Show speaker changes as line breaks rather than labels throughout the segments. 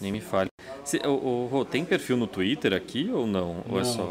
Nem me fale. Se, ô, ô, Rô, tem perfil no Twitter aqui ou não? Ou é só.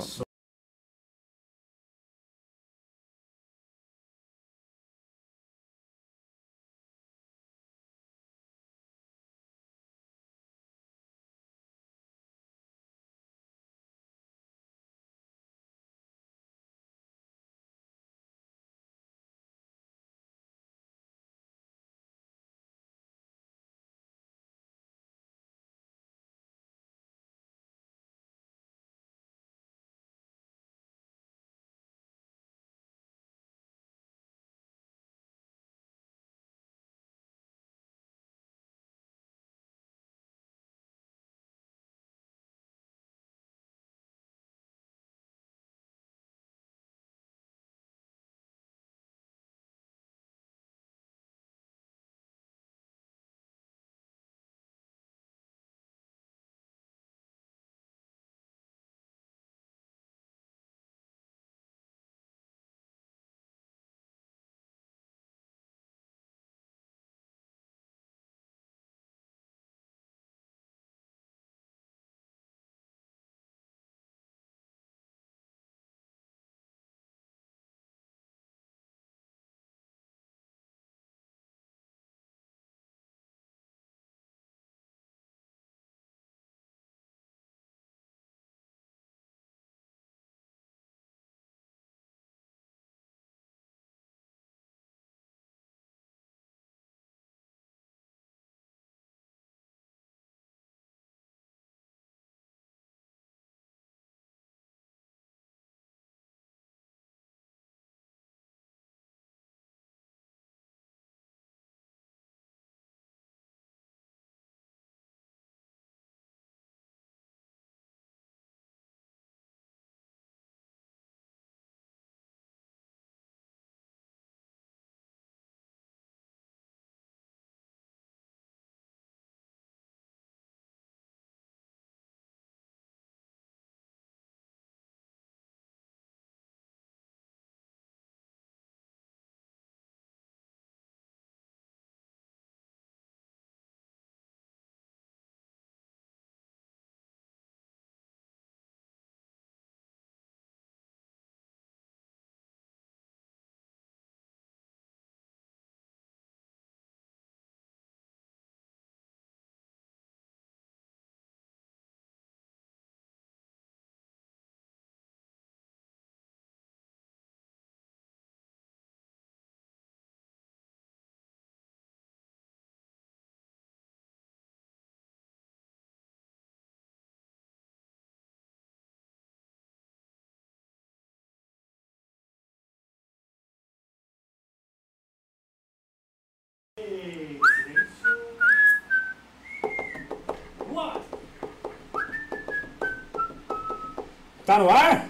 Tá no ar?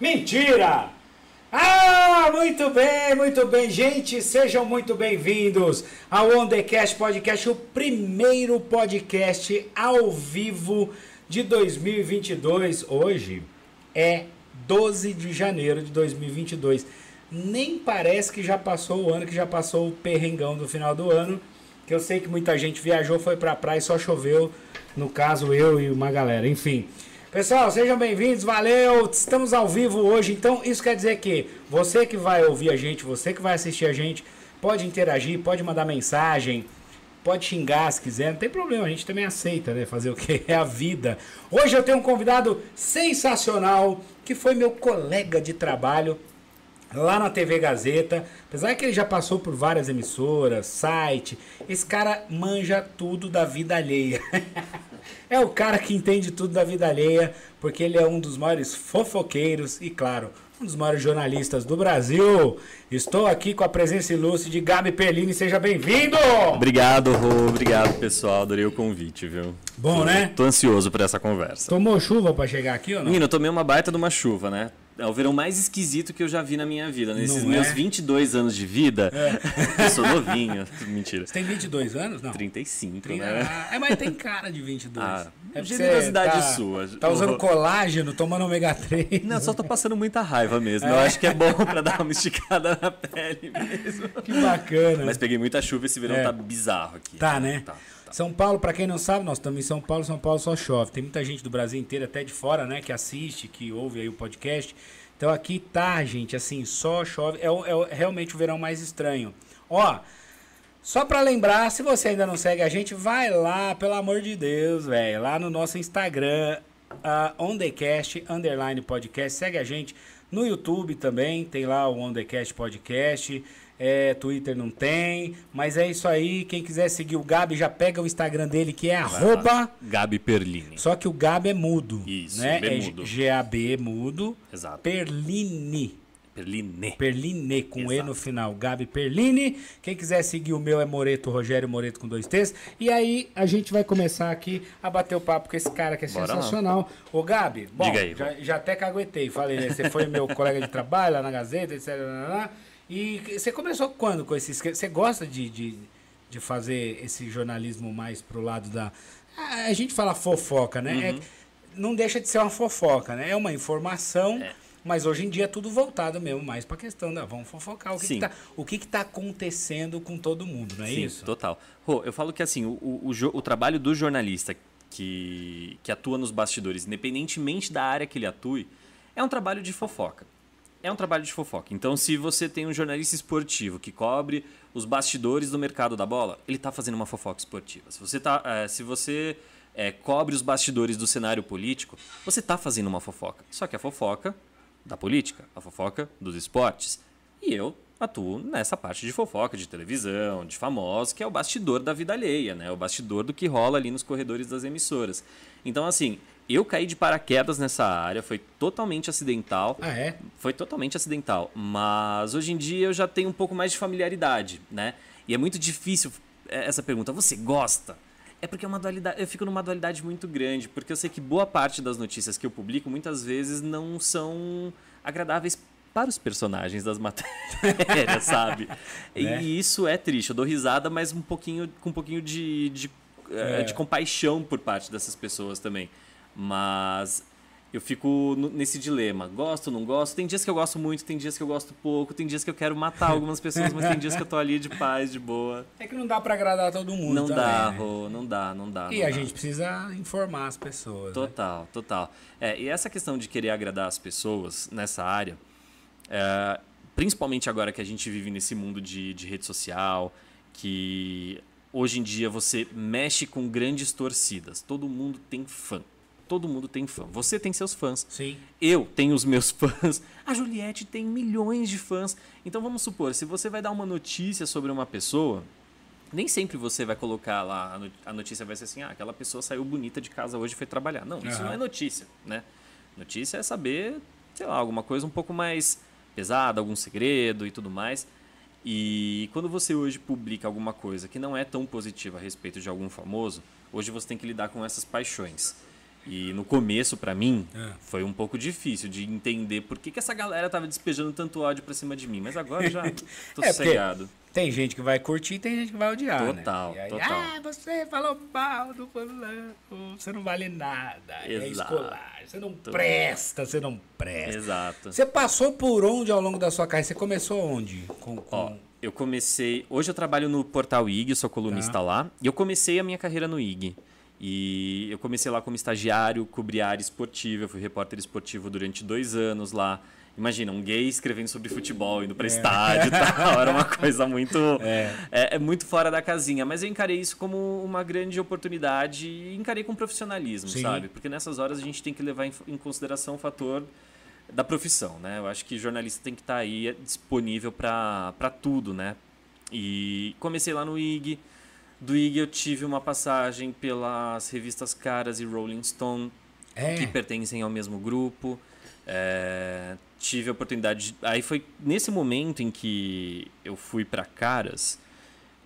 Mentira! Ah, muito bem, muito bem, gente. Sejam muito bem-vindos ao On The Cast Podcast, o primeiro podcast ao vivo de 2022. Hoje é 12 de janeiro de 2022. Nem parece que já passou o ano, que já passou o perrengão do final do ano. Que eu sei que muita gente viajou, foi pra praia e só choveu. No caso, eu e uma galera. Enfim. Pessoal, sejam bem-vindos, valeu! Estamos ao vivo hoje, então isso quer dizer que você que vai ouvir a gente, você que vai assistir a gente, pode interagir, pode mandar mensagem, pode xingar se quiser, não tem problema, a gente também aceita, né? Fazer o que é a vida. Hoje eu tenho um convidado sensacional que foi meu colega de trabalho lá na TV Gazeta. Apesar que ele já passou por várias emissoras, site, esse cara manja tudo da vida alheia. é o cara que entende tudo da vida alheia, porque ele é um dos maiores fofoqueiros e, claro, um dos maiores jornalistas do Brasil. Estou aqui com a presença ilustre de Gabi Perlini, seja bem-vindo!
Obrigado, Rô. Obrigado, pessoal. Adorei o convite, viu?
Bom,
Tô-
né?
Tô ansioso por essa conversa.
Tomou chuva pra chegar aqui ou não?
Menino, eu tomei uma baita de uma chuva, né? É o verão mais esquisito que eu já vi na minha vida. Nesses
Não
meus
é?
22 anos de vida, eu sou novinho. Mentira.
Você tem 22 anos? Não.
35, né?
Ah, é, mas tem cara de 22.
Ah,
é porque
generosidade
você tá,
sua.
Tá usando colágeno, tomando ômega 3.
Não, eu só tô passando muita raiva mesmo. Eu acho que é bom pra dar uma esticada na pele mesmo.
Que bacana.
Mas peguei muita chuva, esse verão
É.
tá bizarro aqui.
Tá, né? São Paulo, para quem não sabe, nós estamos em São Paulo, São Paulo só chove. Tem muita gente do Brasil inteiro, até de fora, né, que assiste, que ouve aí o podcast. Então aqui tá, gente, assim, só chove. É, o- é o- é realmente o verão mais estranho. Ó, só pra lembrar, se você ainda não segue a gente, vai lá, pelo amor de Deus, velho. Lá no nosso Instagram, ah, OnTheCast, underline podcast. Segue a gente no YouTube também, tem lá o OnTheCast podcast. É, Twitter não tem, mas é isso aí. Quem quiser seguir o Gabi, já pega o Instagram dele, que é arroba...
Gabi Perlini.
Só que o Gabi é mudo.
Isso,
né?
B
É
mudo.
G-A-B mudo.
Exato.
Perline.
Perline.
Perline, com E
Exato.
no final. Gabi Perline. Quem quiser seguir o meu é Moreto, Rogério Moreto com dois T's. E aí a gente vai começar aqui a bater o papo com esse cara que é
Bora lá.
sensacional. Ô, Gabi, bom,
Diga aí,
já, já até caguetei. Falei, né? Você foi meu colega de trabalho lá na Gazeta, etc. lá, lá, lá. E você começou quando com esse esquema? Você gosta de, de, de fazer esse jornalismo mais pro lado da. Ah, A gente fala fofoca, né?
Uhum.
É- não deixa de ser uma fofoca, né? É uma informação. Mas hoje em dia é tudo voltado mesmo, mais pra questão da vamos fofocar. O que, que
Sim.
tá, o que que tá acontecendo com todo mundo, não é
Sim,
isso?
total. Rô, eu falo que assim, o, o- o jo- o trabalho do jornalista que, que atua nos bastidores, independentemente da área que ele atue, é um trabalho de fofoca. É um trabalho de fofoca. Então, se você tem um jornalista esportivo que cobre os bastidores do mercado da bola, ele está fazendo uma fofoca esportiva. Se você, tá, eh, se você eh, cobre os bastidores do cenário político, você está fazendo uma fofoca. Só que a fofoca da política, a fofoca dos esportes. E eu atuo nessa parte de fofoca, de televisão, de famosos, que é o bastidor da vida alheia, né? O bastidor do que rola ali nos corredores das emissoras. Então, assim, eu caí de paraquedas nessa área, foi totalmente acidental.
Ah, é?
Foi totalmente acidental, mas hoje em dia eu já tenho um pouco mais de familiaridade, né? E é muito difícil é, essa pergunta. Você gosta? É porque é uma dualidade, eu fico numa dualidade muito grande, porque eu sei que boa parte das notícias que eu publico muitas vezes não são agradáveis para os personagens das matérias, sabe?
Né?
E isso é triste. Eu dou risada, mas um pouquinho, com um pouquinho de, de, eh,
É.
de compaixão por parte dessas pessoas também. Mas eu fico no- nesse dilema. Gosto, não gosto. Tem dias que eu gosto muito, tem dias que eu gosto pouco, tem dias que eu quero matar algumas pessoas, mas tem dias que eu tô ali de paz, de boa.
É que não dá pra agradar todo mundo.
Não
também,
dá,
né?
Rô, não dá, não dá.
E
não
a
dá.
gente precisa informar as pessoas. né?
Total, total. É, e essa questão de querer agradar as pessoas nessa área, é, principalmente agora que a gente vive nesse mundo de, de rede social, que hoje em dia você mexe com grandes torcidas. Todo mundo tem fã. Todo mundo tem fã. Você tem seus fãs.
Sim.
Eu tenho os meus fãs, a Juliette tem milhões de fãs. Então vamos supor, se você vai dar uma notícia sobre uma pessoa, nem sempre você vai colocar lá, a no- a notícia vai ser assim, ah, aquela pessoa saiu bonita de casa hoje e foi trabalhar. Não, isso
Aham.
não é notícia, né? Notícia é saber, sei lá, alguma coisa um pouco mais pesada, algum segredo e tudo mais. E quando você hoje publica alguma coisa que não é tão positiva a respeito de algum famoso, hoje você tem que lidar com essas paixões. E no começo, pra mim,
É.
foi um pouco difícil de entender por que, que essa galera tava despejando tanto ódio pra cima de mim. Mas agora já tô
É, porque-
sossegado.
Tem gente que vai curtir e tem gente que vai odiar. né?
Total,
E aí,
total.
Ah, você falou mal do fulano, você não vale nada, é
Exato.
escolar, você não presta, você não presta.
Exato.
Você passou por onde ao longo da sua carreira? Você começou onde? Com, com-
Ó, eu comecei. Hoje eu trabalho no portal IG, sou colunista
Tá.
lá. E eu comecei a minha carreira no IG. E eu comecei lá como estagiário, cobri a área esportiva, eu fui repórter esportivo durante dois anos lá. Imagina, um gay escrevendo sobre futebol, indo
É.
pra estádio e tal. Era uma coisa muito. É. é muito fora da casinha. Mas eu encarei isso como uma grande oportunidade e encarei com profissionalismo,
Sim.
sabe? Porque nessas horas a gente tem que levar em, em consideração o fator da profissão, né? Eu acho que jornalista tem que estar aí é, disponível para tudo, né? E comecei lá no IG. Do IG eu tive uma passagem pelas revistas Caras e Rolling Stone,
é,
que pertencem ao mesmo grupo. É, tive a oportunidade. de- Aí foi nesse momento em que eu fui para Caras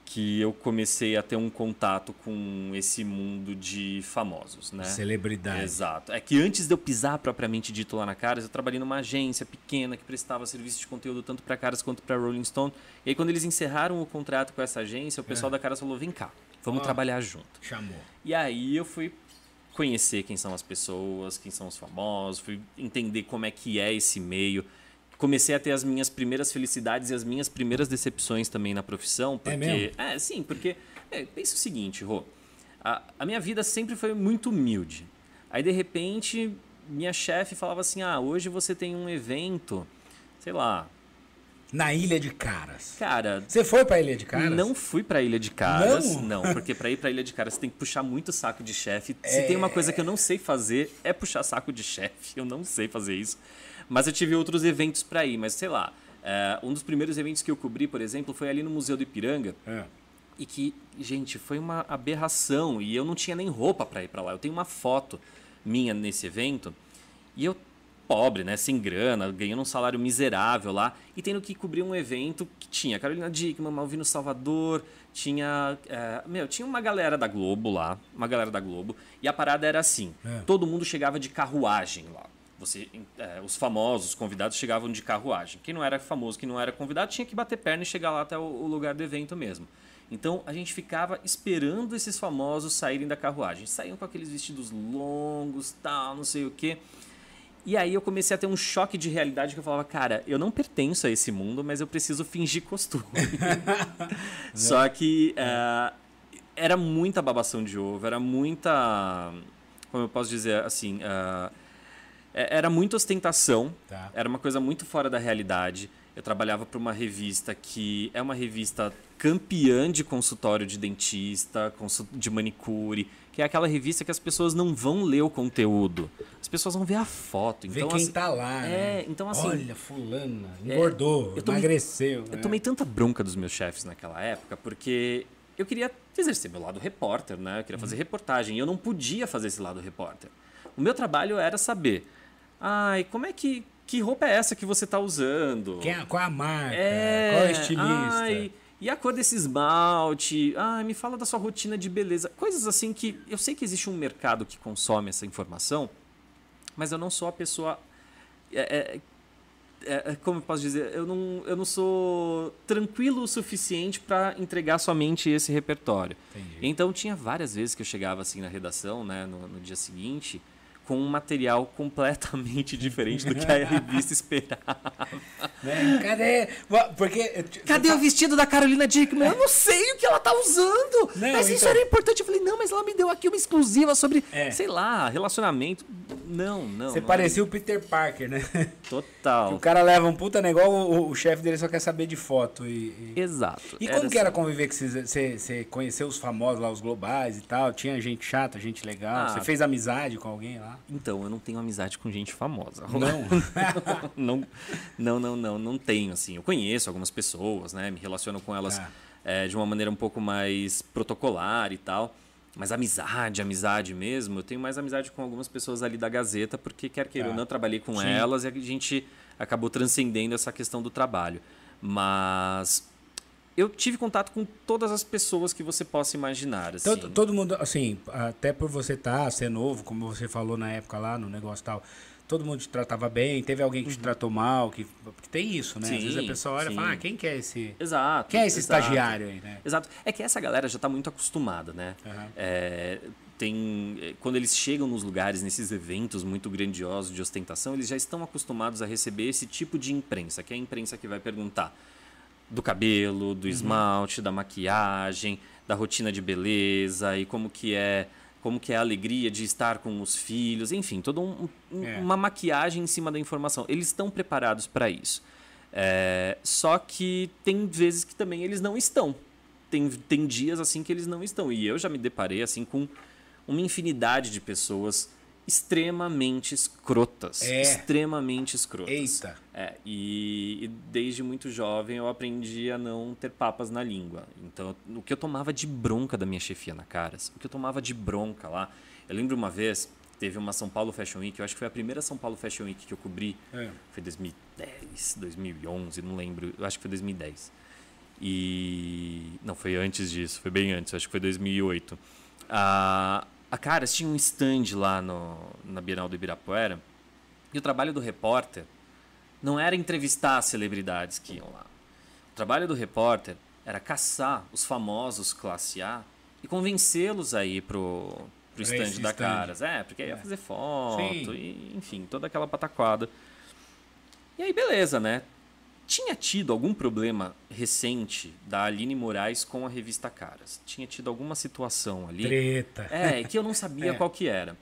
que eu comecei a ter um contato com esse mundo de famosos, né?
celebridade.
Exato. É que antes de eu pisar propriamente dito lá na Caras, eu trabalhei numa agência pequena que prestava serviço de conteúdo tanto para Caras quanto para Rolling Stone. E aí, quando eles encerraram o contrato com essa agência, o pessoal da Caras falou: vem cá, vamos
Ó.
trabalhar junto.
Chamou.
E aí eu fui conhecer quem são as pessoas, quem são os famosos, fui entender como é que é esse meio. Comecei a ter as minhas primeiras felicidades e as minhas primeiras decepções também na profissão, porque
mesmo?
é, sim, porque é, pensa o seguinte, Rô. A, a minha vida sempre foi muito humilde. Aí, de repente, minha chefe falava assim: ah, hoje você tem um evento, sei lá.
Na Ilha de Caras.
Cara,
Você foi pra Ilha de Caras?
não fui pra Ilha de Caras.
Não?
Não, porque pra ir pra Ilha de Caras você tem que puxar muito saco de chefe.
É.
Se tem uma coisa que eu não sei fazer, é puxar saco de chefe. Eu não sei fazer isso. Mas eu tive outros eventos pra ir, mas sei lá. é, um dos primeiros eventos que eu cobri, por exemplo, foi ali no Museu do Ipiranga.
É.
E que, gente, foi uma aberração. E eu não tinha nem roupa pra ir pra lá. Eu tenho uma foto minha nesse evento. E eu, pobre, né? Sem grana, ganhando um salário miserável lá. E tendo que cobrir um evento que tinha Carolina Dickman, Malvino Salvador. Tinha. eh, meu, tinha uma galera da Globo lá. Uma galera da Globo. E a parada era assim: todo mundo chegava de carruagem lá. Você, eh, os famosos, os convidados chegavam de carruagem. Quem não era famoso, quem não era convidado, tinha que bater perna e chegar lá até o- o lugar do evento mesmo. Então a gente ficava esperando esses famosos saírem da carruagem. Saíam com aqueles vestidos longos, tal, não sei o quê. E aí eu comecei a ter um choque de realidade que eu falava, cara, eu não pertenço a esse mundo, mas eu preciso fingir costume.
Né?
Só que eh, era muita babação de ovo, era muita. Como eu posso dizer assim? ah, é- era muita ostentação,
Tá.
era uma coisa muito fora da realidade. Eu trabalhava para uma revista que é uma revista campeã de consultório de dentista, consu- de manicure, que é aquela revista que as pessoas não vão ler o conteúdo. As pessoas vão ver a foto.
Vê
Então,
quem
assim,
tá lá, né?
é, então, assim- é,
Olha, fulana, engordou,
eu tomei-
emagreceu.
Eu
né?
tomei tanta bronca dos meus chefes naquela época, porque eu queria exercer meu lado repórter, né? Eu queria
Uhum.
fazer reportagem. E eu não podia fazer esse lado repórter. O meu trabalho era saber. Ai, como é que. Que roupa é essa que você tá usando?
Quem é- qual é a marca?
É,
Qual é o estilista?
ai, e a cor desse esmalte? Ai, me fala da sua rotina de beleza. Coisas assim que eu sei que existe um mercado que consome essa informação, mas eu não sou a pessoa. é, é, é, é, como eu posso dizer? Eu não, eu não sou tranquilo o suficiente para entregar somente esse repertório.
Entendi.
Então tinha várias vezes que eu chegava assim na redação, né, no, no dia seguinte, com um material completamente diferente do que a revista esperava.
Né? Cadê? Vo- Porque. eh,
Cadê
tá-
o vestido da Carolina Dickman? Eu não sei o que ela tá usando.
É. Não,
mas isso
então-
era importante. Eu falei, não, mas ela me deu aqui uma exclusiva sobre,
É.
sei lá, relacionamento. Não, não.
Você
não
parecia o Peter Parker, né?
é
O
Total.
cara leva um puta negócio, o, o chefe dele só quer saber de foto. E, e...
Exato.
E como que
assim.
era conviver com esses. Você, você conheceu os famosos lá, os globais e tal? Tinha gente chata, gente legal?
Ah.
Você fez amizade com alguém lá?
Então, eu não tenho amizade com gente famosa.
Não.
não, não, não, não, não tenho, assim. Eu conheço algumas pessoas, né? Me relaciono com elas
Tá.
eh, de uma maneira um pouco mais protocolar e tal. Mas amizade, amizade mesmo, eu tenho mais amizade com algumas pessoas ali da Gazeta, porque quer queira
Tá.
ou não, eu trabalhei com
Sim.
elas e a gente acabou transcendendo essa questão do trabalho. Mas eu tive contato com todas as pessoas que você possa imaginar, assim.
Todo, todo mundo, assim, até por você estar, ser novo, como você falou na época lá no negócio e tal, todo mundo te tratava bem, teve alguém que te tratou mal, que, porque tem isso, né? Às
Uhum. Sim,
vezes a pessoa olha e
sim.
fala, ah, quem que é esse,
Exato.
quem é esse
exato.
estagiário aí, né?
Exato. É que essa galera já está muito acostumada, né?
Aham.
É, tem, é, quando eles chegam nos lugares, nesses eventos muito grandiosos de ostentação, eles já estão acostumados a receber esse tipo de imprensa, que é a imprensa que vai perguntar do cabelo,
Uhum.
do esmalte, da maquiagem, da rotina de beleza e como que é como que é a alegria de estar com os filhos, enfim, toda um- um-
É.
uma maquiagem em cima da informação. Eles estão preparados para isso. É, só que tem vezes que também eles não estão. Tem, tem dias assim que eles não estão. E eu já me deparei assim com uma infinidade de pessoas extremamente escrotas.
É.
Extremamente escrotas.
Eita.
É, e, e desde muito jovem eu aprendi a não ter papas na língua. Então, o que eu tomava de bronca da minha chefia na Caras, o que eu tomava de bronca lá. Eu lembro uma vez, teve uma São Paulo Fashion Week, eu acho que foi a primeira São Paulo Fashion Week que eu cobri.
É.
Foi 2010, 2011, não lembro, eu acho que foi 2010. E. Não, foi antes disso, foi bem antes, eu acho que foi 2008. A, a Caras tinha um stand lá no, na Bienal do Ibirapuera. E o trabalho do repórter não era entrevistar as celebridades que iam lá. O trabalho do repórter era caçar os famosos classe A e convencê-los a ir pro, pro
Pra
stand
esse
da
stand.
Caras. É, porque aí ia fazer
Sim.
foto, e, enfim, toda aquela pataquada. E aí, beleza, né? Tinha tido algum problema recente da Aline Moraes com a revista Caras. Tinha tido alguma situação ali.
Treta.
É, que eu não sabia
É.
qual que era.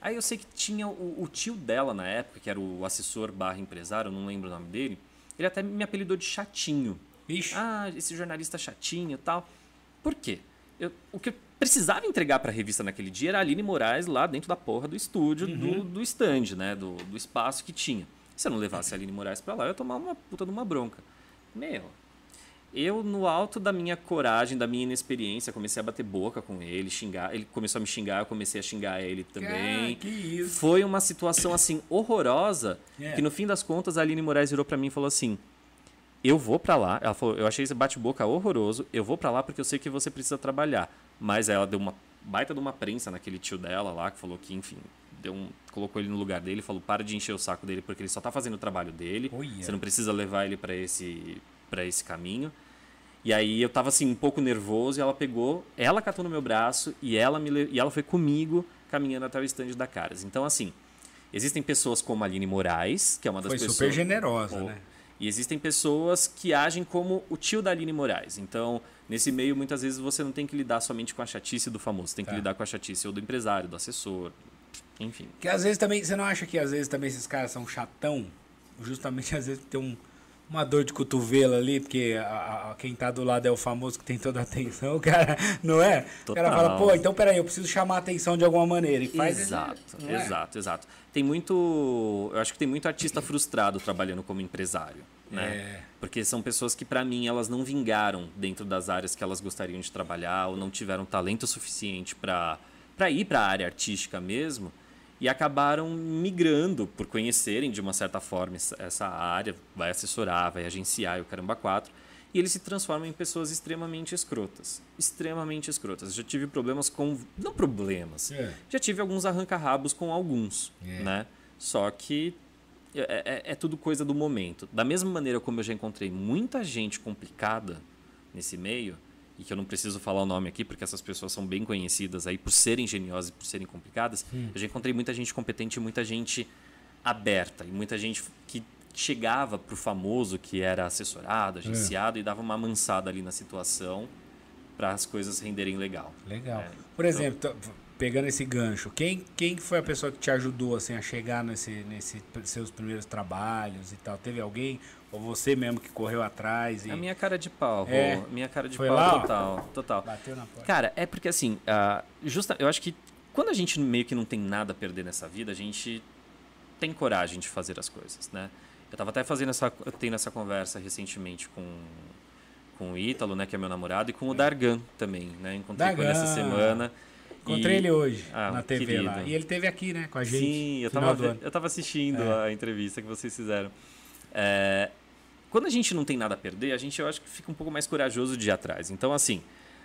Aí eu sei que tinha o, o tio dela na época, que era o assessor barra empresário, eu não lembro o nome dele. Ele até me apelidou de chatinho.
Ixi.
Ah, esse jornalista chatinho e tal. Por quê? Eu- o que eu precisava entregar para a revista naquele dia era a Aline Moraes lá dentro da porra do estúdio, do, do stand, né? Do, do espaço que tinha. Se eu não levasse a Aline Moraes para lá, eu ia tomar uma puta de uma bronca. Meu, eu, no alto da minha coragem, da minha inexperiência, comecei a bater boca com ele, xingar. Ele começou a me xingar, eu comecei a xingar ele também.
Cara, que isso.
Foi uma situação assim horrorosa
É.
que no fim das contas a Aline Moraes virou pra mim e falou assim: "Eu vou pra lá". Ela falou: "Eu achei esse bate-boca horroroso. Eu vou pra lá porque eu sei que você precisa trabalhar". Mas ela deu uma baita de uma prensa naquele tio dela lá que falou que, enfim, deu um- colocou ele no lugar dele, falou: "Para de encher o saco dele porque ele só tá fazendo o trabalho dele.
Olha.
Você não precisa levar ele pra esse para esse caminho". E aí eu tava assim um pouco nervoso e ela pegou, ela catou no meu braço e ela me le- e ela foi comigo caminhando até o stand da Caras. Então assim, existem pessoas como a Aline Moraes, que é uma das
Foi
pessoas
super generosa,
Pô.
né?
E existem pessoas que agem como o tio da Aline Moraes. Então, nesse meio, muitas vezes você não tem que lidar somente com a chatice do famoso, você tem que
Tá.
lidar com a chatice ou do empresário, do assessor, enfim.
Que às vezes também, você não acha que às vezes também esses caras são chatão? Justamente às vezes tem um- uma dor de cotovelo ali, porque a- a- quem tá do lado é o famoso que tem toda a atenção, o cara, não é? O cara
Total.
fala, pô, então peraí, eu preciso chamar a atenção de alguma maneira. E faz ele-
Exato,
não é?
exato, exato. Tem muito. Eu acho que tem muito artista frustrado trabalhando como empresário. Né?
É.
Porque são pessoas que, pra mim, elas não vingaram dentro das áreas que elas gostariam de trabalhar ou não tiveram talento suficiente pra pra ir pra área artística mesmo e acabaram migrando por conhecerem de uma certa forma essa- essa área, vai assessorar, vai agenciar e o caramba quatro. E eles se transformam em pessoas extremamente escrotas. Extremamente escrotas. Eu Já tive problemas com. Não problemas
É.
já tive alguns arranca-rabos com alguns,
É.
né? Só que é, é- é tudo coisa do momento. Da mesma maneira como eu já encontrei muita gente complicada nesse meio, e que eu não preciso falar o nome aqui, porque essas pessoas são bem conhecidas aí por serem geniosas e por serem complicadas, eu já encontrei muita gente competente e muita gente aberta, e muita gente que chegava pro famoso que era assessorado, agenciado, e dava uma amansada ali na situação para as coisas renderem legal.
Legal.
É,
Por exemplo, tô- f- pegando esse gancho, quem, quem foi a pessoa que te ajudou assim, a chegar nesse, nesse pr- seus primeiros trabalhos e tal? Teve alguém? Ou você mesmo que correu atrás e
A minha cara de pau,
É.
Rô. minha cara de
Foi
pau
lá, ó.
total, total.
bateu na porta?
Cara, é porque assim, ah, justa, eu acho que quando a gente meio que não tem nada a perder nessa vida, a gente tem coragem de fazer as coisas, né? Eu tava até fazendo essa, tendo essa conversa recentemente com, com o Ítalo, né, que é meu namorado, e com o Dargan também, né? Encontrei com ele essa
Dargan.
semana.
Encontrei
E-
ele hoje
Ah,
na
um
TV lá.
querido.
E ele teve aqui, né, com a gente.
Sim, eu
final
tava,
do
ve-
ano.
eu tava assistindo
É.
a entrevista que vocês fizeram. É, quando a gente não tem nada a perder, a gente eu acho que fica um pouco mais corajoso de ir atrás. Então, assim,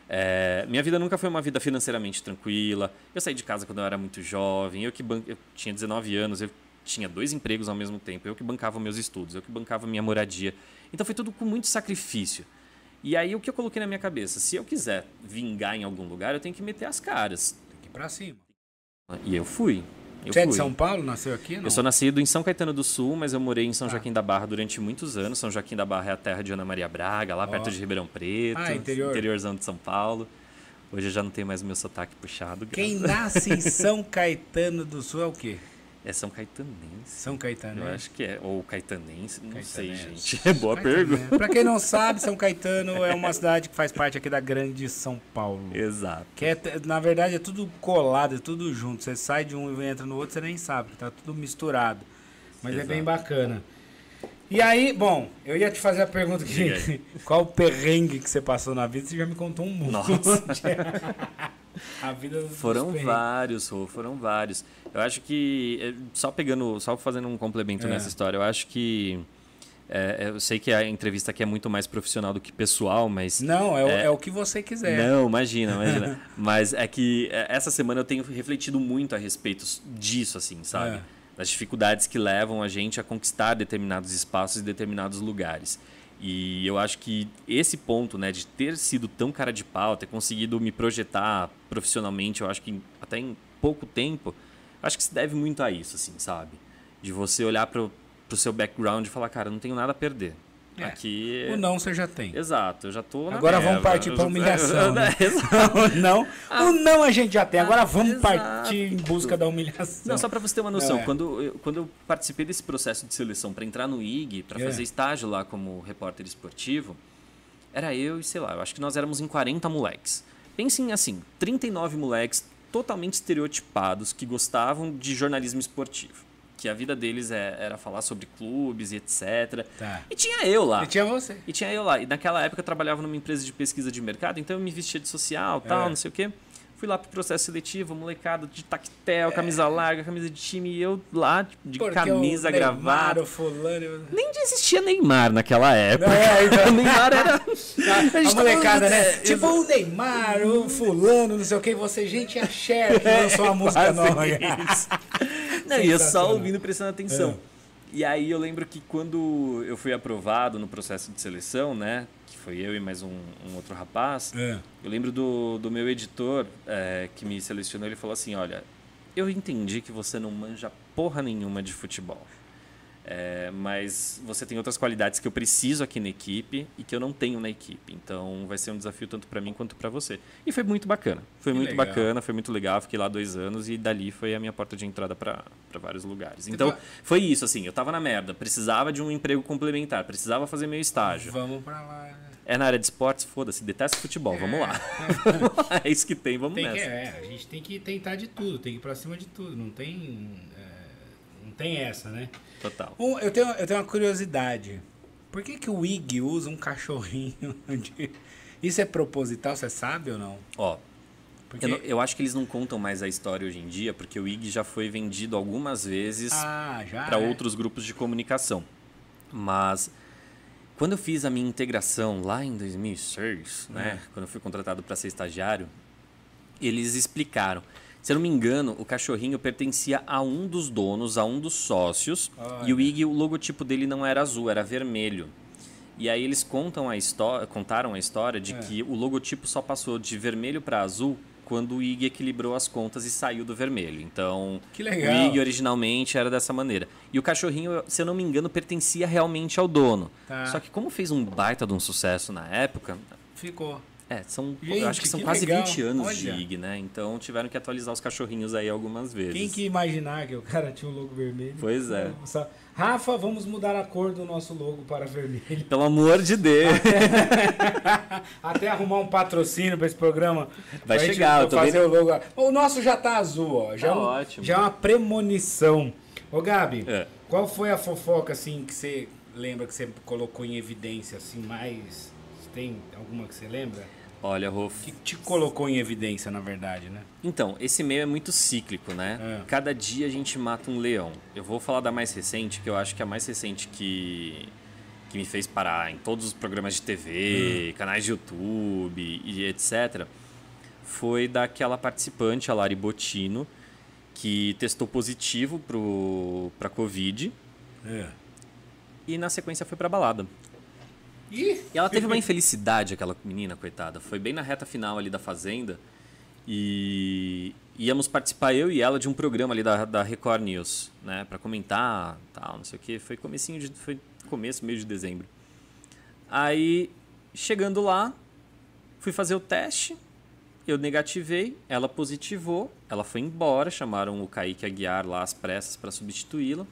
é, minha vida nunca foi uma vida financeiramente tranquila. Eu saí de casa quando eu era muito jovem, eu que ban- eu tinha 19 anos, eu tinha dois empregos ao mesmo tempo, eu que bancava meus estudos, eu que bancava minha moradia. Então foi tudo com muito sacrifício. E aí o que eu coloquei na minha cabeça, se eu quiser vingar em algum lugar, eu tenho que meter as caras.
Tem que ir pra cima.
E eu fui. Eu
Você é de
fui.
São Paulo? Nasceu aqui? Não?
Eu sou nascido em São Caetano do Sul, mas eu morei em São
Ah.
Joaquim da Barra durante muitos anos. São Joaquim da Barra é a terra de Ana Maria Braga, lá perto de Ribeirão Preto,
Ah, interior.
interiorzão de São Paulo. Hoje eu já não tenho mais o meu sotaque puxado.
Quem
graças-
nasce em São Caetano do Sul é o quê?
É São Caetanense.
São Caetano.
Eu
né?
acho que é. Ou Caetanense, não sei,
Caetanense.
gente. É boa pergunta.
Caetano, né? Pra quem não sabe, São Caetano é uma cidade que faz parte aqui da grande São Paulo.
Exato.
Que é, t- na verdade é tudo colado, é tudo junto. Você sai de um e entra no outro, você nem sabe, tá tudo misturado. Mas é
Exato.
bem bacana. E aí, bom, eu ia te fazer a pergunta
Diga
que
aí.
qual o perrengue que você passou na vida? Você já me contou um monte.
Nossa.
a vida dos
Foram
perrengues.
vários, Rô, foram vários. Eu acho que, eh, só pegando, só fazendo um complemento
É.
nessa história, eu acho que, eh, eu sei que a entrevista aqui é muito mais profissional do que pessoal, mas...
Não, é, o-
É.
é o que você quiser.
Não, imagina, imagina. Mas é que é, essa semana eu tenho refletido muito a respeito s- disso, assim, sabe?
É.
Das dificuldades que levam a gente a conquistar determinados espaços e determinados lugares. E eu acho que esse ponto, né, de ter sido tão cara de pau, ter conseguido me projetar profissionalmente, eu acho que em- até em pouco tempo, eu acho que se deve muito a isso, assim, sabe? De você olhar pro, pro seu background e falar, cara, eu não tenho nada a perder.
É,
Aqui.
O não você já tem.
Exato, eu já tô. na
Agora
merda.
vamos partir pra humilhação, né?
Exato.
o não, o não a gente já tem. Agora vamos
Ah. exato.
partir em busca da humilhação.
Não, só para você ter uma noção,
É.
quando, eu, quando eu participei desse processo de seleção para entrar no IG, para
É.
fazer estágio lá como repórter esportivo, era eu e sei lá, eu acho que nós éramos em 40 moleques. Pensem assim, 39 moleques totalmente estereotipados que gostavam de jornalismo esportivo, que a vida deles é- era falar sobre clubes e etc.
Tá.
E tinha eu lá.
E tinha você.
E tinha eu lá. E naquela época eu trabalhava numa empresa de pesquisa de mercado, então eu me vestia de social, tal,
É.
não sei o quê. Fui lá pro processo seletivo, molecada de tactel, camisa larga, camisa de time, e eu lá tipo, de
É. Porque
camisa,
o Neymar,
gravata.
o fulano... eu-
Nem existia Neymar naquela época.
É, então.
o Neymar era.
A,
gente
a
tá
molecada,
falando-
né?
é,
Tipo o Neymar, o fulano, não sei o que, você, gente, é a Cher que lançou uma música nova.
Não, e eu só
Sensacional. É.
ouvindo, prestando atenção. E aí eu lembro que quando eu fui aprovado no processo de seleção, né? Que foi eu e mais um, um outro rapaz.
É.
Eu lembro do, do meu editor é, que me selecionou, ele falou assim, olha, eu entendi que você não manja porra nenhuma de futebol. É, mas você tem outras qualidades que eu preciso aqui na equipe e que eu não tenho na equipe. Então vai ser um desafio tanto para mim quanto para você. E foi muito bacana. Foi
Que
muito
legal.
bacana, foi muito legal. Fiquei lá dois anos e dali foi a minha porta de entrada para vários lugares. Então foi isso, assim. Eu tava na merda. Precisava de um emprego complementar. Precisava fazer meu estágio.
Vamos pra lá. né?
É na área de esportes, foda-se, detesta futebol, vamos lá. Vamos lá, é isso que tem, vamos
Tem que,
nessa.
é, a gente tem que tentar de tudo, tem que ir pra cima de tudo. Não tem, é, não tem essa, né?
Total.
Um, eu, tenho, eu tenho uma curiosidade. Por que, que o Ig usa um cachorrinho? de- Isso é proposital, você sabe ou não?
Ó,
Porque...
eu, não- eu acho que eles não contam mais a história hoje em dia, porque o IG já foi vendido algumas vezes
Ah, já.
para
é?
outros grupos de comunicação. Mas quando eu fiz a minha integração lá em 2006,
É.
né, quando eu fui contratado para ser estagiário, eles explicaram. Se eu não me engano, o cachorrinho pertencia a um dos donos, a um dos sócios, e o Ig, o logotipo dele não era azul, era vermelho. E aí eles contam a história, contaram a história
É.
de que o logotipo só passou de vermelho para azul quando o Ig equilibrou as contas e saiu do vermelho. Então,
Que
o
legal.
Ig originalmente era dessa maneira. E o cachorrinho, se eu não me engano, pertencia realmente ao dono.
Tá.
Só que como fez um baita de um sucesso na época,
Ficou.
é, são,
Gente,
eu acho que são
que
quase
legal.
20 anos
Olha.
de IG, né? Então tiveram que atualizar os cachorrinhos aí algumas vezes.
Quem que ia imaginar que o cara tinha um logo vermelho?
Pois é.
Nossa. Rafa, vamos mudar a cor do nosso logo para vermelho.
Pelo amor de Deus.
Até arrumar um patrocínio para esse programa.
Vai
pra gente
chegar, eu tô
fazer o logo. O nosso já tá azul, ó. Já
Tá
é um-
ótimo.
Já é uma premonição. Ô, Gabi,
É.
qual foi a fofoca, assim, que você lembra que você colocou em evidência, assim, mais... Tem alguma que você lembra?
Olha, Rolf.
Que te colocou em evidência, na verdade, né?
Então, esse meio é muito cíclico, né?
É.
Cada dia a gente mata um leão. Eu vou falar da mais recente, que eu acho que é a mais recente que, que me fez parar em todos os programas de TV, canais de YouTube e etc. Foi daquela participante, a Lari Bottino, que testou positivo para Covid e na sequência foi pra balada.
Ih,
E ela teve uma infelicidade, aquela menina, coitada. Foi bem na reta final ali da Fazenda. E íamos participar, eu e ela, de um programa ali da, da Record News, né? Pra comentar, tal, não sei o quê. Foi comecinho de... Foi começo, meio de dezembro. Aí, chegando lá, fui fazer o teste. Eu negativei, ela positivou, ela foi embora, chamaram o Kaique Aguiar lá às pressas pra substituí-la.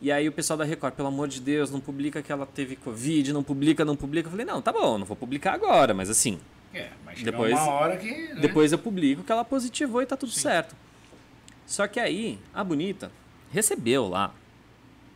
E aí o pessoal da Record, pelo amor de Deus, não publica que ela teve Covid, não publica, não publica. Eu falei, não, tá bom, não vou publicar agora, mas assim,
É, mas
chega Depois-
uma
uma
hora que.
É.
depois eu publico que ela positivou e tá tudo certo. Só que aí, a bonita recebeu lá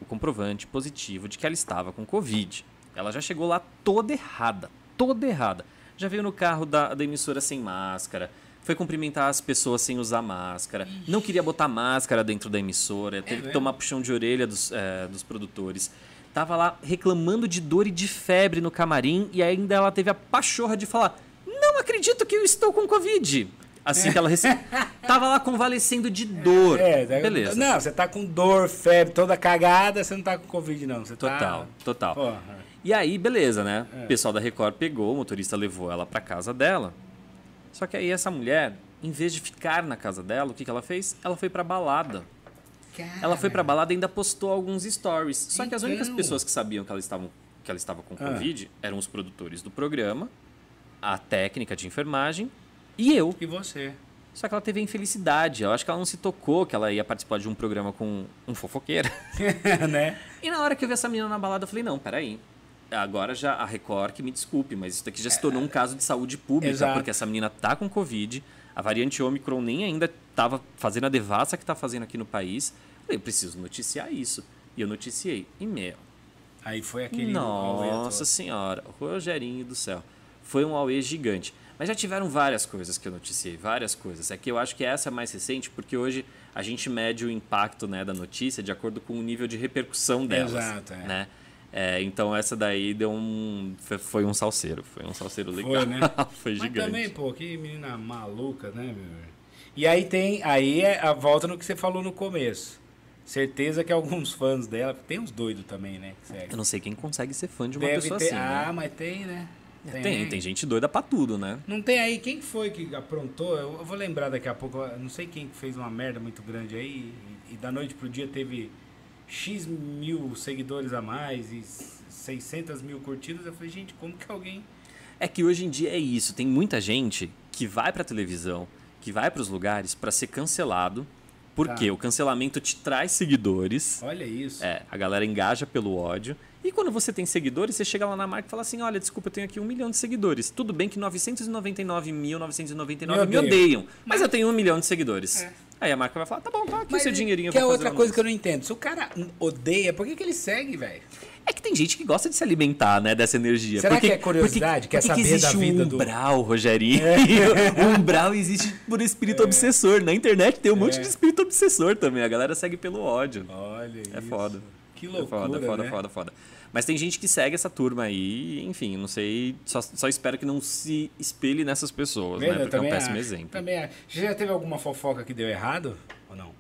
o comprovante positivo de que ela estava com Covid. Ela já chegou lá toda errada, toda errada. Já veio no carro da, da emissora sem máscara, foi cumprimentar as pessoas sem usar máscara, não queria botar máscara dentro da
É
emissora, teve que tomar puxão de orelha dos, eh, dos produtores. Tava lá reclamando de dor e de febre no camarim e ainda ela teve a pachorra de falar: Não acredito que eu estou com Covid. Assim que ela recebeu. Tava lá convalescendo de dor.
É, tá-
Beleza.
Não, você tá com dor, febre, toda cagada, você não tá com Covid, não. Você tá...
Total, total.
Porra.
E aí, beleza, né? O pessoal da Record pegou, o motorista levou ela pra casa dela. Só que aí essa mulher, em vez de ficar na casa dela, o que, que ela fez? Ela foi pra balada. Ela foi pra balada e ainda postou alguns stories. Só que as únicas
Então.
pessoas que sabiam que ela estava, que ela estava com Covid eram os produtores do programa, a técnica de enfermagem e eu.
E você?
Só que ela teve a infelicidade. Eu acho que ela não se tocou que ela ia participar de um programa com um fofoqueiro.
né?
E na hora que eu vi essa menina na balada, eu falei, não, peraí. Agora já a Record que me desculpe, mas isso daqui já se tornou um caso de saúde pública,
Exato.
porque essa menina tá com Covid, a variante Omicron nem ainda estava fazendo a devassa que tá fazendo aqui no país. Eu falei, eu preciso noticiar isso. E eu noticiei. E meu,
Aí foi aquele.
nossa senhora, Rogerinho do céu. Foi um auê gigante. Mas já tiveram várias coisas que eu noticiei, várias coisas. É que eu acho que essa é a mais recente, porque hoje a gente mede o impacto né, da notícia de acordo com o nível de repercussão delas.
Exato, é.
Né? É, então essa daí deu um. foi- Foi um salseiro. Foi um salseiro legal.
Foi, né?
Foi
Mas
gigante.
também, pô, que menina maluca, né, meu? E aí tem. Aí é a volta no que você falou no começo. Certeza que alguns fãs dela. Tem uns doidos também, né? que segue.
Eu não sei quem consegue ser fã de uma
Deve
pessoa
ter.
assim. né? É,
ah, mas tem, né?
Tem,
né?
tem gente doida pra tudo, né?
Não tem aí, quem foi que aprontou? Eu eu vou lembrar daqui a pouco, eu não sei quem que fez uma merda muito grande aí e, e da noite pro dia teve X mil seguidores a mais e s- 600 mil curtidas. Eu falei, gente, como que alguém.
É que hoje em dia é isso. Tem muita gente que vai pra televisão, que vai pros lugares pra ser cancelado, porque
Tá.
o cancelamento te traz seguidores.
Olha isso.
É, a galera engaja pelo ódio. E quando você tem seguidores, você chega lá na marca e fala assim: olha, desculpa, eu tenho aqui um milhão de seguidores. Tudo bem que 999.999
Me
me
odeiam.
odeiam, mas eu tenho um milhão de seguidores.
É.
Aí a marca vai falar: tá bom, tá aqui o seu dinheirinho. eu
que é
vou fazer
outra
um
coisa que eu
anúncio."
não entendo. Se o cara odeia, por que, que ele segue, velho?
É que tem gente que gosta de se alimentar, né, dessa energia.
Será
Porque-
que é curiosidade? Quer
porque, porque
saber da
existe
vida
um
do- É.
umbral, Rogerinho. o umbral existe por espírito obsessor. Na internet tem um monte
É.
de espírito obsessor também. A galera segue pelo ódio.
Olha isso.
É foda.
Que
É
loucura.
foda, foda,
né?
foda, foda. Mas tem gente que segue essa turma aí, enfim, não sei. Só, só espero que não se espelhe nessas pessoas,
Vendo?
né?
Eu
Porque é um
também
péssimo
acho.
exemplo.
Também acho. Você já teve alguma fofoca que deu errado? Ou não?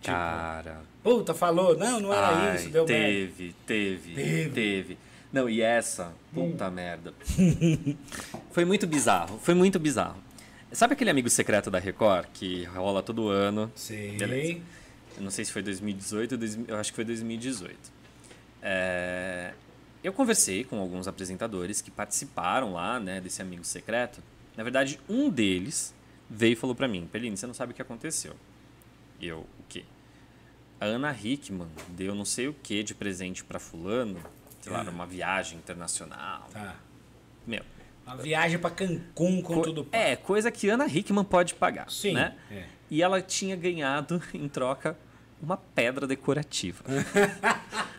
tipo,
Cara.
Puta, falou, não, não era
Ai,
isso, deu merda.
teve, teve, teve, Não, e essa?
Hum.
Puta merda. Foi muito bizarro, foi muito bizarro. Sabe aquele amigo secreto da Record que rola todo ano?
Sei.
Beleza. Eu não sei se foi 2018, ou dois- eu acho que foi 2018. É, eu conversei com alguns apresentadores que participaram lá, né, desse amigo secreto. Na verdade, um deles veio e falou pra mim, Peline, você não sabe o que aconteceu. E Eu, o quê? A Ana Hickman deu não sei o que de presente pra fulano, sei lá, numa viagem internacional.
Tá.
Meu,
Uma viagem pra Cancún com
co-
tudo pago.
é, coisa que Ana Hickman pode pagar,
Sim.
né?
É.
E ela tinha ganhado em troca uma pedra decorativa.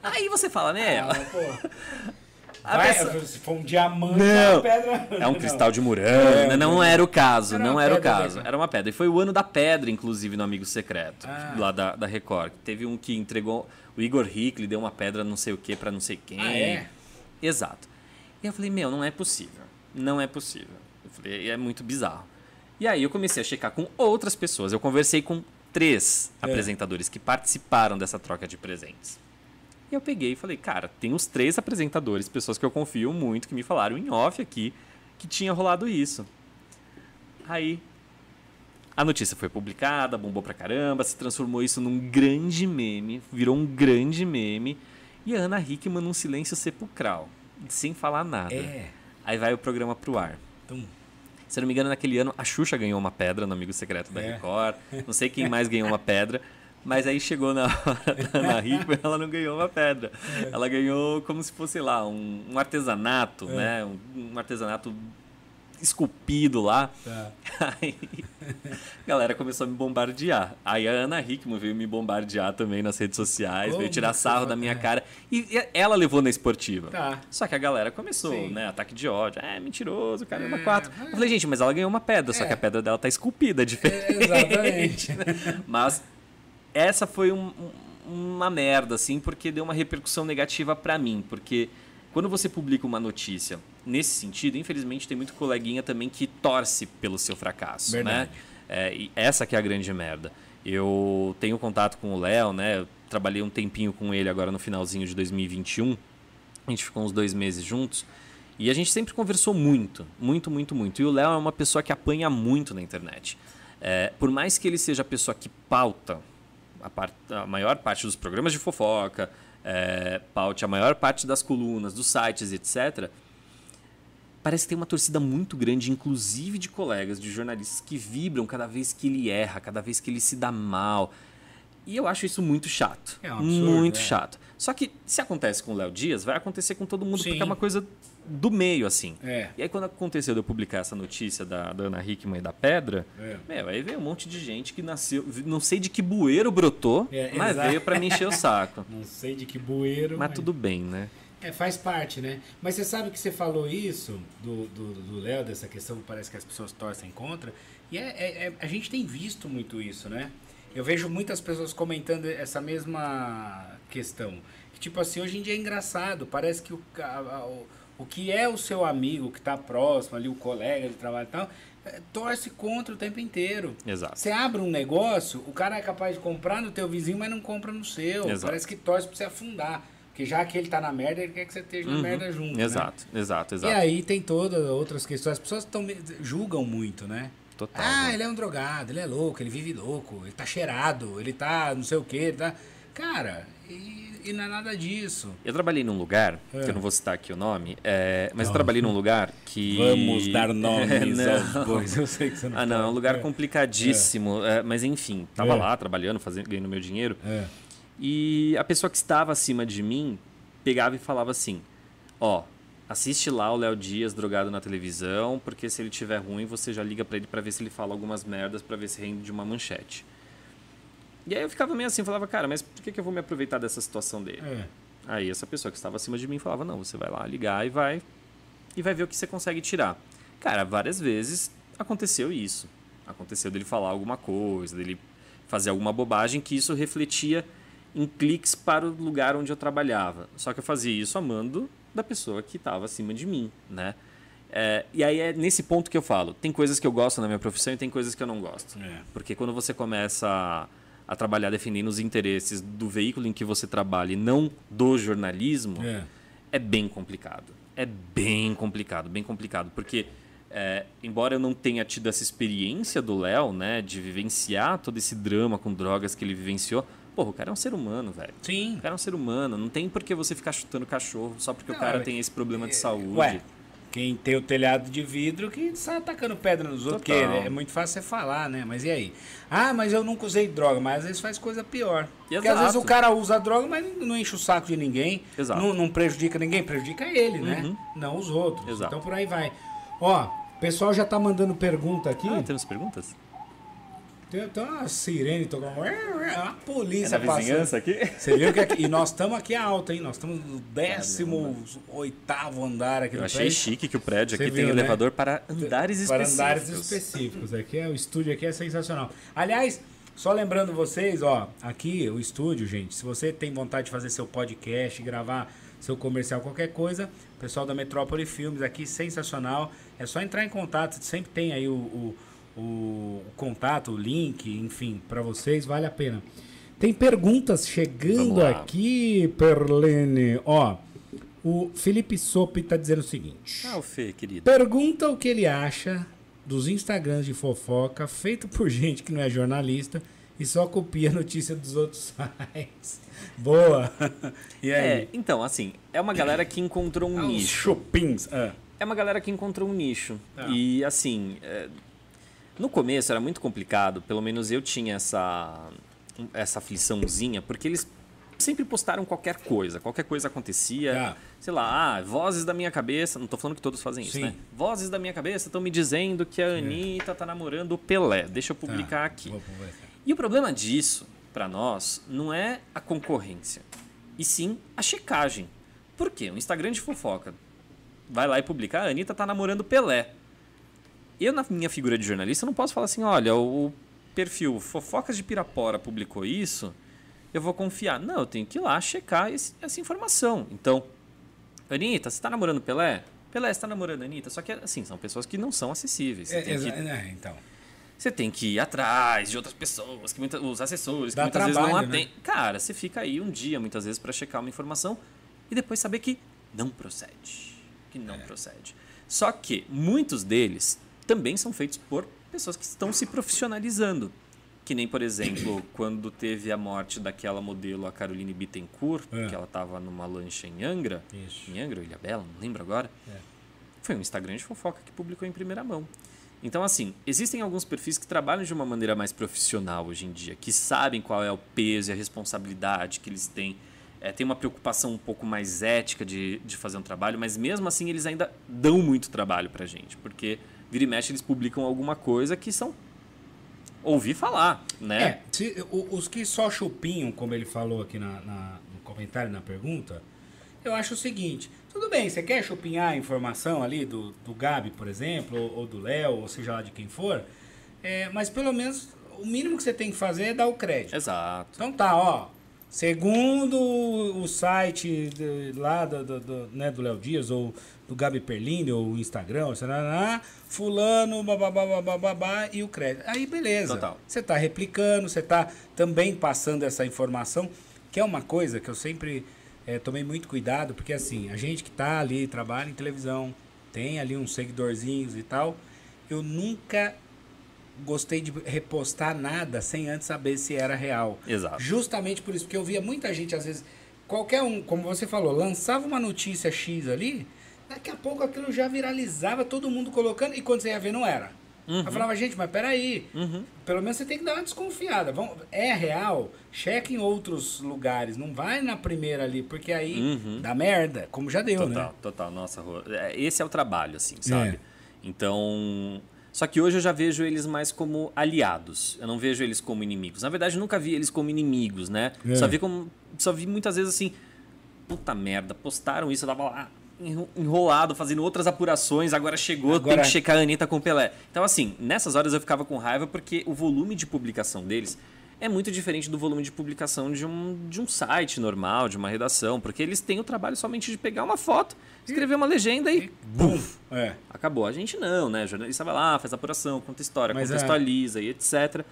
Aí você fala, né?
Ah,
ela-
pô.
a
Vai,
pessoa-
se for um diamante,
Não.
é uma pedra.
É um
Não.
cristal de Murano. É, não era o caso,
Era
não
uma
era o
pedra,
caso.
né?
Era uma pedra. E foi o ano da pedra, inclusive, no Amigo Secreto,
Ah.
lá da, da Record. Teve um que entregou. O Igor Hickley deu uma pedra não sei o que pra não sei quem.
Ah, é?
Exato. E eu falei, meu, não é possível. Não é possível. Eu falei, é muito bizarro. E aí eu comecei a checar com outras pessoas. Eu conversei com três
É.
apresentadores que participaram dessa troca de presentes. E eu peguei e falei, cara, tem os três apresentadores, pessoas que eu confio muito, que me falaram em off aqui que tinha rolado isso. Aí a notícia foi publicada, bombou pra caramba, se transformou isso num grande meme, virou um grande meme. E a Ana Hickman num silêncio sepulcral, sem falar nada.
É.
Aí vai o programa pro ar.
Tum.
Se eu não me engano, naquele ano a Xuxa ganhou uma pedra no Amigo Secreto da
É.
Record. Não sei quem mais ganhou uma pedra. Mas aí chegou na hora da Ana Hickman, ela não ganhou uma pedra.
É.
Ela ganhou como se fosse sei lá um, um
É.
artesanato, né? Um, um artesanato esculpido lá.
Tá.
Aí a galera começou a me bombardear. Aí a Ana Hickman veio me bombardear também nas redes sociais,
Como
veio tirar
que
sarro
você
da minha
vai-
cara. E e ela levou na esportiva.
Tá.
Só que a galera começou,
Sim.
né? Ataque de ódio. É, mentiroso, caramba,
É,
quatro.
é.
Eu falei, gente, mas ela ganhou uma pedra, só que a pedra dela tá esculpida, é diferente.
Exatamente.
Mas essa foi um- um- uma merda, assim, porque deu uma repercussão negativa pra mim. Porque quando você publica uma notícia nesse sentido, infelizmente tem muito coleguinha também que torce pelo seu fracasso,
Verdade.
né? É, e essa que é a grande merda. Eu tenho contato com o Léo, né? Eu trabalhei um tempinho com ele agora no finalzinho de 2021. A gente ficou uns dois meses juntos. E a gente sempre conversou muito, muito, muito, muito. E o Léo é uma pessoa que apanha muito na internet. É, por mais que ele seja a pessoa que pauta a, par- a maior parte dos programas de fofoca, é, paute a maior parte das colunas, dos sites, etc., parece que tem uma torcida muito grande, inclusive de colegas, de jornalistas que vibram cada vez que ele erra, cada vez que ele se dá mal. E eu acho isso muito chato.
É um absurdo,
muito
é.
chato. Só que se acontece com o Léo Dias, vai acontecer com todo mundo,
Sim.
porque é uma coisa do meio, assim.
É.
E aí, quando aconteceu de eu publicar essa notícia da, da Ana Hickman e da Pedra,
É.
meu, aí veio um monte de gente que nasceu, não sei de que bueiro brotou,
É,
mas
exato.
veio pra me encher o saco.
Não sei de que bueiro.
mas tudo bem, né?
É, faz parte, né? Mas você sabe que você falou isso do do do Léo, dessa questão que parece que as pessoas torcem contra. E é, é- é- a gente tem visto muito isso, né? Eu vejo muitas pessoas comentando essa mesma questão. Que, tipo assim, hoje em dia é engraçado. Parece que o, ca- a- o, o que é o seu amigo, que tá próximo ali, o colega de trabalho e tal, é, torce contra o tempo inteiro.
Exato.
Você abre um negócio, o cara é capaz de comprar no teu vizinho, mas não compra no seu.
Exato.
Parece que torce pra você afundar. Porque já que ele tá na merda, ele quer que você esteja na merda junto. né?
Uhum. Exato, exato,
E
exato.
aí tem todas as outras questões. As pessoas tão, me- julgam muito, né?
Total,
Ah,
né?
ele é um drogado, ele é louco, ele vive louco, ele tá cheirado, ele tá não sei o que, ele tá. Cara, e, e não é nada disso.
Eu trabalhei num lugar,
É.
que eu não vou citar aqui o nome, é, mas eu trabalhei num lugar que. É, não.
Eu sei que você
Ah, não, é um lugar complicadíssimo. é, mas enfim, tava lá trabalhando, fazendo, ganhando meu dinheiro.
É.
E a pessoa que estava acima de mim pegava e falava assim: Ó, assiste lá o Léo Dias drogado na televisão, porque se ele tiver ruim, você já liga pra ele pra ver se ele fala algumas merdas, pra ver se rende de uma manchete. E aí eu ficava meio assim, falava, cara, mas por que, que eu vou me aproveitar dessa situação dele?
É.
Aí essa pessoa que estava acima de mim falava: "Não, você vai lá ligar e vai e vai ver o que você consegue tirar". Cara, várias vezes aconteceu isso. Aconteceu dele falar alguma coisa, dele fazer alguma bobagem que isso refletia em cliques para o lugar onde eu trabalhava. Só que eu fazia isso amando da pessoa que estava acima de mim, né? É, e aí é nesse ponto que eu falo. Tem coisas que eu gosto na minha profissão e tem coisas que eu não gosto.
É.
Porque quando você começa a, a trabalhar defendendo os interesses do veículo em que você trabalha e não do jornalismo,
É.
é, bem complicado. É bem complicado, bem complicado. Porque, é, embora eu não tenha tido essa experiência do Léo, né, de vivenciar todo esse drama com drogas que ele vivenciou, porra, o cara é um ser humano, velho.
Sim.
O cara é um ser humano, não tem por que você ficar chutando cachorro só porque
Não,
o cara
é-
tem esse problema de saúde.
Ué, quem tem o telhado de vidro que sai atacando pedra nos outros, porque
Total.
é muito fácil você falar, né? Mas e aí? Ah, mas eu nunca usei droga, mas às vezes faz coisa pior. Porque às
Exato.
vezes o cara usa a droga, mas não enche o saco de ninguém,
Exato. Uhum.
Não, não prejudica ninguém, prejudica ele, né? Não os outros.
Exato.
Então por aí vai. Ó, o pessoal já tá mandando pergunta aqui.
Ah, temos perguntas?
Tem, tem uma sirene tocando. É, A polícia
É da
passando.
aqui?
Você viu que aqui, e nós estamos aqui alto, hein? Nós estamos no 18 andar aqui
Eu
do
achei
prédio.
chique que o prédio
Então é Você
aqui tem
viu, né?
elevador para andares
para
específicos.
andares específicos. Aqui é, o estúdio aqui é sensacional. Aliás, só lembrando vocês, ó, aqui o estúdio, gente, se você tem vontade de fazer seu podcast, gravar seu comercial, qualquer coisa, o pessoal da Metrópole Filmes aqui, sensacional. É só entrar em contato, sempre tem aí o, o, o- o contato, o link, enfim, para vocês, vale a pena. Tem perguntas chegando
Vamos lá.
aqui, Perlene. Ó, o Felipe Sopi tá dizendo o seguinte.
Ah, o Fê, querido.
Pergunta o que ele acha dos Instagrams de fofoca feito por gente que não é jornalista e só copia a notícia dos outros sites. Boa! E
É, então, assim, é uma galera que encontrou um
Os
nicho.
chupins. Ah.
É uma galera que encontrou um nicho.
Tá.
E, assim, é, no começo era muito complicado, pelo menos eu tinha essa, essa afliçãozinha, porque eles sempre postaram qualquer coisa. Qualquer coisa acontecia.
Tá.
Sei lá, ah, vozes da minha cabeça. Não tô falando que todos fazem isso,
Sim.
né? Vozes da minha cabeça estão me dizendo que a Anitta tá namorando o Pelé. Deixa
Tá.
eu publicar aqui.
Vou aproveitar.
E o problema disso, para nós, não é a concorrência, e sim a checagem. Por quê? Um Instagram de fofoca. Vai lá e publica, a Anitta tá namorando Pelé. Eu, na minha figura de jornalista, não posso falar assim, olha, o perfil Fofocas de Pirapora publicou isso, eu vou confiar. Não, eu tenho que ir lá checar esse- essa informação. Então, Anitta, você tá namorando Pelé? Pelé, você tá namorando a Anitta? Só que, assim, são pessoas que não são acessíveis. Você
É,
tem que
exa- é, então.
você tem que ir atrás de outras pessoas, que muita- os assessores, que
Dá
muitas vezes
trabalho,
não
né?
atendem. Cara, você fica aí um dia, muitas vezes, para checar uma informação e depois saber que não procede. Que
É.
não procede. Só que muitos deles também são feitos por pessoas que estão se profissionalizando. Que nem, por exemplo, quando teve a morte daquela modelo, a Caroline Bittencourt,
É.
que ela tava numa lancha em Angra.
Isso.
Em Angra, ou Ilhabela, não lembro agora.
É.
Foi um Instagram de fofoca que publicou em primeira mão. Então, assim, existem alguns perfis que trabalham de uma maneira mais profissional hoje em dia, que sabem qual é o peso e a responsabilidade que eles têm. É, tem uma preocupação um pouco mais ética de, de fazer um trabalho, mas mesmo assim eles ainda dão muito trabalho pra gente, porque vira e mexe eles publicam alguma coisa que são ouvir falar, né?
É, se- o- os que só chupinham, como ele falou aqui na- na- no comentário, na pergunta, eu acho o seguinte: tudo bem, você quer chupinhar a informação ali do, do Gabi, por exemplo, ou, ou do Léo, ou seja lá de quem for, é, mas pelo menos o mínimo que você tem que fazer é dar o crédito.
Exato.
Então tá, ó. Segundo o site de- lá do, do, do, né, do Léo Dias, ou do Gabi Perlini, ou o Instagram, ou sei lá, lá, lá, fulano, bababá, bababá, e o crédito. Aí beleza.
Total.
Você tá replicando, você tá também passando essa informação, que é uma coisa que eu sempre eh, tomei muito cuidado, porque assim, a gente que tá ali, trabalha em televisão, tem ali uns seguidorzinhos e tal, eu nunca gostei de repostar nada sem antes saber se era real.
Exato.
Justamente por isso, porque eu via muita gente, às vezes, qualquer um, como você falou, lançava uma notícia X ali, daqui a pouco aquilo já viralizava, todo mundo colocando, e quando você ia ver, não era.
Uhum.
Eu falava, gente, mas peraí, pelo menos você tem que dar uma desconfiada. Vamos, é real? Checa em outros lugares, não vai na primeira ali, porque aí dá merda, como já deu,
Uhum. Total,
né?
total. Nossa, Rô, é, esse é o trabalho, assim, sabe?
É.
Então. Só que hoje eu já vejo eles mais como aliados. Eu não vejo eles como inimigos. Na verdade, eu nunca vi eles como inimigos, né?
É.
Só vi como. Só vi muitas vezes assim. Puta merda, postaram isso, eu tava lá enro- enrolado, fazendo outras apurações, agora chegou,
Agora-
tem que checar a Anitta com o Pelé. Então, assim, nessas horas eu ficava com raiva porque o volume de publicação deles é muito diferente do volume de publicação de um, de um site normal, de uma redação, porque eles têm o trabalho somente de pegar uma foto, escrever uma legenda e. Buf!
É.
Acabou. A gente não, né? O jornalista vai lá, faz apuração, conta história,
Mas é.
contextualiza e etc.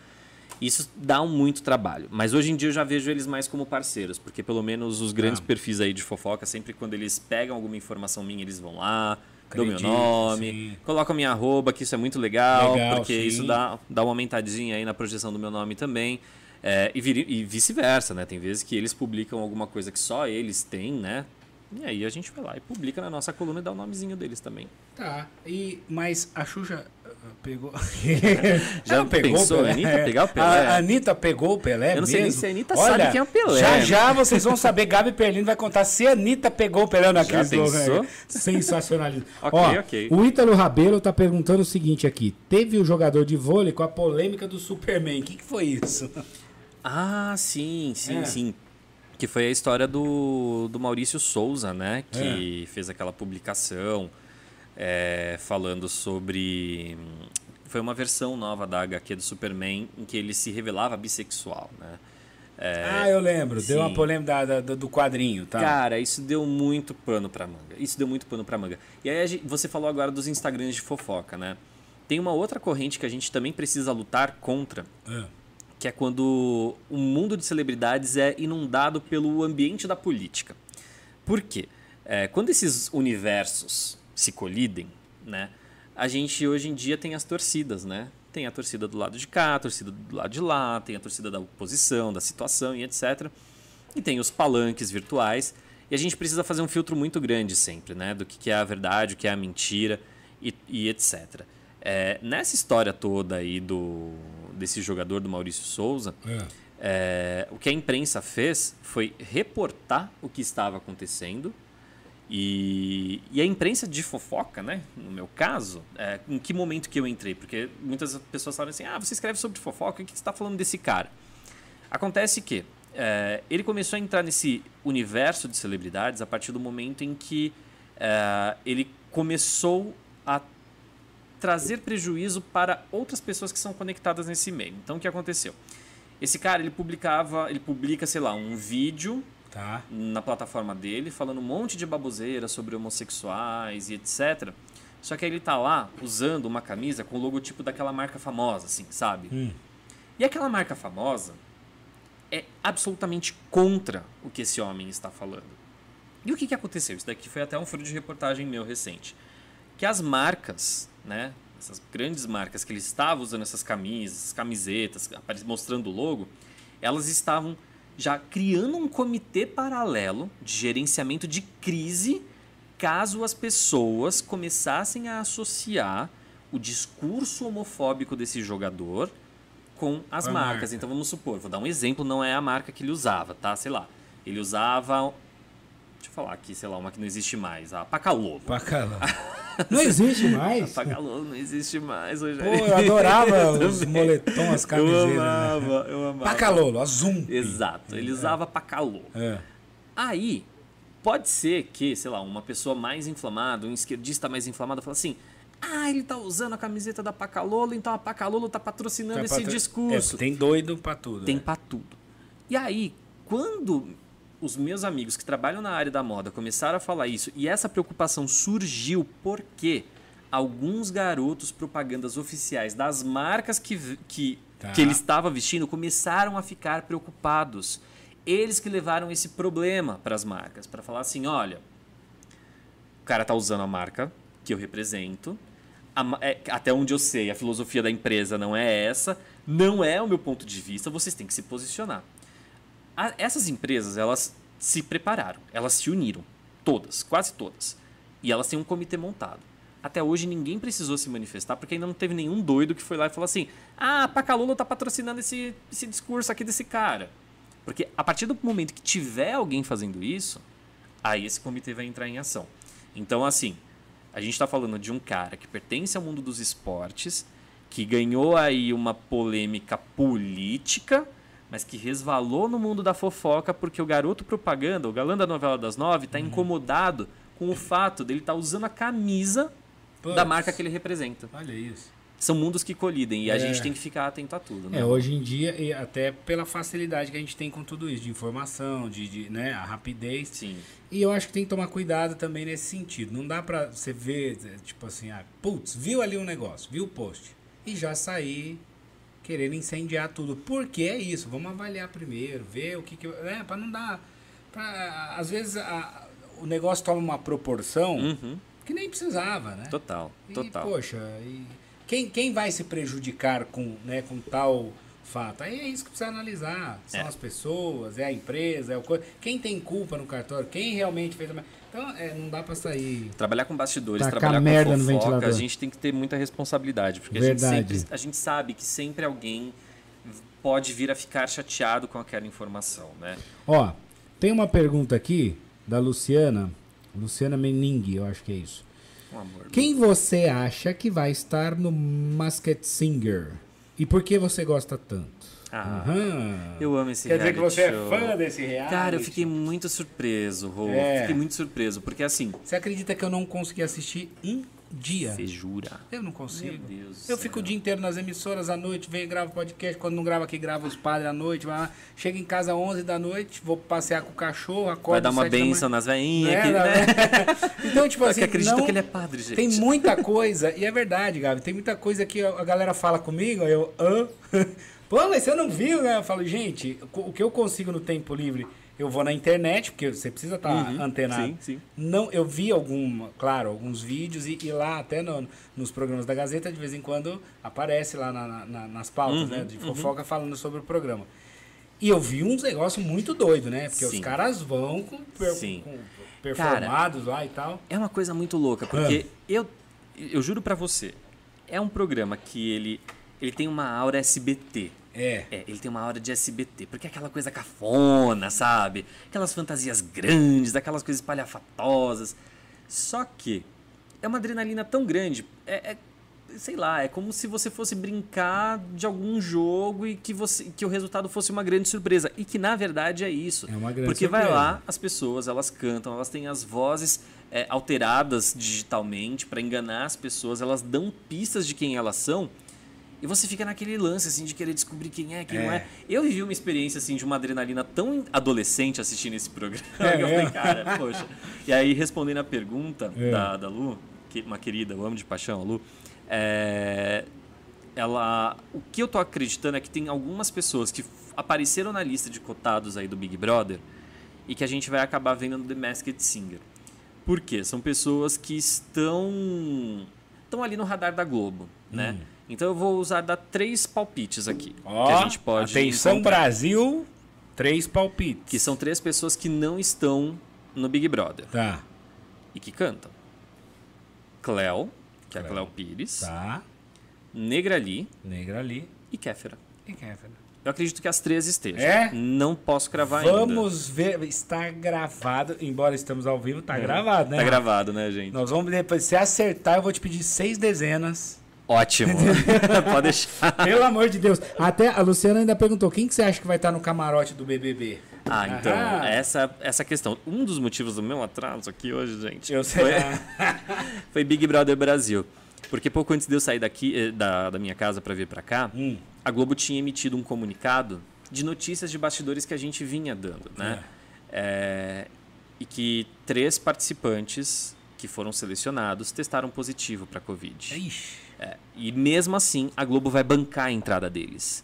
Isso dá um muito trabalho. Mas hoje em dia eu já vejo eles mais como parceiros, porque pelo menos os grandes
Ah.
perfis aí de fofoca, sempre quando eles pegam alguma informação minha, eles vão lá, dão meu
Acredito,
nome,
sim.
colocam minha arroba, que isso é muito legal,
Legal,
porque
sim.
isso dá, dá uma aumentadinha aí na projeção do meu nome também. É, e vira- e vice-versa, né? Tem vezes que eles publicam alguma coisa que só eles têm, né? E aí a gente vai lá e publica na nossa coluna e dá o nomezinho deles também.
Tá, e, mas a Xuxa ah, pegou.
Já
Ela
pensou,
Pelé?
a Anitta pegar o Pelé?
A Anitta pegou o Pelé?
Eu não sei nem
mesmo?
se a Anitta
Olha,
sabe quem é o Pelé.
Já já vocês vão saber, Gabi Perlino vai contar se a Anitta pegou o Pelé na
Já pensou?
Sensacionalismo.
Ok,
Ó,
ok.
O Ítalo Rabelo tá perguntando o seguinte aqui: teve o jogador de vôlei com a polêmica do Superman. O que, que foi isso?
Ah, sim, sim,
É.
sim. Que foi a história do, do Maurício Souza, né?
É.
Que fez aquela publicação é, falando sobre. Foi uma versão nova da HQ do Superman em que ele se revelava bissexual, né? É,
ah, eu lembro. Deu uma
sim.
polêmica da- da- do- do quadrinho, tá?
Cara, isso deu muito pano pra manga. Isso deu muito pano pra manga. E aí a gen- você falou agora dos Instagrams de fofoca, né? Tem uma outra corrente que a gente também precisa lutar contra,
Ah,
que é quando o mundo de celebridades é inundado pelo ambiente da política. Por quê? É, quando esses universos se colidem, né, a gente hoje em dia tem as torcidas, né? Tem a torcida do lado de cá, a torcida do lado de lá, tem a torcida da oposição, da situação e etc. E tem os palanques virtuais. E a gente precisa fazer um filtro muito grande sempre, né? Do que que é a verdade, o que é a mentira e, e etc. É, nessa história toda aí do, desse jogador do Maurício Souza,
ah.
é, o que a imprensa fez foi reportar o que estava acontecendo e, e a imprensa de fofoca, né? No meu caso, é, em que momento que eu entrei? Porque muitas pessoas falam assim: ah, você escreve sobre fofoca, o que você está falando desse cara? Acontece que é, ele começou a entrar nesse universo de celebridades a partir do momento em que é, ele começou a trazer prejuízo para outras pessoas que são conectadas nesse meio. Então, o que aconteceu? Esse cara, ele publicava, ele publica, sei lá, um vídeo
Tá.
na plataforma dele falando um monte de baboseira sobre homossexuais e etc. Só que aí ele tá lá usando uma camisa com o logotipo daquela marca famosa, assim, sabe?
Hum.
E aquela marca famosa é absolutamente contra o que esse homem está falando. E o que, que aconteceu? Isso daqui foi até um furo de reportagem meu recente. Que as marcas, né? essas grandes marcas que ele estava usando essas camisas, essas camisetas, apare- mostrando o logo, elas estavam já criando um comitê paralelo de gerenciamento de crise caso as pessoas começassem a associar o discurso homofóbico desse jogador com as
Com
marcas.
a marca.
Então vamos supor, vou dar um exemplo, não é a marca que ele usava, tá? Sei lá. Ele usava. Deixa eu falar aqui, sei lá, uma que não existe mais, a Pacalobo.
Pra calar.
Não existe mais.
Apagar luz, não existe mais hoje.
Pô, eu adorava
Eu
os
também.
moletons, as
Eu
camisetas. né?
amava, eu amava.
Pacalolo, a Zoom.
Exato, ele usava pacalô.
É.
Aí, pode ser que, sei lá, uma pessoa mais inflamada, um esquerdista mais inflamado, fala assim. Ah, ele tá usando a camiseta da Pacalolo, então a Pacalolo tá patrocinando
Tá
esse
patro-
discurso.
É, tem doido pra tudo.
Tem
né?
pra tudo. E aí, quando os meus amigos que trabalham na área da moda começaram a falar isso, e essa preocupação surgiu porque alguns garotos propagandas oficiais das marcas que, v- que,
Tá.
que ele estava vestindo começaram a ficar preocupados. Eles que levaram esse problema para as marcas, para falar assim, olha, o cara tá usando a marca que eu represento. A ma- é, até onde eu sei, a filosofia da empresa não é essa, não é o meu ponto de vista, vocês têm que se posicionar. A- essas empresas, elas se prepararam, elas se uniram, todas, quase todas. E elas têm um comitê montado. Até hoje ninguém precisou se manifestar, porque ainda não teve nenhum doido que foi lá e falou assim: ah, a Pacalolo tá patrocinando esse, esse discurso aqui desse cara. Porque a partir do momento que tiver alguém fazendo isso, aí esse comitê vai entrar em ação. Então, assim, a gente está falando de um cara que pertence ao mundo dos esportes, que ganhou aí uma polêmica política, mas que resvalou no mundo da fofoca porque o garoto propaganda, o galã da novela das nove,
Uhum.
está incomodado com o fato dele estar usando a camisa
Putz.
da marca que ele representa.
Olha isso.
São mundos que colidem e a
É.
gente tem que ficar atento a tudo, né?
É, hoje em dia, e até pela facilidade que a gente tem com tudo isso, de informação, de, de, né, a rapidez.
Sim.
E eu acho que tem que tomar cuidado também nesse sentido. Não dá pra você ver, eh, tipo assim, ah, putz, viu ali um negócio, viu o post. E já sair querendo incendiar tudo. Porque é isso, vamos avaliar primeiro, ver o que que... Né, pra não dar... Pra, às vezes a- o negócio toma uma proporção
Uhum.
que nem precisava, né?
Total,
E,
total.
poxa, e quem, quem vai se prejudicar com, né, com tal fato? Aí é isso que precisa analisar. São
É.
as pessoas, é a empresa, é o co... Quem tem culpa no cartório, quem realmente fez a... mer- Então, é, não dá pra sair...
Trabalhar com bastidores,
Tacar
trabalhar
merda
com
no
fofoca,
ventilador.
a gente tem que ter muita responsabilidade, porque a gente,
Verdade.
sempre, a gente sabe que sempre alguém v- pode vir a ficar chateado com aquela informação, né?
Ó, tem uma pergunta aqui da Luciana. Luciana Mening, eu acho que é isso.
Um amor.
Quem você acha que vai estar no Masked Singer? E por que você gosta tanto?
Ah,
Aham.
eu amo esse
Quer dizer que
reality
você
show.
é fã desse reality?
Cara, eu fiquei muito surpreso, Rô.
É.
Fiquei muito surpreso, porque assim,
Você acredita que eu não consegui assistir um
É.
dia?
você jura.
Eu não
Meu
consigo.
Deus. do
Eu fico o
céu.
dia inteiro nas emissoras à noite, venho gravo podcast, quando não grava aqui, grava os padres à noite, vai lá. chego em casa às 11 da noite, vou passear com o cachorro, acordo
Vai dar uma
às sete da manhã.
benção nas veinhas
É,
aqui,
não,
né?
é. Então, tipo assim,
que acredita
não-
que ele é padre, gente.
tem muita coisa, e é verdade, Gabi, tem muita coisa que a a galera fala comigo, aí eu, hã? Pô, mas você não viu, né? Eu falo, gente, co- o que eu consigo no tempo livre, eu vou na internet, porque você precisa estar
Uhum,
né?
antenado.
sim, sim.
Não, eu vi algum, claro, alguns vídeos e, e lá até no- nos programas da Gazeta, de vez em quando, aparece lá na- na- na- nas pautas,
Uhum,
né? De fofoca falando sobre o programa. E eu vi uns negócios muito doido, né? Porque os
Sim.
caras vão com, per-
Sim.
com performados lá e tal.
É uma coisa muito louca, porque eu, eu juro pra você, é um programa que ele, ele tem uma aura SBT.
É.
É, ele tem uma aura de SBT, porque é aquela coisa cafona, sabe? Aquelas fantasias grandes, aquelas coisas palhafatosas. Só que é uma adrenalina tão grande, é, é- sei lá, é como se você fosse brincar de algum jogo e que, você, que o resultado fosse uma grande surpresa. E que na verdade é isso.
É uma grande
porque vai
surpresa.
lá, as pessoas elas cantam, elas têm as vozes é, alteradas digitalmente pra enganar as pessoas, elas dão pistas de quem elas são. E você fica naquele lance assim de querer descobrir quem é, quem não é. Eu vivi uma experiência assim de uma adrenalina tão adolescente assistindo esse programa. que eu falei, cara, poxa. E aí respondendo a pergunta da, da Lu, que, uma querida, eu amo de paixão, a Lu. é, ela, o que eu tô acreditando é que tem algumas pessoas que f- apareceram na lista de cotados aí do Big Brother e que a gente vai acabar vendo no The Masked Singer. Por quê? São pessoas que estão estão estão ali no radar da Globo, né? Então eu vou usar dar três palpites aqui.
Hum. Ó,
que a gente pode
atenção
encontrar,
Brasil, três palpites.
Que são três pessoas que não estão no Big Brother
Tá,
e que cantam. Cleo, que é a Cleo Pires,
tá.
Negra Lee
Negra ali.
e Kéfera.
E Kéfera.
Eu acredito que as três estejam.
É?
Não posso cravar ainda.
Vamos ver, está gravado, embora estamos ao vivo, tá gravado, né?
Tá gravado, né, gente?
Nós vamos depois, se acertar, eu vou te pedir seis dezenas.
Ótimo. Pode deixar.
Pelo amor de Deus. Até a Luciana ainda perguntou: quem que você acha que vai estar no camarote do BBB?
Ah, então,
Aham.
essa, essa questão. Um dos motivos do meu atraso aqui hoje, gente,
Eu sei. é.
foi,
lá.
foi Big Brother Brasil. Porque pouco antes de eu sair daqui, eh, da, da minha casa pra vir pra cá,
Hum.
a Globo tinha emitido um comunicado de notícias de bastidores que a gente vinha dando, né? É, e que três participantes que foram selecionados testaram positivo pra Covid.
Ixi.
E mesmo assim, a Globo vai bancar a entrada deles.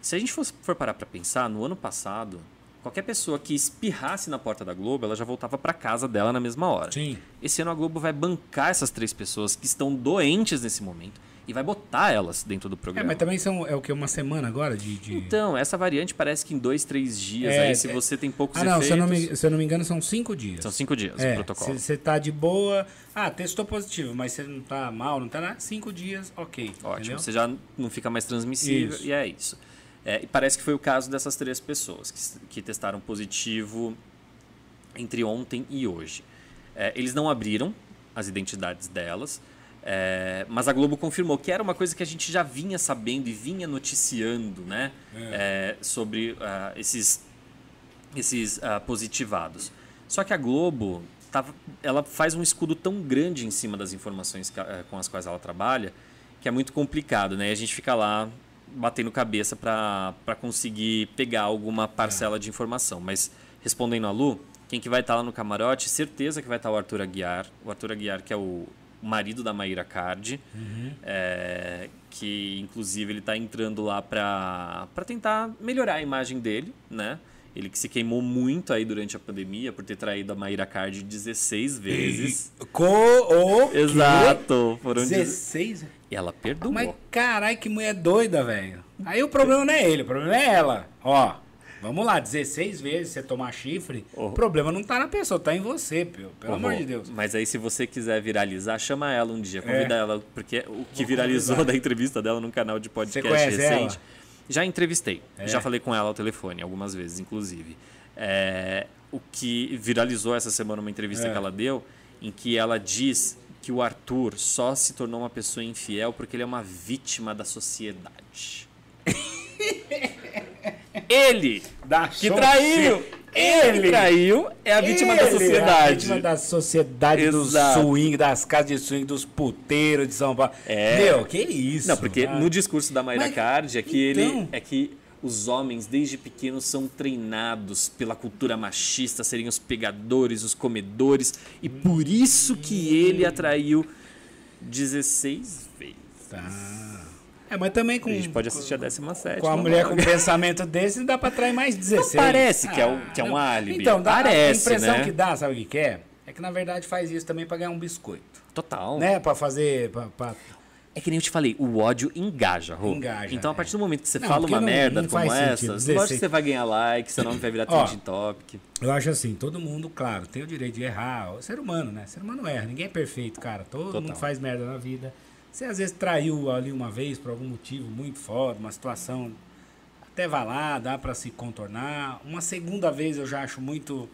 Se a gente fosse- for parar pra pensar, no ano passado, qualquer pessoa que espirrasse na porta da Globo, ela já voltava pra casa dela na mesma hora.
Sim.
Esse ano a Globo vai bancar essas três pessoas que estão doentes nesse momento e vai botar elas dentro do
É,
programa.
mas também são, é o que, uma semana agora de... de-
Então, essa variante parece que em dois, três dias,
É,
aí se
é-
você tem poucos
Ah, não,
efeitos...
se eu não, me, se eu não me engano, são cinco dias.
São cinco dias o
É,
protocolo.
Você tá de boa. Ah, testou positivo, mas você não tá mal, não tá nada. Cinco dias, ok.
Ótimo,
entendeu?
você já não fica mais transmissível
Isso.
e é isso. É, e parece que foi o caso dessas três pessoas que, s- que testaram positivo entre ontem e hoje. É, eles não abriram as identidades delas, é, mas a Globo confirmou que era uma coisa que a gente já vinha sabendo e vinha noticiando né, é, sobre ah, esses esses ah, positivados. Só que a Globo tava- ela faz um escudo tão grande em cima das informações que a- eh, com as quais ela trabalha que é muito complicado, né? E A gente fica lá batendo cabeça para conseguir pegar alguma parcela de informação. Mas respondendo a Lu, quem que vai estar lá no camarote, certeza que vai estar o Arthur Aguiar. O Arthur Aguiar, que é o marido da Maíra Cardi, eh, que inclusive ele está entrando lá para tentar melhorar a imagem dele, né? Ele que se queimou muito aí durante a pandemia por ter traído a Maíra Cardi 16 vezes.
Co o quê?
Exato! Foram 16.
16?
E ela perdoou.
Mas carai, que mulher doida, velho. Aí o problema não é ele, o problema é ela. Ó, vamos lá, 16 vezes você tomar chifre,
Oh.
o problema não tá na pessoa, tá em você, pio, pelo amor
Horror.
de Deus. É.
Mas aí, se você quiser viralizar, chama ela um dia, convida ela, porque o que viralizou da entrevista dela num canal de podcast
Você conhece
recente.
ela? É.
Já entrevistei, já falei com ela ao telefone algumas vezes, inclusive. É, o que viralizou essa semana uma
É.
entrevista que ela deu, em que ela diz que o Arthur só se tornou uma pessoa infiel porque ele é uma vítima da sociedade. ele
Dá
que
show,
traiu!
sim.
Ele que traiu é a vítima da
Ele é a
sociedade.
A vítima da sociedade do
Exato.
sul.
Swing, das casas de swing, dos puteiros de São Paulo.
É.
Meu, que isso? Ah,
Não, porque
cara.
no discurso da Mayra
Mas,
Card é que ele
então.
é que os homens desde pequenos são treinados pela cultura machista a serem os pegadores, os comedores e por isso que ele atraiu 16 vezes.
tá. É, mas também com,
A gente pode assistir a 17.
com a
não
mulher
dá.
com um pensamento desse, dá pra trair mais 16.
parece que é um- que é um
não.
álibi.
Então, dá,
Parece,
a impressão
né?
que dá, sabe o que que é? É que na verdade faz isso também pra ganhar um biscoito.
Total.
Né? Pra fazer. Pra, pra-
É que nem eu te falei, o ódio engaja, Rô.
Engaja,
Então, a
é.
partir do momento que você
Não,
fala
porque
uma
não-
merda
não
como
faz
essa,
sentido,
lógico que
16.
você vai ganhar like, seu nome vai virar
Ó.
trending topic.
Eu acho assim, todo mundo, claro, tem o direito de errar. O ser humano, né? O ser humano erra, ninguém é perfeito, cara. Todo
Total.
mundo faz merda na vida. Você às vezes traiu ali uma vez por algum motivo muito foda, uma situação. Até vai lá, dá pra se contornar. Uma segunda vez eu já acho muito.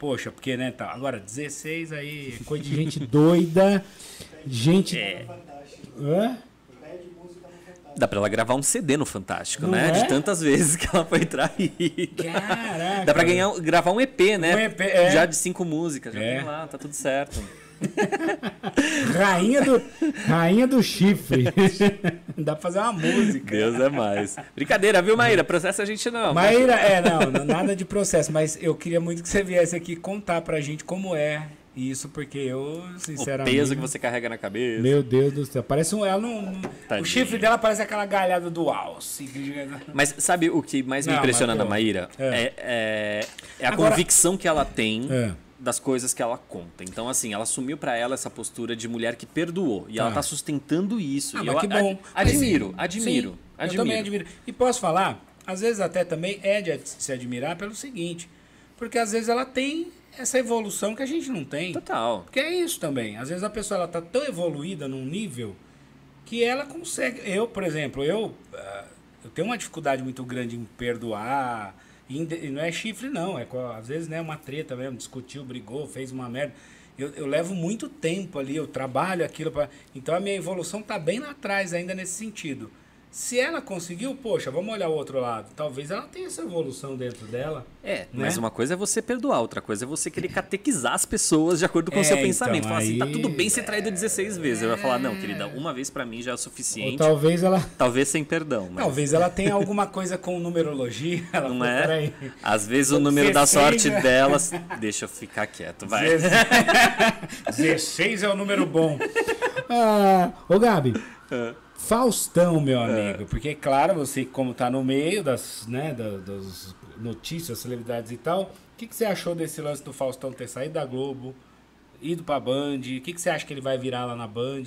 Poxa, porque, né, tá. Agora, 16 aí. é
Coisa
coisa
de gente doida. Gente. Hã?
Dá pra ela gravar um CD no Fantástico,
Não é?
né? De tantas vezes que ela foi traída.
de- Caraca.
Dá pra ganhar, um- gravar um EP, né?
Um EP, é.
Já de cinco músicas, já
É.
tem lá, tá tudo certo.
Rainha do, rainha do chifre.
Dá pra fazer uma música.
Deus é mais. Brincadeira, viu, Maíra? Processa a gente não.
Maíra, é, não, n- nada de processo, mas eu queria muito que você viesse aqui contar pra gente como é isso, porque eu,
O
sinceramente.
peso que você carrega na cabeça.
Meu Deus do céu.
Parece um. Ela não- não-
Tadinha.
o chifre dela parece aquela galhada do alce. Ah,
Mas sabe o que mais me
Não,
impressiona
mas,
na
pô,
Maíra? É,
é.
é- é a
Agora-
convicção que ela tem
É.
das coisas que ela conta. Então, assim, ela assumiu pra ela essa postura de mulher que perdoou. E ela
Tá.
tá sustentando isso.
Ah,
E
mas
eu
que bom.
ad- admiro,
Mas,
admiro,
sim,
admiro.
Eu também admiro. E posso falar, às vezes até também é de ad- se admirar pelo seguinte, porque às vezes ela tem essa evolução que a gente não tem.
Total.
Porque é isso também. Às vezes a pessoa ela tá tão evoluída num nível que ela consegue. Eu, por exemplo, eu, ah, eu tenho uma dificuldade muito grande em perdoar. em de- e não é chifre, não. É, co- às vezes né, uma treta mesmo. Discutiu, brigou, fez uma merda. Eu, eu levo muito tempo ali, eu trabalho aquilo. Pra, então a minha evolução tá bem lá atrás ainda nesse sentido. Se ela conseguiu, poxa, vamos olhar o outro lado. Talvez ela tenha essa evolução dentro dela.
É,
Né?
mas uma coisa é você perdoar, outra coisa é você querer catequizar as pessoas de acordo com o
É,
seu
então,
pensamento. Falar assim, tá
aí-
tudo bem ser traído 16 vezes. Eu ia falar, não, querida, uma vez pra mim já é o
Ou
suficiente.
talvez ela
Talvez sem perdão, mas
Talvez ela tenha alguma coisa com numerologia. Ela
não
falou,
é.
"Peraí,
Às vezes o número da
16,
sorte
né?
delas. Deixa eu ficar quieto, vai.
16 é o número bom. Ah, ô, Gabi.
Ah.
Faustão, meu amigo. Porque, claro, você, como tá no meio das, né, da- das notícias, celebridades e tal, o que, que você achou desse lance do Faustão ter saído da Globo, ido pra Band? O que, que você acha que ele vai virar lá na Band?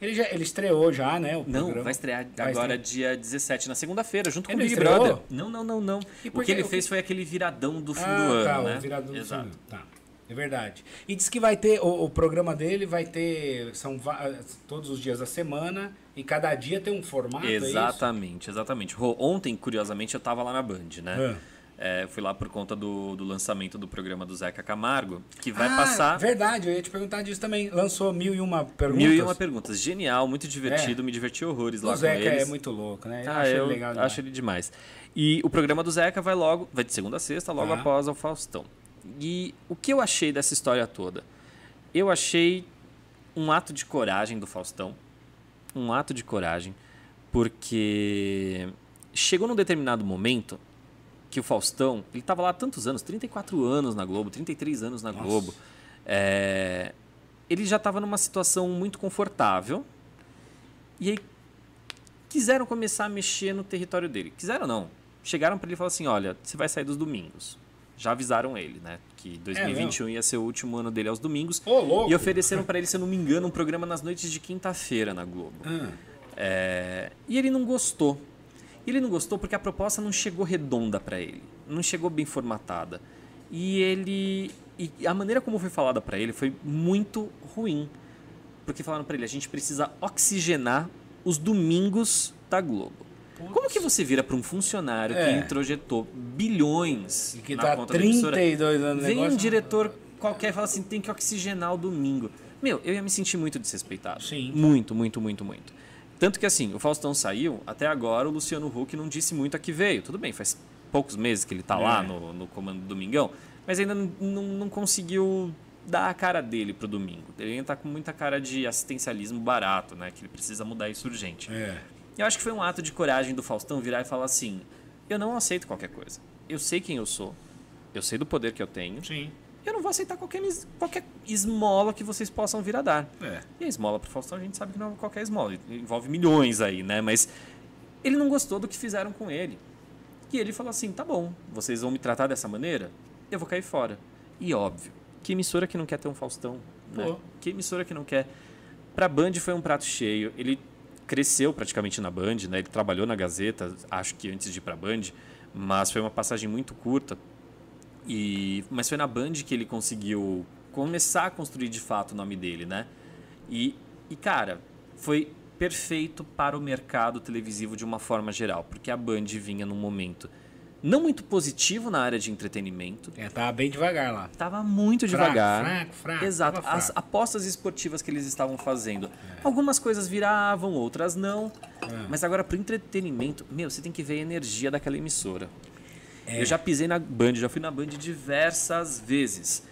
Ele, já, ele estreou já, né? o
Não,
programa.
vai estrear
Vai
agora
estrear.
dia 17, na segunda-feira, junto com o
Ele
Big
estreou?
Brother. Não, não, não, não.
por
O
que-
que ele
o que-
fez foi aquele viradão do fim
Ah,
do ano,
tá,
né?
o virado do
Exato.
Exato. Tá, é verdade. E diz que vai ter, o, o programa dele vai ter, são va- todos os dias da semana, e cada dia tem um formato,
Exatamente, exatamente. Rô, Ontem, curiosamente, eu tava lá na Band, né? É, fui lá por conta do, do lançamento do programa do Zeca Camargo, que
é isso?
vai
Ah,
passar
verdade, eu ia te perguntar disso também. Lançou mil e uma perguntas. É.
mil e uma perguntas. Genial, muito divertido, me diverti horrores lá
O Zeca
com eles.
é muito louco, né?
Ah, eu acho ele demais. E o programa do Zeca vai logo, vai de segunda a sexta, logo
Tá.
após o Faustão. E o que eu achei dessa história toda? Eu achei um ato de coragem do Faustão. Um ato de coragem, porque chegou num determinado momento que o Faustão, ele estava lá há tantos anos, 34 anos na Globo, 33 anos na Globo. É, ele já estava numa situação muito confortável. E aí quiseram começar a mexer no território dele. Quiseram não. Chegaram para ele e falaram assim: olha, você vai sair dos domingos. Já avisaram ele, né? Que 2021 ia ser o último ano dele aos domingos.
É, Ô, louco!
E ofereceram para ele, se eu não me engano, um programa nas noites de quinta-feira na Globo.
Ah,
É, E ele não gostou. Ele não gostou porque a proposta não chegou redonda para ele, não chegou bem formatada. E ele e a maneira como foi falada para ele foi muito ruim. Porque falaram para ele, a gente precisa oxigenar os domingos da Globo. Como que você vira para um funcionário
É.
que introjetou bilhões
E que
na
tá há
conta da emissora?
32 anos no
Vem
negócio. né?
um diretor qualquer e fala assim, tem que oxigenar o domingo. Meu, eu ia me sentir muito desrespeitado.
Sim.
Muito, muito, muito, muito. Tanto que assim, o Faustão saiu, até agora o Luciano Huck não disse muito a que veio. Tudo bem, faz poucos meses que ele tá lá
É.
no, no comando do Domingão, mas ainda não, não, não conseguiu dar a cara dele pro domingo. Ele ainda tá com muita cara de assistencialismo barato, né? Que ele precisa mudar isso urgente.
É.
Eu acho que foi um ato de coragem do Faustão virar e falar assim: eu não aceito qualquer coisa. Eu sei quem eu sou, eu sei do poder que eu tenho,
Sim.
eu não vou aceitar qualquer, mis- qualquer esmola que vocês possam vir a dar.
É.
E a esmola pro Faustão a gente sabe que não é qualquer esmola, envolve milhões aí, né? Mas ele não gostou do que fizeram com ele. E ele falou assim: tá bom, vocês vão me tratar dessa maneira? Eu vou cair fora. E óbvio, que emissora que não quer ter um Faustão? Né?
Pô.
Que emissora que não quer? Pra Band foi um prato cheio. Ele cresceu praticamente na Band, né? Ele trabalhou na Gazeta, acho que antes de ir pra Band, mas foi uma passagem muito curta. E, mas foi na Band que ele conseguiu começar a construir de fato o nome dele, né? E, e cara, foi perfeito para o mercado televisivo de uma forma geral, porque a Band vinha num momento não muito positivo na área de entretenimento,
É, tá bem devagar lá.
tava muito devagar.
fraco, fraco,
Exato.
tava
As
fraco.
apostas esportivas que eles estavam fazendo. Algumas coisas viravam, outras não.
É.
Mas agora, pro entretenimento, meu, você tem que ver a energia daquela emissora.
É.
Eu já pisei na Band, já fui na Band diversas vezes.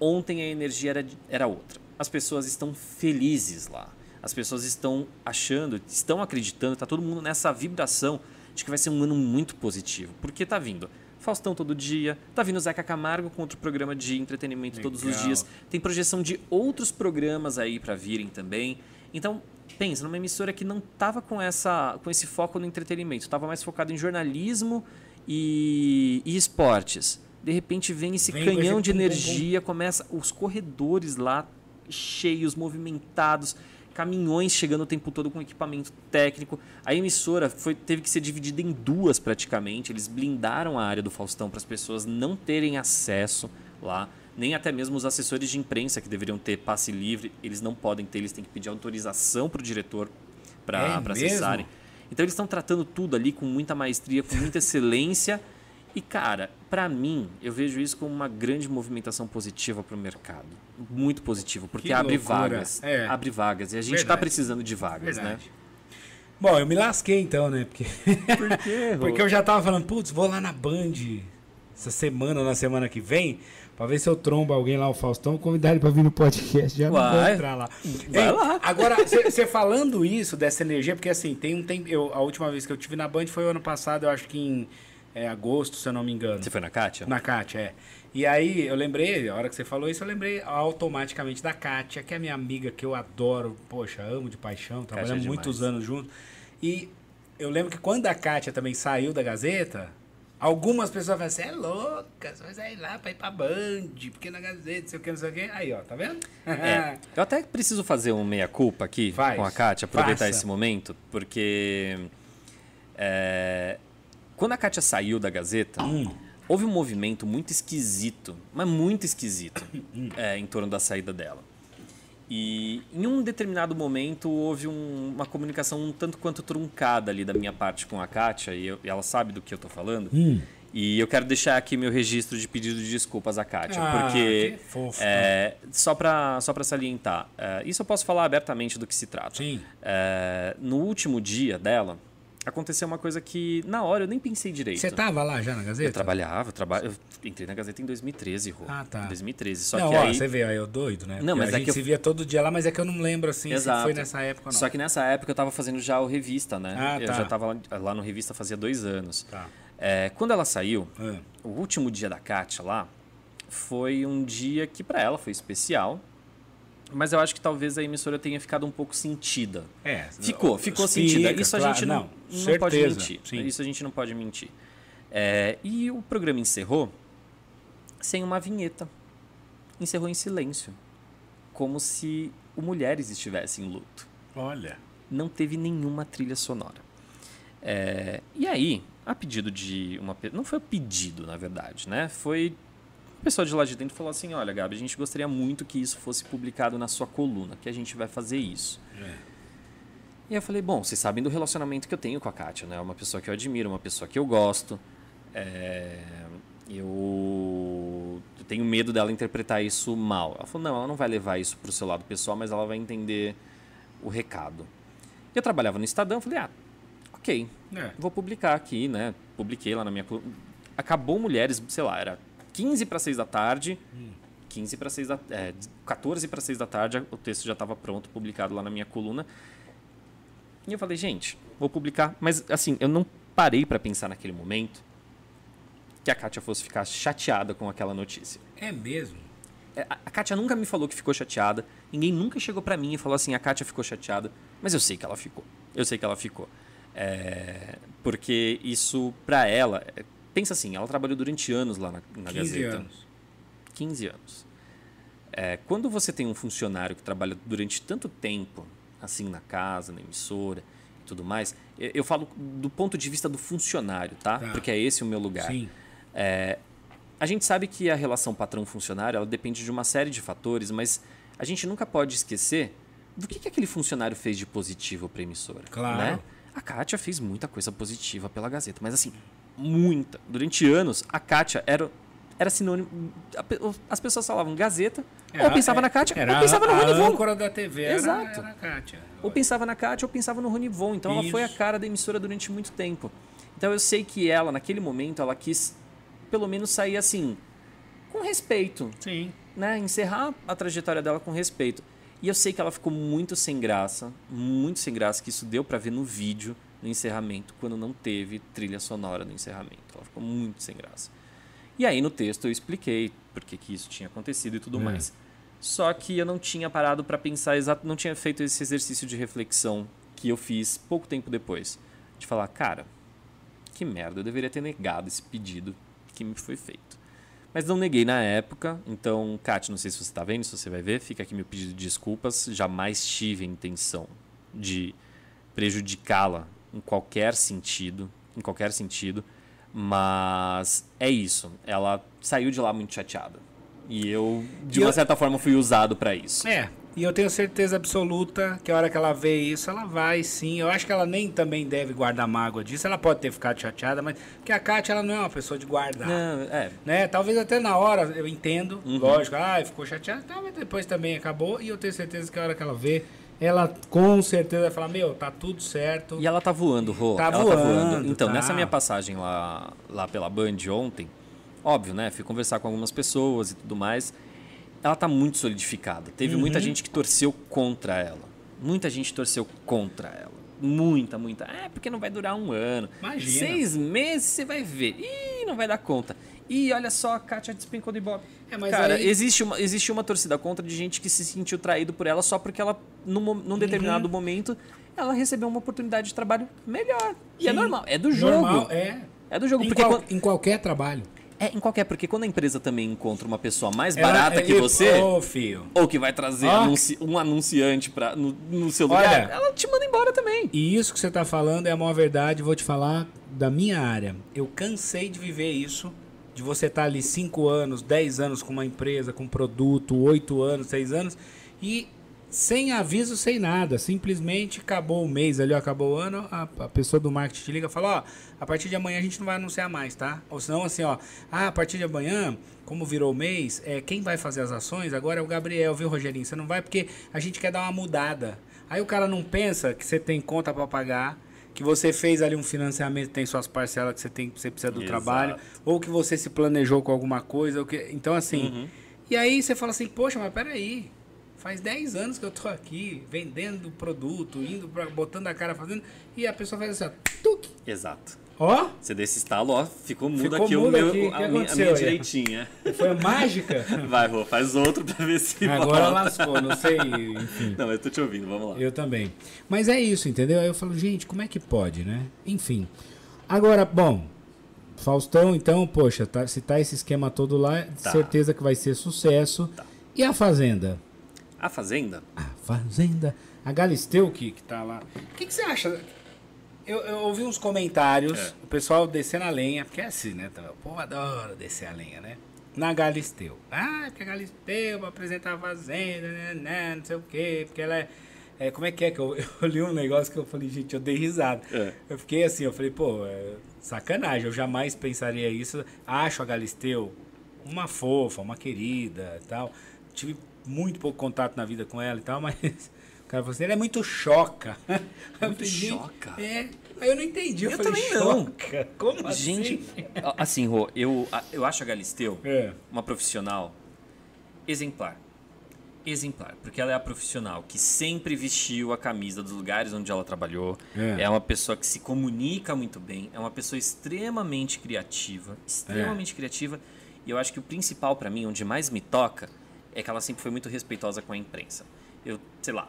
Ontem a energia era, de- era outra. As pessoas estão felizes lá. As pessoas estão achando, estão acreditando, tá todo mundo nessa vibração de que vai ser um ano muito positivo. Porque tá vindo Faustão todo dia, tá vindo Zeca Camargo com outro programa de entretenimento todos os
Legal.
dias. Tem projeção de outros programas aí pra virem também. Então, pensa numa emissora que não tava com essa com esse foco no entretenimento, tava mais focado em jornalismo e, e esportes. De repente vem esse
Vem com
canhão
esse
de
pum, pum,
energia, começa os corredores lá cheios, movimentados, caminhões chegando o tempo todo com equipamento técnico. A emissora foi, teve que ser dividida em duas praticamente. Eles blindaram a área do Faustão para as pessoas não terem acesso lá. Nem até mesmo os assessores de imprensa que deveriam ter passe livre, eles não podem ter, eles têm que pedir autorização para o diretor para
É
para
mesmo?
acessarem. Então eles estão tratando tudo ali com muita maestria, com muita excelência. E cara, pra mim, eu vejo isso como uma grande movimentação positiva pro mercado. Muito positivo, porque
Que
abre
loucura.
vagas.
É.
Abre vagas. E a gente tá
Verdade.
precisando de vagas,
Verdade.
né?
Bom, eu me lasquei então, né? Porque,
Por quê?
porque eu já tava falando, putz, vou lá na Band essa semana ou na semana que vem, pra ver se eu trombo alguém lá, o Faustão, convidar ele pra vir no podcast. Já não vou
Vai.
entrar lá.
Vai lá.
Agora, você falando isso, dessa energia, porque assim, tem um tempo. Eu, a última vez que eu tive na Band foi o ano passado, eu acho que em é, agosto, se eu não me engano.
Você foi na Kátia?
Na Kátia, é. E aí eu lembrei, a hora que você falou isso, eu lembrei automaticamente da Kátia, que é minha amiga que eu adoro, poxa, amo de paixão, trabalhamos
é
muitos
demais.
anos juntos. E eu lembro que quando a Kátia também saiu da Gazeta, algumas pessoas falaram assim, é louca, você vai sair lá pra ir pra Band, porque na Gazeta, não sei o que, não sei o que. Aí, ó, tá vendo?
É, eu até preciso fazer um meia-culpa aqui
Faz.
com a Kátia, aproveitar
Faça.
esse momento, porque. é, quando a Kátia saiu da Gazeta,
Hum.
houve um movimento muito esquisito, mas muito esquisito,
Hum.
é, em torno da saída dela. E em um determinado momento houve um- uma comunicação um tanto quanto truncada ali da minha parte com a Kátia, e, eu- e ela sabe do que eu tô falando.
Hum.
E eu quero deixar aqui meu registro de pedido de desculpas à Kátia,
Ah,
porque
que fofo.
é, só para só pra salientar, é, isso eu posso falar abertamente do que se trata.
Sim.
É, no último dia dela, aconteceu uma coisa que na hora eu nem pensei direito.
Você tá- tava lá já na Gazeta?
Eu trabalhava, eu, traba... eu entrei na Gazeta em 2013, Rô.
Ah, tá.
Em 2013. Só
não,
que
ó,
aí.
você vê, aí eu doido, né?
Não,
Porque
mas
a
é
gente
que eu-
se via todo dia lá, mas é que eu não lembro, assim, se
Exato.
foi nessa época ou não.
Só que nessa época eu tava fazendo já o Revista, né?
Ah,
eu
tá.
já tava lá, lá no Revista fazia dois anos.
Tá.
É, quando ela saiu,
Ah.
o último dia da Kátia lá foi um dia que pra ela foi especial. Mas eu acho que talvez a emissora tenha ficado um pouco sentida.
É,
Ficou, ficou
fica,
sentida. Isso a
claro,
gente não, não pode
certeza,
mentir. é
sim.
Isso a gente não pode mentir. É, e o programa encerrou sem uma vinheta. Encerrou em silêncio. Como se o Mulheres estivesse em luto
Olha.
não teve nenhuma trilha sonora. É, e aí, a pedido de uma pe- não foi pedido, na verdade, né? Foi uma pessoa de lá de dentro falou assim: "Olha, Gabi, a gente gostaria muito que isso fosse publicado na sua coluna, que a gente vai fazer isso". E aí eu falei: "Bom, vocês sabem do relacionamento que eu tenho com a Kátia, né? É uma pessoa que eu admiro, uma pessoa que eu gosto. É, eu eu tenho medo dela interpretar isso mal". Ela falou: "Não, ela não vai levar isso pro seu lado pessoal, mas ela vai entender o recado". Eu trabalhava no Estadão, falei, ah, ok,
É.
vou publicar aqui, né? Publiquei lá na minha. colu- Acabou Mulheres, sei lá, era 15 para 6 da tarde. 15 para 6 da. É, 14 para 6 da tarde, o texto já estava pronto, publicado lá na minha coluna. E eu falei, gente, vou publicar. Mas, assim, eu não parei para pensar naquele momento que a Kátia fosse ficar chateada com aquela notícia.
É mesmo?
É, A a Kátia nunca me falou que ficou chateada. Ninguém nunca chegou pra mim e falou assim: a Kátia ficou chateada. Mas eu sei que ela ficou. Eu sei que ela ficou. É, porque isso, pra ela. é, Pensa assim: ela trabalhou durante anos lá na, na
15
Gazeta.
anos.
15 anos. É, quando você tem um funcionário que trabalha durante tanto tempo, assim, na casa, na emissora e tudo mais, eu, eu falo do ponto de vista do funcionário, tá?
Tá.
Porque é esse o meu lugar.
Sim.
A gente sabe que a relação patrão-funcionário ela depende de uma série de fatores, mas a gente nunca pode esquecer do que, que aquele funcionário fez de positivo para a emissora.
Claro.
né? A Kátia fez muita coisa positiva pela Gazeta, mas assim, muita. Durante anos, a Kátia era, era sinônimo. a pe- As pessoas falavam Gazeta, ou
Era-
pensava
é-
na Kátia,
era
ou pensava no
a,
Rony
a
Von.
âncora da TV, era,
Exato.
era a Kátia.
Ou pensava na Kátia, ou pensava no Rony Von. Então ela foi a
Isso.
cara da emissora durante muito tempo. Então eu sei que ela, naquele momento, ela quis pelo menos sair assim, com respeito
Sim.
né, encerrar a trajetória dela com respeito. E eu sei que ela ficou muito sem graça, muito sem graça, que isso deu pra ver no vídeo, no encerramento, quando não teve trilha sonora no encerramento. Ela ficou muito sem graça. E aí no texto eu expliquei por que que isso tinha acontecido e tudo mais. Só que eu não tinha parado pra pensar exato, não tinha feito esse exercício de reflexão que eu fiz pouco tempo depois, de falar, cara, que merda, eu deveria ter negado esse pedido que me foi feito. Mas não neguei na época, então, Kat, não sei se você está vendo, se você vai ver, fica aqui meu pedido de desculpas. Jamais tive a intenção de prejudicá-la em qualquer sentido, em qualquer sentido, mas é isso. Ela saiu de lá muito chateada. E eu, de
E
uma
eu-
certa forma, fui usado para isso.
É, e eu tenho certeza absoluta que a hora que ela vê isso, ela vai sim. Eu acho que ela nem também deve guardar mágoa disso. Ela pode ter ficado chateada, mas. Porque a Kátia, ela não é uma pessoa de guardar.
Não, é,
Né? Talvez até na hora, eu entendo,
Uhum.
lógico, ah, ficou chateada, tá, mas depois também acabou. E eu tenho certeza que a hora que ela vê, ela com certeza vai falar: Meu, tá tudo certo.
E ela tá voando, Rô.
Tá
ela tá
voando,
voando. Então,
tá.
nessa minha passagem lá, lá pela Band ontem, óbvio, né? Fui conversar com algumas pessoas e tudo mais. Ela tá muito solidificada. Teve
Uhum.
muita gente que torceu contra ela. Muita gente torceu contra ela. Muita, muita. É, porque não vai durar um ano.
Imagina.
Seis meses você vai ver. Ih, não vai dar conta. Ih, olha só, a Kátia despencou de bola.
É, mas
Cara,
aí-
existe, uma, existe uma torcida contra de gente que se sentiu traído por ela só porque ela, num, mo- num
Uhum.
determinado momento, ela recebeu uma oportunidade de trabalho melhor. E é
Sim.
normal, é do jogo.
Normal, é.
É do jogo,
Em,
porque
qual-
quando-
em qualquer trabalho.
é em qualquer, porque quando a empresa também encontra uma pessoa mais
Ela-
barata
é-
que você,
Ô, filho.
ou que vai trazer
Ó.
anunci- um anunciante pra, no, no seu lugar,
Olha.
ela te manda embora também.
E isso que você tá falando é a maior verdade, vou te falar da minha área. Eu cansei de viver isso, de você estar ali 5 anos, 10 anos com uma empresa, com um produto, 8 anos, 6 anos, e sem aviso, sem nada. Simplesmente acabou o mês ali, ó, acabou o ano, a, a pessoa do marketing te liga e fala, ó, a partir de amanhã a gente não vai anunciar mais, tá? Ou senão assim, ó, ah, a partir de amanhã, como virou o mês, é, quem vai fazer as ações agora é o Gabriel, viu, Rogerinho? Você não vai porque a gente quer dar uma mudada. Aí o cara não pensa que você tem conta pra pagar, que você fez ali um financiamento, tem suas parcelas que você tem, que você precisa do
Exato.
trabalho, ou que você se planejou com alguma coisa, ou que- então assim. E aí você fala assim: "Poxa, mas peraí, faz 10 anos que eu tô aqui vendendo produto, indo pra, botando a cara fazendo, e a pessoa faz assim, ó, tuque.
Exato.
Ó,
Você desse estalo, ó, ficou mudo
Ficou
aqui o
mudo
meu,
aqui, o que
a, minha, a
aconteceu
minha
aí?
direitinha.
foi mágica.
Vai, Rô, faz outro pra ver se
Agora
volta.
lascou, não sei, enfim.
Não, eu tô te ouvindo, vamos lá.
Eu também. Mas é isso, entendeu? Aí eu falo, gente, como é que pode, né? Enfim. Agora, bom, Faustão, então, poxa, tá- se tá esse esquema todo lá,
Tá.
certeza que vai ser sucesso. E a Fazenda?
A Fazenda?
A Fazenda. A Galisteu que, que tá lá. O que, que você acha? Eu, eu ouvi uns comentários,
É.
o pessoal descendo a lenha, porque é assim, né? O povo adora descer a lenha, né? Na Galisteu. Ah, porque a Galisteu vai apresentar a Fazenda, né, né, não sei o quê, porque ela é. é, como é que é que eu, eu li um negócio que eu falei, gente, eu dei risada.
É.
Eu fiquei assim, eu falei, pô, é sacanagem, eu jamais pensaria isso. Acho a Galisteu uma fofa, uma querida e tal. Tive muito pouco contato na vida com ela e tal, mas o cara falou assim, ela é muito choca. Eu
Muito
falei, gente,
choca?
É, aí eu não entendi. Eu,
Eu
falei,
também não.
choca? Como assim?
Gente, a- assim, Rô, eu, a- eu acho a Galisteu
É.
uma profissional exemplar. Exemplar, porque ela é a profissional que sempre vestiu a camisa dos lugares onde ela trabalhou.
É.
É, uma pessoa que se comunica muito bem, é uma pessoa extremamente criativa, extremamente criativa. E eu acho que o principal pra mim, onde mais me toca, é que ela sempre foi muito respeitosa com a imprensa. Eu, sei lá,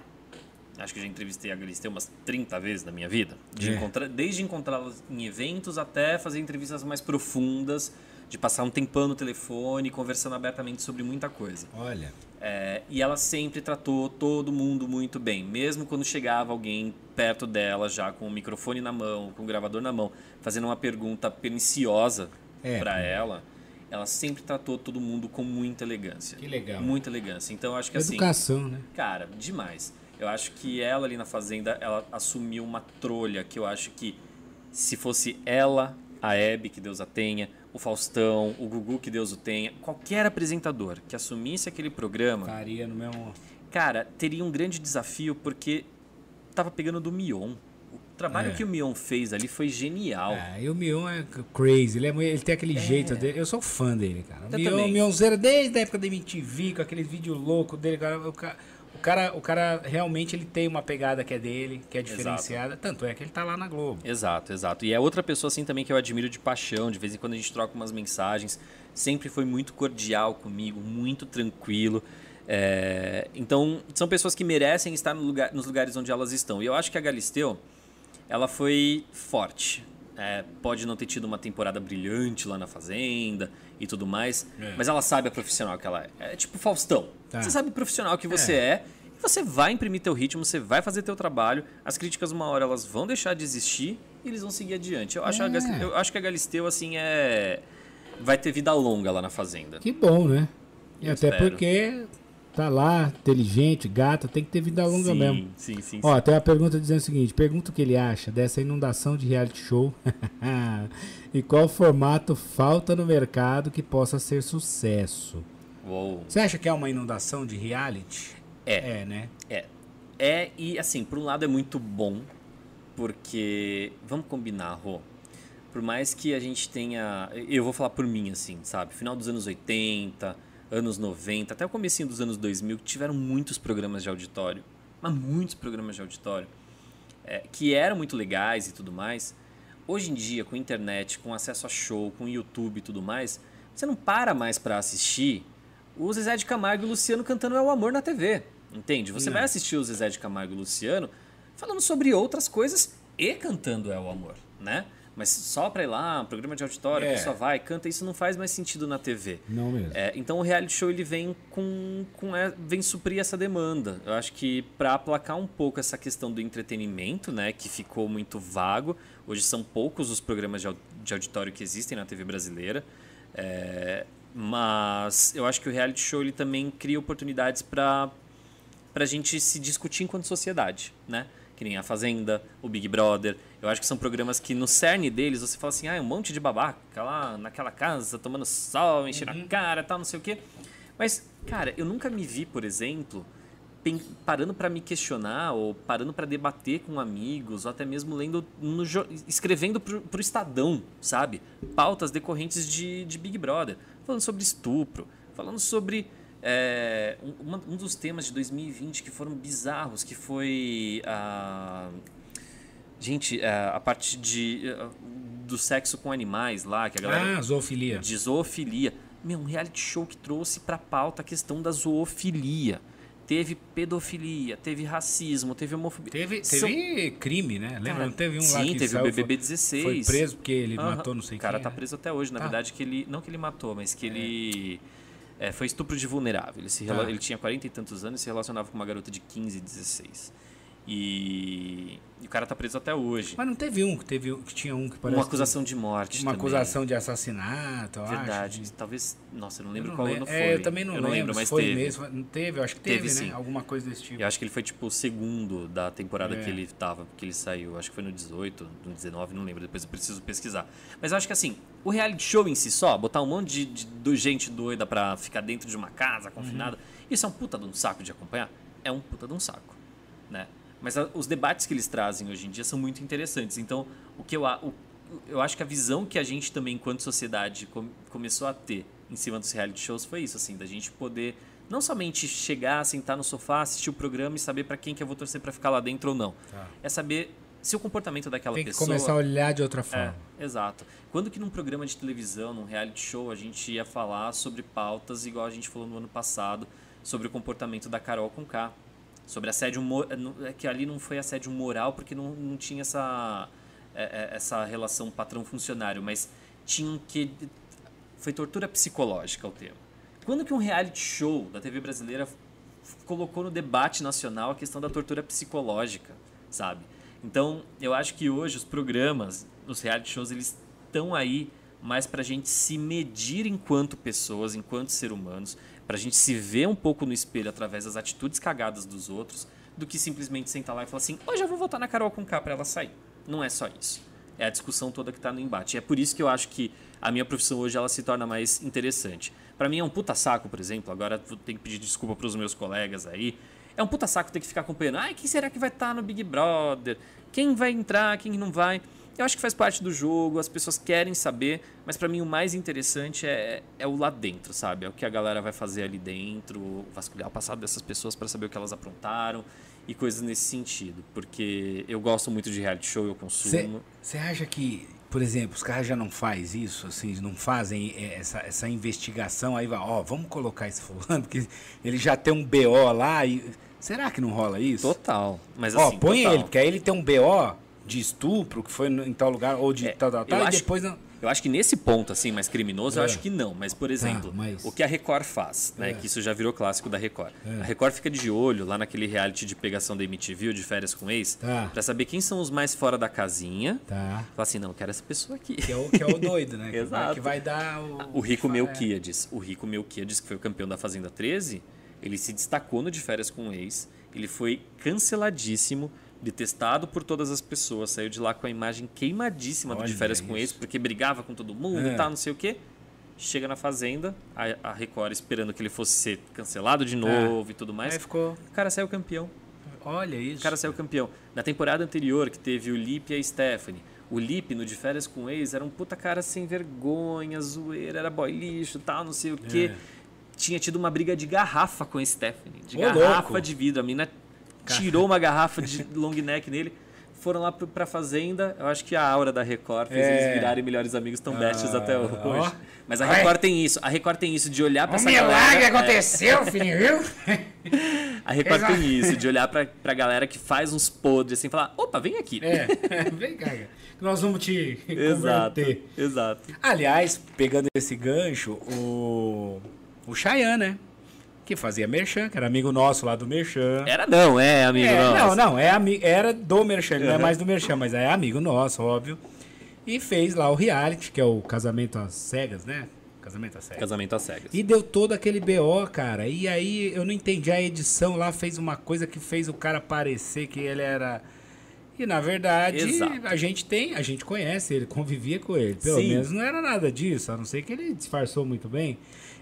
acho que eu já entrevistei a Galisteu umas 30 vezes na minha vida. De
É.
encontrar, desde encontrá-la em eventos até fazer entrevistas mais profundas, de passar um tempão no telefone, conversando abertamente sobre muita coisa.
Olha,
É, e ela sempre tratou todo mundo muito bem, mesmo quando chegava alguém perto dela, já com o microfone na mão, com o gravador na mão, fazendo uma pergunta perniciosa
É.
pra para ela. Ela sempre tratou todo mundo com muita elegância.
Que legal.
Muita elegância. Então eu acho que assim.
educação, né?
Cara, demais. Eu acho que ela ali na fazenda, ela assumiu uma trolha que eu acho que se fosse ela, a Hebe, que Deus a tenha, o Faustão, o Gugu, que Deus o tenha, qualquer apresentador que assumisse aquele programa,
Faria no mesmo...
cara, teria um grande desafio porque tava pegando do Mion. O trabalho
É.
que o Mion fez ali foi genial.
Ah, e o Mion é c- crazy, ele, é mu- ele tem aquele jeito dele. Eu sou fã dele, cara. O
Eu
Mion,
também.
Mionzeiro desde a época da MTV, com aqueles vídeos loucos dele, cara, o ca- o cara, o cara realmente ele tem uma pegada que é dele, que é diferenciada. Tanto é que ele tá lá na Globo.
Exato, exato. E é outra pessoa assim também que eu admiro de paixão. De vez em quando a gente troca umas mensagens. Sempre foi muito cordial comigo, muito tranquilo. É, Então, são pessoas que merecem estar no lugar- nos lugares onde elas estão. E eu acho que a Galisteu, ela foi forte. é, pode não ter tido uma temporada brilhante lá na Fazenda e tudo mais,
É.
mas ela sabe a profissional que ela é. É tipo Faustão.
Tá.
Você sabe o profissional que você é. e você vai imprimir teu ritmo, você vai fazer teu trabalho. As críticas, uma hora, elas vão deixar de existir e eles vão seguir adiante. Eu acho,
É.
a Gas- eu acho que a Galisteu, assim, é. Vai ter vida longa lá na Fazenda.
Que bom, né? E
Eu
até
espero.
porque tá lá, inteligente, gata, tem que ter vida longa
sim,
mesmo.
Sim, sim,
Ó,
sim.
tem uma pergunta dizendo o seguinte: pergunta o que ele acha dessa inundação de reality show e qual formato falta no mercado que possa ser sucesso.
Uou.
Você acha que é uma inundação de reality?
É.
É, né?
É. É, e assim, por um lado é muito bom, porque. Vamos combinar, Rô. Por mais que a gente tenha. Eu vou falar por mim, assim, sabe? Final dos anos 80, anos 90, até o comecinho dos anos 2000, que tiveram muitos programas de auditório. Mas muitos programas de auditório. é, que eram muito legais e tudo mais. Hoje em dia, com internet, com acesso a show, com YouTube e tudo mais, você não para mais pra assistir o Zezé de Camargo e o Luciano cantando É o Amor na TV. Entende? Você
Não.
vai assistir o Zezé de Camargo e o Luciano falando sobre outras coisas e cantando É o Amor, né? Mas só pra ir lá, um programa de auditório,
É.
a pessoa vai, canta, isso não faz mais sentido na TV.
Não mesmo.
Ah,
É, então o reality show ele vem com, com é, vem suprir essa demanda. Eu acho que para aplacar um pouco essa questão do entretenimento, né, que ficou muito vago. Hoje são poucos os programas de, au- de auditório que existem na TV brasileira. É, mas eu acho que o reality show ele também cria oportunidades para para a gente se discutir enquanto sociedade, né? Que nem a Fazenda, o Big Brother. Eu acho que são programas que no cerne deles você fala assim, ah, é um monte de babaca lá naquela casa, tomando sol, enchendo a cara, tal, não sei o quê. Mas, cara, eu nunca me vi, por exemplo, pen- parando para me questionar ou parando para debater com amigos ou até mesmo lendo, no jo- escrevendo pro, pro Estadão, sabe? Pautas decorrentes de, de Big Brother. Falando sobre estupro, falando sobre é, um, uma- um dos temas de 2020 que foram bizarros, que foi a... Gente, é, a, a parte de, ah, do sexo com animais lá, que a galera
Ah, zoofilia.
de zoofilia. Meu, um reality show que trouxe pra pauta a questão da zoofilia. Teve pedofilia, teve racismo, teve homofobia.
Teve,
São-
teve crime, né? Lembra?
Cara,
Não teve um lá
sim,
que
teve o
saiu,
BBB
foi-
16.
Foi preso porque ele
Aham.
matou não sei
O cara
quem.
tá
né?
preso até hoje. Na
Tá.
verdade, que ele. Não que ele matou, mas que ele. é, foi estupro de vulnerável. Ele, se
Tá.
rela- ele tinha 40 e tantos anos e se relacionava com uma garota de 15, 16. E. E o cara tá preso até hoje.
Mas não teve um que, teve, que tinha um que parece...
Uma acusação de morte.
Uma
também. né?
acusação de assassinato, eu acho,
Verdade.
de-
Talvez. Nossa, eu não
Eu
lembro
não
qual
lembro.
ano foi.
É, eu também não, lembro,
mas
se foi
teve.
mesmo. Não teve, eu acho que
Teve,
teve, né?
sim.
Alguma coisa desse tipo.
Eu acho que ele foi tipo o segundo da temporada
É.
que ele tava, que ele saiu. Acho que foi no 18, no 19, não lembro. Depois eu preciso pesquisar. Mas eu acho que assim, o reality show em si só, botar um monte de, de- do- gente doida pra ficar dentro de uma casa confinada, isso é um puta de um saco de acompanhar? É um puta de um saco, né? Mas a- os debates que eles trazem hoje em dia são muito interessantes. Então, o que eu, a- o- eu acho que a visão que a gente também, enquanto sociedade, com- começou a ter em cima dos reality shows foi isso, assim, da gente poder não somente chegar, sentar no sofá, assistir o programa e saber pra quem que eu vou torcer pra ficar lá dentro ou não.
Tá.
É saber se o comportamento daquela
Tem que
pessoa.
começar a olhar de outra
É,
forma.
exato. Quando que num programa de televisão, num reality show, a gente ia falar sobre pautas igual a gente falou no ano passado, sobre o comportamento da Carol com K, sobre assédio mo- no- é que ali não foi assédio moral porque não, não tinha essa é- é- essa relação patrão funcionário, mas tinha um que foi tortura psicológica o tema. Quando que um reality show da TV brasileira f- colocou no debate nacional a questão da tortura psicológica, sabe? Então, eu acho que hoje os programas, os reality shows, eles estão aí mais pra gente se medir enquanto pessoas, enquanto ser humanos, pra gente se ver um pouco no espelho através das atitudes cagadas dos outros, do que simplesmente sentar lá e falar assim, hoje eu vou votar na Carol com K pra ela sair. Não é só isso. É a discussão toda que está no embate. É por isso que eu acho que a minha profissão hoje ela se torna mais interessante. Para mim é um puta saco, por exemplo, agora vou ter que pedir desculpa para os meus colegas aí. É um puta saco ter que ficar acompanhando. Ai, quem será que vai estar no Big Brother? Quem vai entrar, quem não vai? Eu acho que faz parte do jogo, as pessoas querem saber, mas para mim o mais interessante é, é o lá dentro, sabe? É o que a galera vai fazer ali dentro, vasculhar o passado dessas pessoas para saber o que elas aprontaram e coisas nesse sentido. Porque eu gosto muito de reality show, eu consumo.
Você acha que, por exemplo, os caras já não faz isso, assim, não fazem eh, essa, essa investigação, aí vai, ó, vamos colocar esse fulano, porque ele já tem um BO lá e. Será que não rola isso?
Total. Mas
Ó,
assim,
põe
total.
ele, porque aí ele tem um BO, de estupro, que foi no- em tal lugar, ou de
É,
tal, tal,
eu
tal, e
acho-
depois... não-
Eu acho que nesse ponto, assim, mais criminoso, eu acho que não. Mas, por exemplo,
É. Tá, mas- É.
o que a Record faz, né? Que isso já virou clássico da Record. A Record fica de olho lá naquele reality de pegação da MTV ou de férias com ex,
Tá.
pra saber quem são os mais fora da casinha.
Tá.
Fala assim, não, eu quero essa pessoa aqui.
Que é o, que é o doido, né? Que vai-
Exato.
Que vai dar o...
O Rico
é.
Melquiades. O Rico Melquiades, que foi o campeão da Fazenda 13, ele se destacou no de férias com o ex. Ele foi canceladíssimo, detestado por todas as pessoas. Saiu de lá com a imagem queimadíssima do de
Olha
férias com o ex,
isso.
porque brigava com todo mundo
É.
e tal, não sei o quê. Chega na Fazenda, a, a Record esperando que ele fosse ser cancelado de novo e tudo mais.
É. Aí ficou...
O cara saiu campeão.
Olha isso.
O cara saiu campeão. Na temporada anterior, que teve o Lipe e a Stephanie, o Lipe, no De Férias com o Ex, era um puta cara sem vergonha, zoeira, era boy lixo, tal, não sei o quê. Tinha tido uma briga de garrafa com a Stephanie. De
É. Ô,
garrafa
louco.
de vidro. A mina tirou uma garrafa de long neck nele. Foram lá pro- pra fazenda. Eu acho que a aura da Record fez
É. Ah,
eles virarem melhores amigos tão bestes até hoje.
ó.
Mas a Record tem isso. A Record tem isso de olhar pra
Um
essa galera.
milagre
É.
aconteceu, filho, viu?
A Record
Exato.
tem isso, de olhar pra, pra galera que faz uns podres assim e falar, opa, vem aqui.
É, vem cá, cara. nós vamos te
Exato,
converter.
exato.
Aliás, pegando esse gancho, o, o Chayanne, né? Que fazia Merchan, que era amigo nosso lá do Merchan.
Era não, é, amigo.
É,
nosso.
não, não, é ami... era do Merchan, ele não é
Uhum.
mais do Merchan, mas é amigo nosso, óbvio. E fez lá o reality, que é o casamento às cegas, né? Casamento às cegas.
Casamento às cegas.
E deu todo aquele BO, cara. E aí eu não entendi. A edição lá fez uma coisa que fez o cara parecer que ele era. E na verdade,
Exato.
a gente tem, a gente conhece ele, convivia com ele. Pelo
Sim.
menos não era nada disso, a não ser que ele disfarçou muito bem.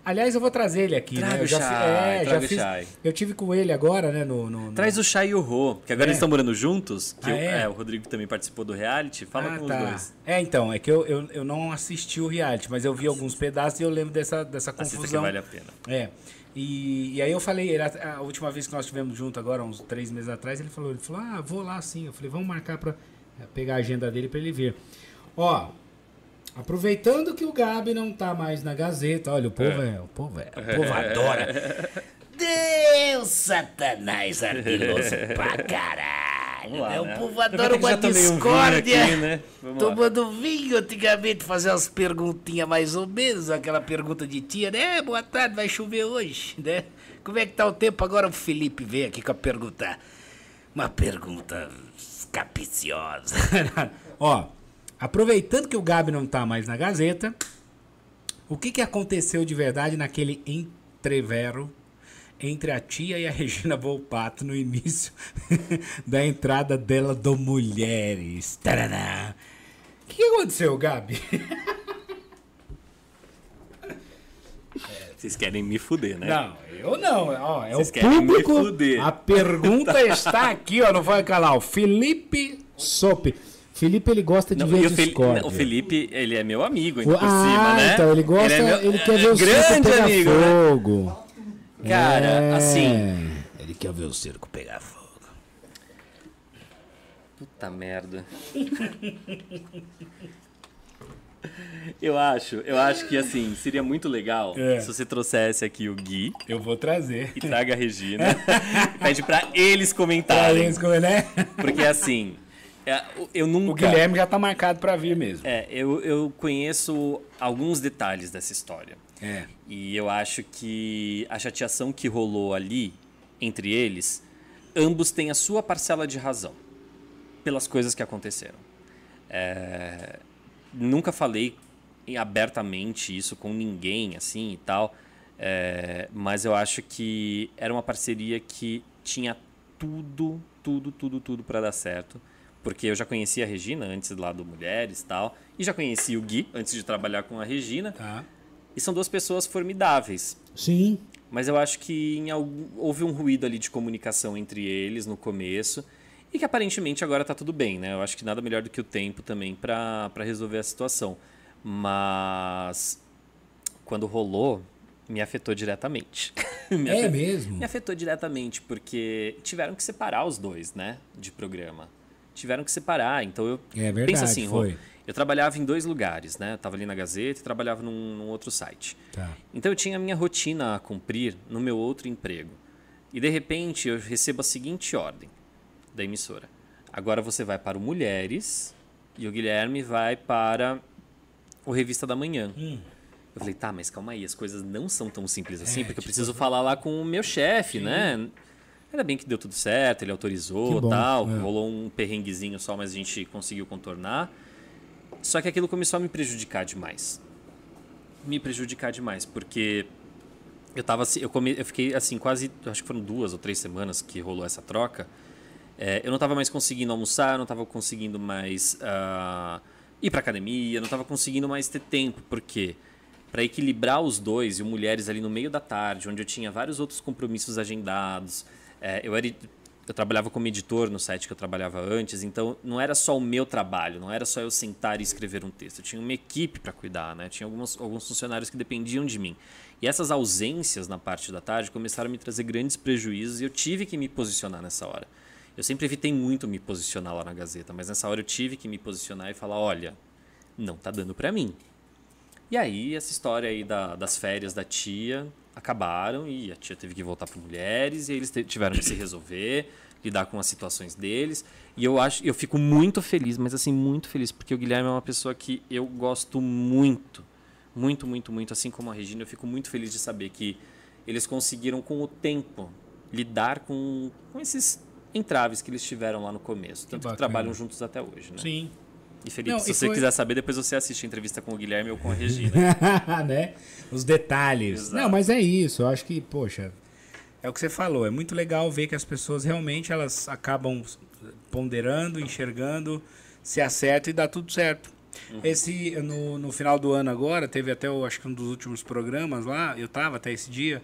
Aliás, eu vou trazer ele aqui,
Traga
né? Eu
o
fi-
Chay,
é, já
traga o
fiz-
Chay.
Eu tive com ele agora, né? No, no- no-
Traz o Chay e o Rô, que agora
É.
eles estão morando juntos, que
Ah,
o,
é?
é, o Rodrigo também participou do reality. Fala
Ah,
com os dois.
É, então, é que eu, eu, eu não assisti o reality, mas eu vi alguns pedaços e eu lembro dessa, dessa
Assista que
confusão.
vale a pena.
É. E, e aí eu falei, ele, a, a última vez que nós estivemos junto agora, uns três meses atrás, ele falou, ele falou, ah, vou lá sim. Eu falei, vamos marcar pra eh, pegar a agenda dele pra ele vir. Ó, aproveitando que o Gabi não tá mais na Gazeta, olha, o povo é, o povo é, o povo adora. Deus, Satanás, ardiloso pra caralho.
Vamos lá,
né?
né?
O povo adora
Aproveita que
uma
já tomei um vinho
discórdia.
aqui, né? Vamos lá.
Tomando vinho, antigamente fazer umas perguntinhas mais ou menos, aquela pergunta de tia, né? "É, Boa tarde, vai chover hoje, né? Como é que tá o tempo? Agora o Felipe veio aqui com a pergunta. Uma pergunta capiciosa. Ó, aproveitando que o Gabi não tá mais na Gazeta, o que, que aconteceu de verdade naquele entrevero entre a tia e a Regina Volpato no início da entrada dela do Mulheres? Taraná. O que, que aconteceu, Gabi?
Vocês querem me fuder, né?
Não, eu não. Ó, é
Vocês
o
querem me
público.
fuder.
A pergunta está aqui, ó. Não vai calar. O Felipe Sop. Felipe, ele gosta de
Não,
ver
e o, Fel-
Discord.
o Felipe, ele é meu amigo, ainda
O-
por cima,
ah,
né?
então, ele gosta, ele,
é meu-
quer ver o circo
Grande
pegar
amigo, né?
fogo.
Cara,
É.
assim.
Ele quer ver o circo pegar fogo.
Puta merda. Eu acho, eu acho que assim, seria muito legal
É.
se você trouxesse aqui o Gui
Eu vou trazer.
e traga a Regina. Pede pra eles
Pra
comentarem.
eles, como, né?
Porque assim, é, eu nunca.
O Guilherme já tá marcado pra vir mesmo.
É, eu, eu conheço alguns detalhes dessa história.
É.
E eu acho que a chateação que rolou ali entre eles, ambos têm a sua parcela de razão pelas coisas que aconteceram. É, nunca falei em- abertamente isso com ninguém assim e tal, é, mas eu acho que era uma parceria que tinha tudo, tudo, tudo, tudo para dar certo. Porque eu já conhecia a Regina antes lá do Mulheres e tal, e já conhecia o Gui antes de trabalhar com a Regina.
Tá.
E são duas pessoas formidáveis.
Sim.
Mas eu acho que em algum- houve um ruído ali de comunicação entre eles no começo. E que aparentemente agora tá tudo bem, né? Eu acho que nada melhor do que o tempo também pra pra resolver a situação. Mas quando rolou, me afetou diretamente. me
É
afetou-
mesmo?
me afetou diretamente, porque tiveram que separar os dois, né? De programa. Tiveram que separar. Então eu
É verdade,
penso assim, Rô,
foi.
eu trabalhava em dois lugares, né? Eu tava ali na Gazeta e trabalhava num, num outro site.
Tá.
Então eu tinha a minha rotina a cumprir no meu outro emprego. E de repente eu recebo a seguinte ordem da emissora. Agora você vai para o Mulheres e o Guilherme vai para o Revista da Manhã.
Hum.
Eu falei, tá, mas calma aí, as coisas não são tão simples assim,
É,
porque eu
tipo
preciso falar lá com o meu chefe, né? Ainda bem que deu tudo certo, ele autorizou
Que bom,
tal,
é.
rolou um perrenguezinho só, mas a gente conseguiu contornar. Só que aquilo começou a me prejudicar demais. Me prejudicar demais, porque eu tava assim- eu, come, eu fiquei assim, quase, acho que foram duas ou três semanas que rolou essa troca. É, eu não estava mais conseguindo almoçar, eu não estava conseguindo mais ah, ir para academia, eu não estava conseguindo mais ter tempo, porque para equilibrar os dois e o mulheres ali no meio da tarde, onde eu tinha vários outros compromissos agendados, é, eu era eu trabalhava como editor no site que eu trabalhava antes, então não era só o meu trabalho, não era só eu sentar e escrever um texto. Eu tinha uma equipe para cuidar, né? Tinha algumas, alguns funcionários que dependiam de mim. E essas ausências na parte da tarde começaram a me trazer grandes prejuízos e eu tive que me posicionar nessa hora. Eu sempre evitei muito me posicionar lá na Gazeta, mas nessa hora eu tive que me posicionar e falar: olha, não tá dando para mim. E aí, essa história aí da- das férias da tia acabaram e a tia teve que voltar para mulheres e eles te- tiveram que se resolver, lidar com as situações deles. E eu acho, eu fico muito feliz, mas assim, muito feliz, porque o Guilherme é uma pessoa que eu gosto muito. Muito, muito, muito. Assim como a Regina, eu fico muito feliz de saber que eles conseguiram, com o tempo, lidar com, com esses entraves que eles tiveram lá no começo. Tanto que,
bacana.
trabalham juntos até hoje, né?
Sim.
E Felipe,
Não,
se
e
você
foi-
quiser saber, depois você assiste a entrevista com o Guilherme ou com a Regina.
né? Os detalhes.
Exato.
Não, mas é isso. Eu acho que, poxa,
É o que você falou, é muito legal ver que as pessoas realmente elas acabam ponderando, enxergando, se acertam e dá tudo certo.
Uhum.
Esse no, no final do ano agora, teve até o, acho que um dos últimos programas lá, eu tava até esse dia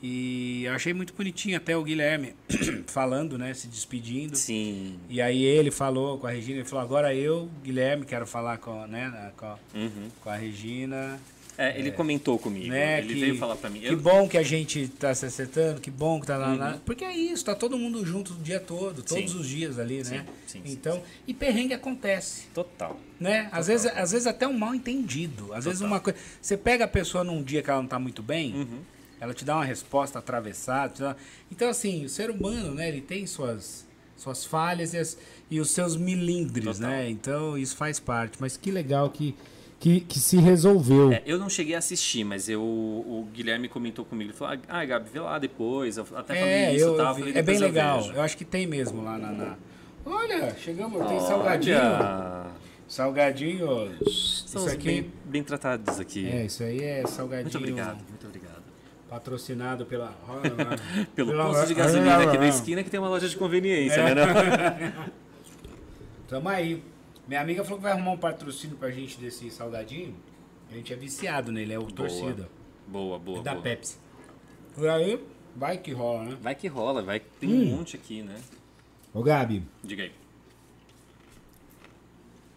e eu achei muito bonitinho até o Guilherme falando, né, se despedindo.
Sim.
E aí ele falou com a Regina, ele falou: "Agora eu, Guilherme, quero falar com, né, na- com, a-
Uhum.
com a Regina".
É, ele comentou comigo.
né?
ele
que,
veio falar pra mim.
Que
Eu,
bom que a gente tá se acertando, que bom que tá lá. lá. Porque é isso, tá todo mundo junto o dia todo, todos
Uhum. Sim.
os dias ali, né?
Sim, sim,
então, e perrengue acontece.
Total.
Né? Às, vezes, às vezes até um mal entendido. Às vezes uma coisa. Você pega a pessoa num dia que ela não tá muito bem,
Uhum.
ela te dá uma resposta atravessada. te dá- Então, assim, o ser humano, né, ele tem suas, suas falhas e, as- e os seus milindres,
Total.
né? Então isso faz parte. Mas
mas que legal que, que, que se resolveu.
É, eu não cheguei a assistir, mas eu, o Guilherme comentou comigo. Ele falou, ah, Gabi, vê lá depois. Eu até falei
É,
Tá isso
eu,
e tal.
vi.
Falei,
é bem
"Depois eu
legal.
vejo."
Eu acho que tem mesmo lá na. na- Olha, chegamos,
Olha,
tem É salgadinho. Salgadinho. Isso
São aqui... bem,
aqui.
bem tratados aqui.
É, isso aí é salgadinho.
Muito obrigado, muito obrigado.
Patrocinado pela.
Pelo
Pela-
posto de gasolina aqui
é.
da esquina que tem uma loja de conveniência, né? não?
Tamo aí. Minha amiga falou que vai arrumar um patrocínio pra gente desse salgadinho. A gente é viciado nele, é o torcida.
Boa, boa,
Da
boa.
Pepsi. E aí, vai que rola, né?
Vai que rola, vai que tem
Hum.
um monte aqui, né?
Ô, Gabi,
Diga aí.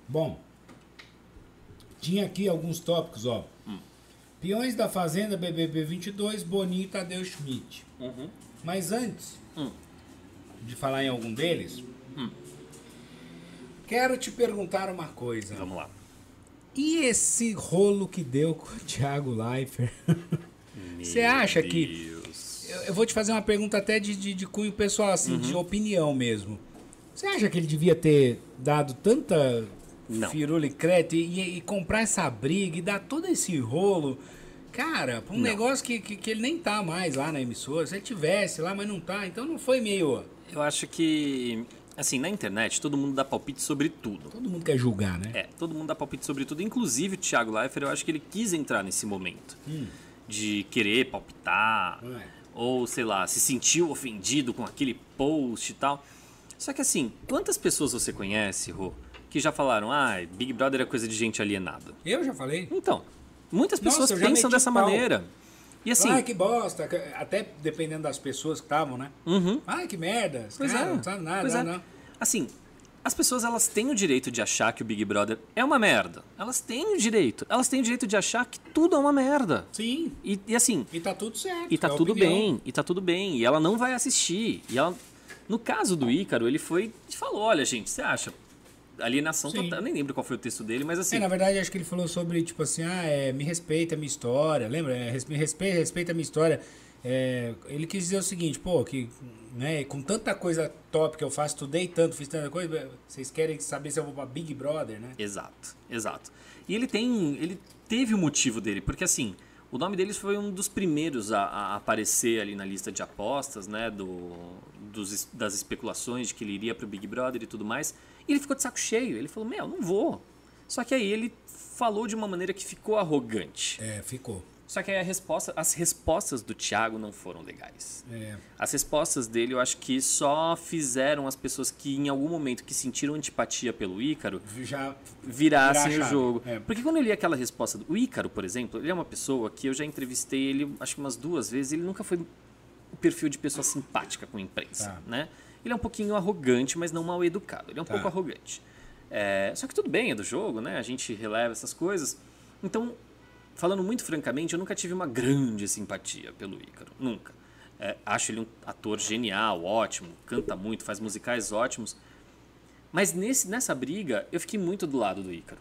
bom, tinha aqui alguns tópicos, ó. Peões da Fazenda, BBB 22, Boninho e Tadeu Schmidt.
Uhum.
Mas antes
Hum.
de falar em algum deles,
Quero te perguntar uma coisa.
Vamos lá.
e esse rolo que deu com o Thiago Leifert?
Você acha que.
Deus.
Eu, eu vou te fazer uma pergunta até de, de, de cunho pessoal, assim, de
Uhum.
opinião mesmo.
Você acha que ele devia ter dado tanta
Não.
Firula e Creta e, e- e comprar essa briga e dar todo esse rolo, cara, pra um negócio que, que, que ele nem tá mais lá na emissora. Se ele tivesse lá, mas não tá, então não foi meio.
Eu acho que, assim, na internet todo mundo dá palpite sobre tudo.
Todo mundo quer julgar, né?
É, todo mundo dá palpite sobre tudo, inclusive o Thiago Leifert, eu acho que ele quis entrar nesse momento de querer palpitar,
Hum. Ué.
ou sei lá, se sentiu ofendido com aquele post e tal. Só que assim, quantas pessoas você conhece, Rô, que já falaram, ah, Big Brother é coisa de gente alienada?
Eu já falei?
Então, muitas
Nossa,
pessoas
eu já
pensam
meti
dessa
pau.
maneira. E assim,
Ai, que bosta. que- Até dependendo das pessoas que estavam, né?
Uhum.
Ai, que merda. esse
Pois
cara
é.
Não sabe nada,
pois é.
não.
Assim, as pessoas elas têm o direito de achar que o Big Brother é uma merda. Elas têm o direito. Elas têm o direito de achar que tudo é uma merda.
Sim.
E, e assim,
E tá tudo certo.
e tá
é
tudo
opinião.
bem, e tá tudo bem. E ela não vai assistir. E ela. No caso do Ícaro, ele foi e falou: olha, gente, você acha? Alienação
Sim.
total. Eu nem lembro qual foi o texto dele, mas assim.
É, na verdade, acho que ele falou sobre, tipo assim, ah, é, me respeita a minha história, lembra? É, res- me respeita, respeita a minha história. É, ele quis dizer o seguinte, pô, que né, com tanta coisa top que eu faço, estudei tanto, fiz tanta coisa, vocês querem saber se eu vou pra Big Brother, né?
Exato, exato. E ele tem. Ele teve o motivo dele, porque assim, o nome deles foi um dos primeiros a, a aparecer ali na lista de apostas, né? Do, dos, es- das especulações de que ele iria pro Big Brother e tudo mais. E ele ficou de saco cheio. Ele falou, meu, não vou. Só que aí ele falou de uma maneira que ficou arrogante.
É, ficou.
Só que aí a resposta, as respostas do Thiago não foram legais.
É,
As respostas dele, eu acho que só fizeram as pessoas que em algum momento que sentiram antipatia pelo Ícaro
já
virassem
Virar a
o
chave,
jogo.
é.
Porque quando eu li aquela resposta do o Ícaro, por exemplo, ele é uma pessoa que eu já entrevistei ele acho que umas duas vezes, ele nunca foi o perfil de pessoa simpática com a imprensa,
Tá.
né? Ele é um pouquinho arrogante, mas não mal educado. Ele é um
Tá.
pouco arrogante. É, só que tudo bem, é do jogo, né? A gente releva essas coisas. Então, falando muito francamente, eu nunca tive uma grande simpatia pelo Ícaro. Nunca. É, acho ele um ator genial, ótimo, canta muito, faz musicais ótimos. Mas nesse, nessa briga, eu fiquei muito do lado do Ícaro.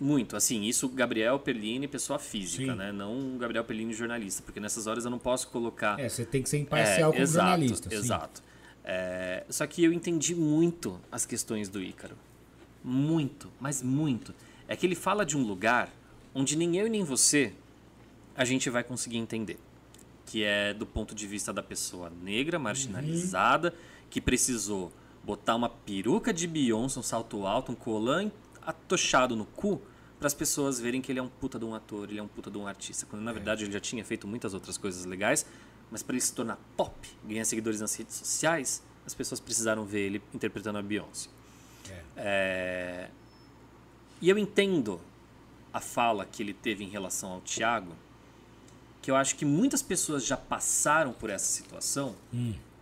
Muito, assim, isso Gabriel Perlini, pessoa física,
Sim.
né? Não Gabriel Perlini, jornalista, porque nessas horas eu não posso colocar.
é, você tem que ser imparcial como
exato,
jornalista. sim.
Exato. É, só que eu entendi muito as questões do Ícaro. Muito, mas muito. É que ele fala de um lugar onde nem eu e nem você a gente vai conseguir entender. Que é do ponto de vista da pessoa negra, marginalizada, que precisou botar uma peruca de Beyoncé, um salto alto, um colã atochado no cu, para as pessoas verem que ele é um puta de um ator, ele é um puta de um artista. Quando na verdade ele já tinha feito muitas outras coisas legais, mas para ele se tornar pop, ganhar seguidores nas redes sociais, as pessoas precisaram ver ele interpretando a Beyoncé. É, E eu entendo a fala que ele teve em relação ao Thiago, que eu acho que muitas pessoas já passaram por essa situação,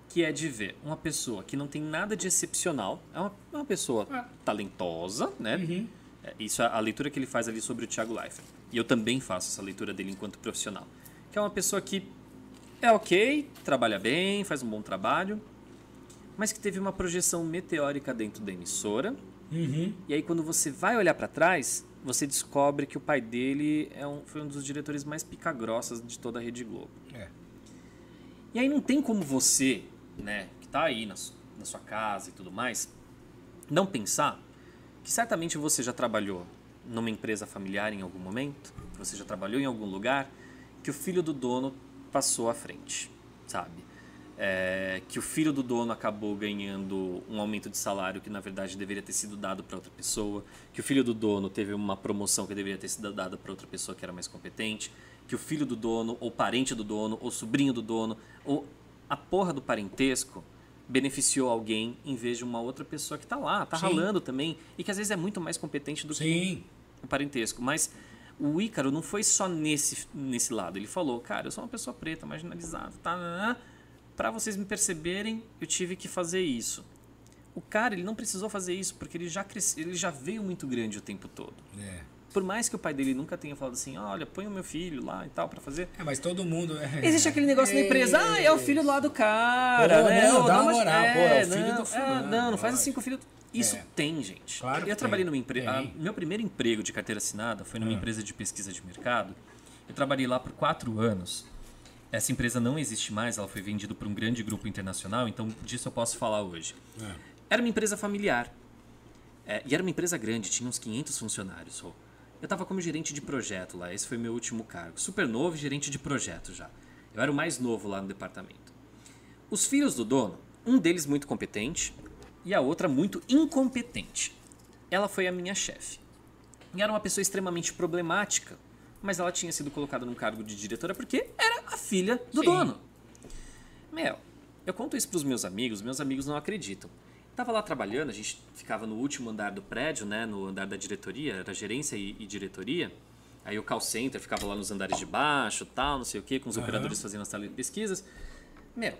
que é de ver uma pessoa que não tem nada de excepcional, é uma, uma pessoa talentosa, né? É, Isso é a leitura que ele faz ali sobre o Thiago Leifert. E eu também faço essa leitura dele enquanto profissional. Que é uma pessoa que é ok, trabalha bem, faz um bom trabalho, mas que teve uma projeção meteórica dentro da emissora. E aí quando você vai olhar pra trás, você descobre que o pai dele é um- foi um dos diretores mais picagrossas de toda a Rede Globo.
É.
E aí não tem como você, né, que tá aí na, su- na sua casa e tudo mais, não pensar que certamente você já trabalhou numa empresa familiar em algum momento, que você já trabalhou em algum lugar, que o filho do dono passou à frente, sabe? É, que o filho do dono acabou ganhando um aumento de salário que na verdade deveria ter sido dado para outra pessoa, que o filho do dono teve uma promoção que deveria ter sido dada para outra pessoa que era mais competente, que o filho do dono, ou parente do dono, ou sobrinho do dono, ou a porra do parentesco beneficiou alguém em vez de uma outra pessoa que tá lá, tá
Sim.
ralando também, e que às vezes é muito mais competente do que
Sim,
o parentesco. Mas o Ícaro não foi só nesse, nesse lado. Ele falou, cara, eu sou uma pessoa preta, marginalizada, tá? Para vocês me perceberem, eu tive que fazer isso. O cara, ele não precisou fazer isso, porque ele já cresceu, ele já veio muito grande o tempo todo.
é.
Por mais que o pai dele nunca tenha falado assim, olha, põe o meu filho lá e tal para fazer.
É, mas todo mundo. é.
Existe aquele negócio da empresa, ah, é o filho lá do cara,
Pô,
né?
não,
Ô,
dá uma
mas-
moral, pô, é o
não,
filho do fulano,
não, não faz
lógico.
assim com o filho. do- Isso
É.
tem, gente.
Claro que
eu trabalhei
tem.
numa empresa.
Tem. Ah.
Meu primeiro emprego de carteira assinada foi numa empresa de pesquisa de mercado. Eu trabalhei lá por quatro anos. Essa empresa não existe mais, ela foi vendida para um grande grupo internacional, então disso eu posso falar hoje.
É.
Era uma empresa familiar. É, e era uma empresa grande, tinha uns 500 funcionários. Rô. Eu tava como gerente de projeto lá, esse foi meu último cargo. Super novo, e gerente de projeto já. Eu era o mais novo lá no departamento. Os filhos do dono, um deles muito competente e a outra muito incompetente. Ela foi a minha chefe. E era uma pessoa extremamente problemática, mas ela tinha sido colocada num cargo de diretora porque era a filha do dono. Meu, eu conto isso pros meus amigos, meus amigos não acreditam. Tava lá trabalhando, a gente ficava no último andar do prédio, né? No andar da diretoria, era gerência e, e diretoria. Aí o call center ficava lá nos andares de baixo, tal, não sei o quê, com os operadores fazendo as pesquisas. Meu,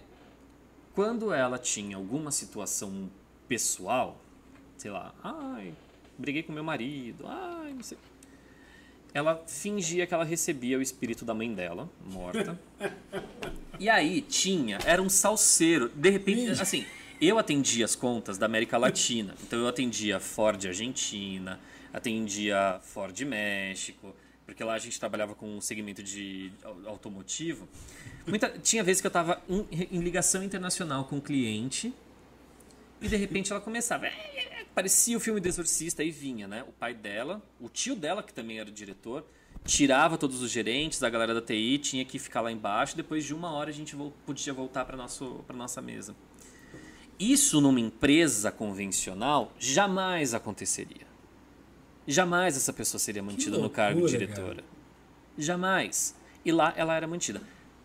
quando ela tinha alguma situação pessoal, sei lá, ai, briguei com meu marido, ai, não sei. Ela fingia que ela recebia o espírito da mãe dela, morta. e aí tinha, era um salseiro. De repente, assim, eu atendia as contas da América Latina. Então eu atendia Ford Argentina, atendia Ford México, porque lá a gente trabalhava com um segmento de au- automotivo. Muita- tinha vezes que eu estava em, em ligação internacional com o cliente e de repente ela começava. "É, Parecia o filme do Exorcista e vinha, né? O pai dela, o tio dela, que também era o diretor, tirava todos os gerentes, a galera da TI, tinha que ficar lá embaixo. Depois de uma hora a gente vol- podia voltar para nossa mesa. Isso numa empresa convencional jamais aconteceria. Jamais essa pessoa seria mantida no
loucura,
cargo de
cara.
diretora. Jamais. E lá ela era mantida.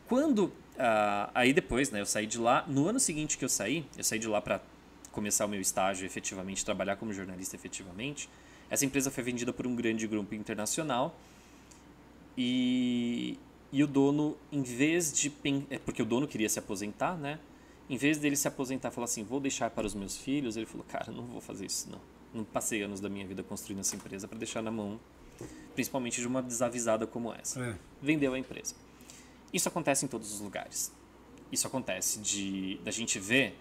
Quando. ah, aí depois, né, eu saí de lá. No ano seguinte que eu saí, eu saí de lá para começar o meu estágio efetivamente, trabalhar como jornalista efetivamente. Essa empresa foi vendida por um grande grupo internacional. E, e o dono, em vez de. pen- é Porque o dono queria se aposentar, né? Em vez dele se aposentar e falar assim, vou deixar para os meus filhos, ele falou, cara, não vou fazer isso, não. Não passei anos da minha vida construindo essa empresa para deixar na mão, principalmente de uma desavisada como essa
É.
vendeu a empresa. Isso acontece em todos os lugares. Isso acontece de da gente ver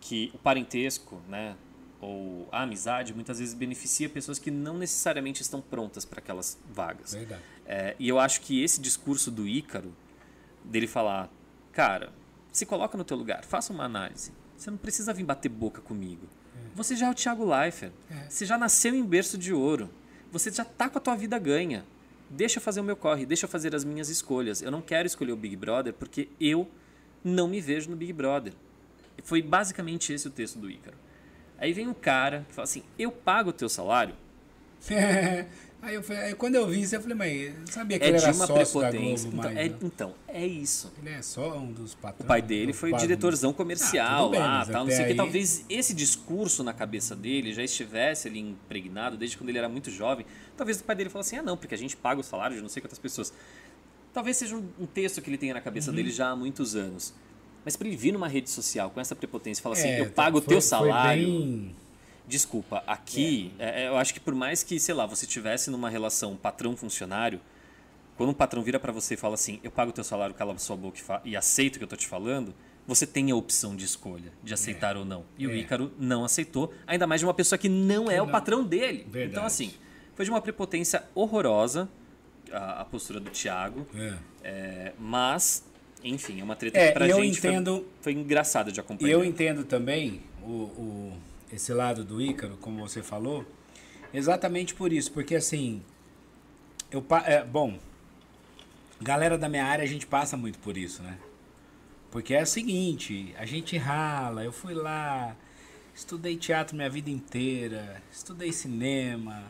que o parentesco, né, ou a amizade muitas vezes beneficia pessoas que não necessariamente estão prontas para aquelas vagas.
Verdade.
É, e eu acho que esse discurso do Ícaro, dele falar, cara, se coloca no teu lugar, faça uma análise. Você não precisa vir bater boca comigo. Você já é o Thiago Leifert.
É.
Você já nasceu em berço de ouro. Você já tá com a tua vida ganha. Deixa eu fazer o meu corre, deixa eu fazer as minhas escolhas. Eu não quero escolher o Big Brother porque eu não me vejo no Big Brother. E Foi basicamente esse o texto do Ícaro. Aí vem um cara que fala assim: eu pago o teu salário
aí eu falei, aí quando eu vi isso, eu falei, mas eu sabia que
é
ele
de
era
uma
sócio da
prepotência.
Globo,
Então
mais,
é,
né?
então, é isso.
Ele é só um dos patrões.
O pai dele
do
foi
padre.
diretorzão
Ah,
comercial
tudo bem,
lá,
mas
tal, não
até
sei o que.
aí-
Talvez esse discurso na cabeça dele já estivesse ali impregnado desde quando ele era muito jovem. Talvez o pai dele falasse assim: ah, não, porque a gente paga o salário de não sei quantas pessoas. Talvez seja um, um texto que ele tenha na cabeça
Uhum.
dele já há muitos anos. Mas pra ele vir numa rede social com essa prepotência e falar assim:
É,
eu pago o
foi-
teu salário.
Foi bem...
Desculpa, aqui é, é, eu acho que por mais que, sei lá, você tivesse numa relação patrão-funcionário, quando um patrão vira pra você e fala assim, eu pago o teu salário, cala a sua boca e, fa- e aceito o que eu tô te falando, você tem a opção de escolha, de aceitar ou não. E o
É.
Ícaro não aceitou, ainda mais de uma pessoa que não é o patrão dele.
Verdade.
Então, assim, foi de uma prepotência horrorosa a, a postura do Thiago,
É.
é, mas, enfim, é uma treta
É,
que pra
eu
gente foi-
entendo-
foi, engraçada de
E
acompanhar.
eu entendo também o, o- esse lado do Ícaro, como você falou, exatamente por isso, porque assim, eu pa- é, bom, galera da minha área a gente passa muito por isso, né? Porque é o seguinte, a gente rala, eu fui lá, estudei teatro minha vida inteira, estudei cinema,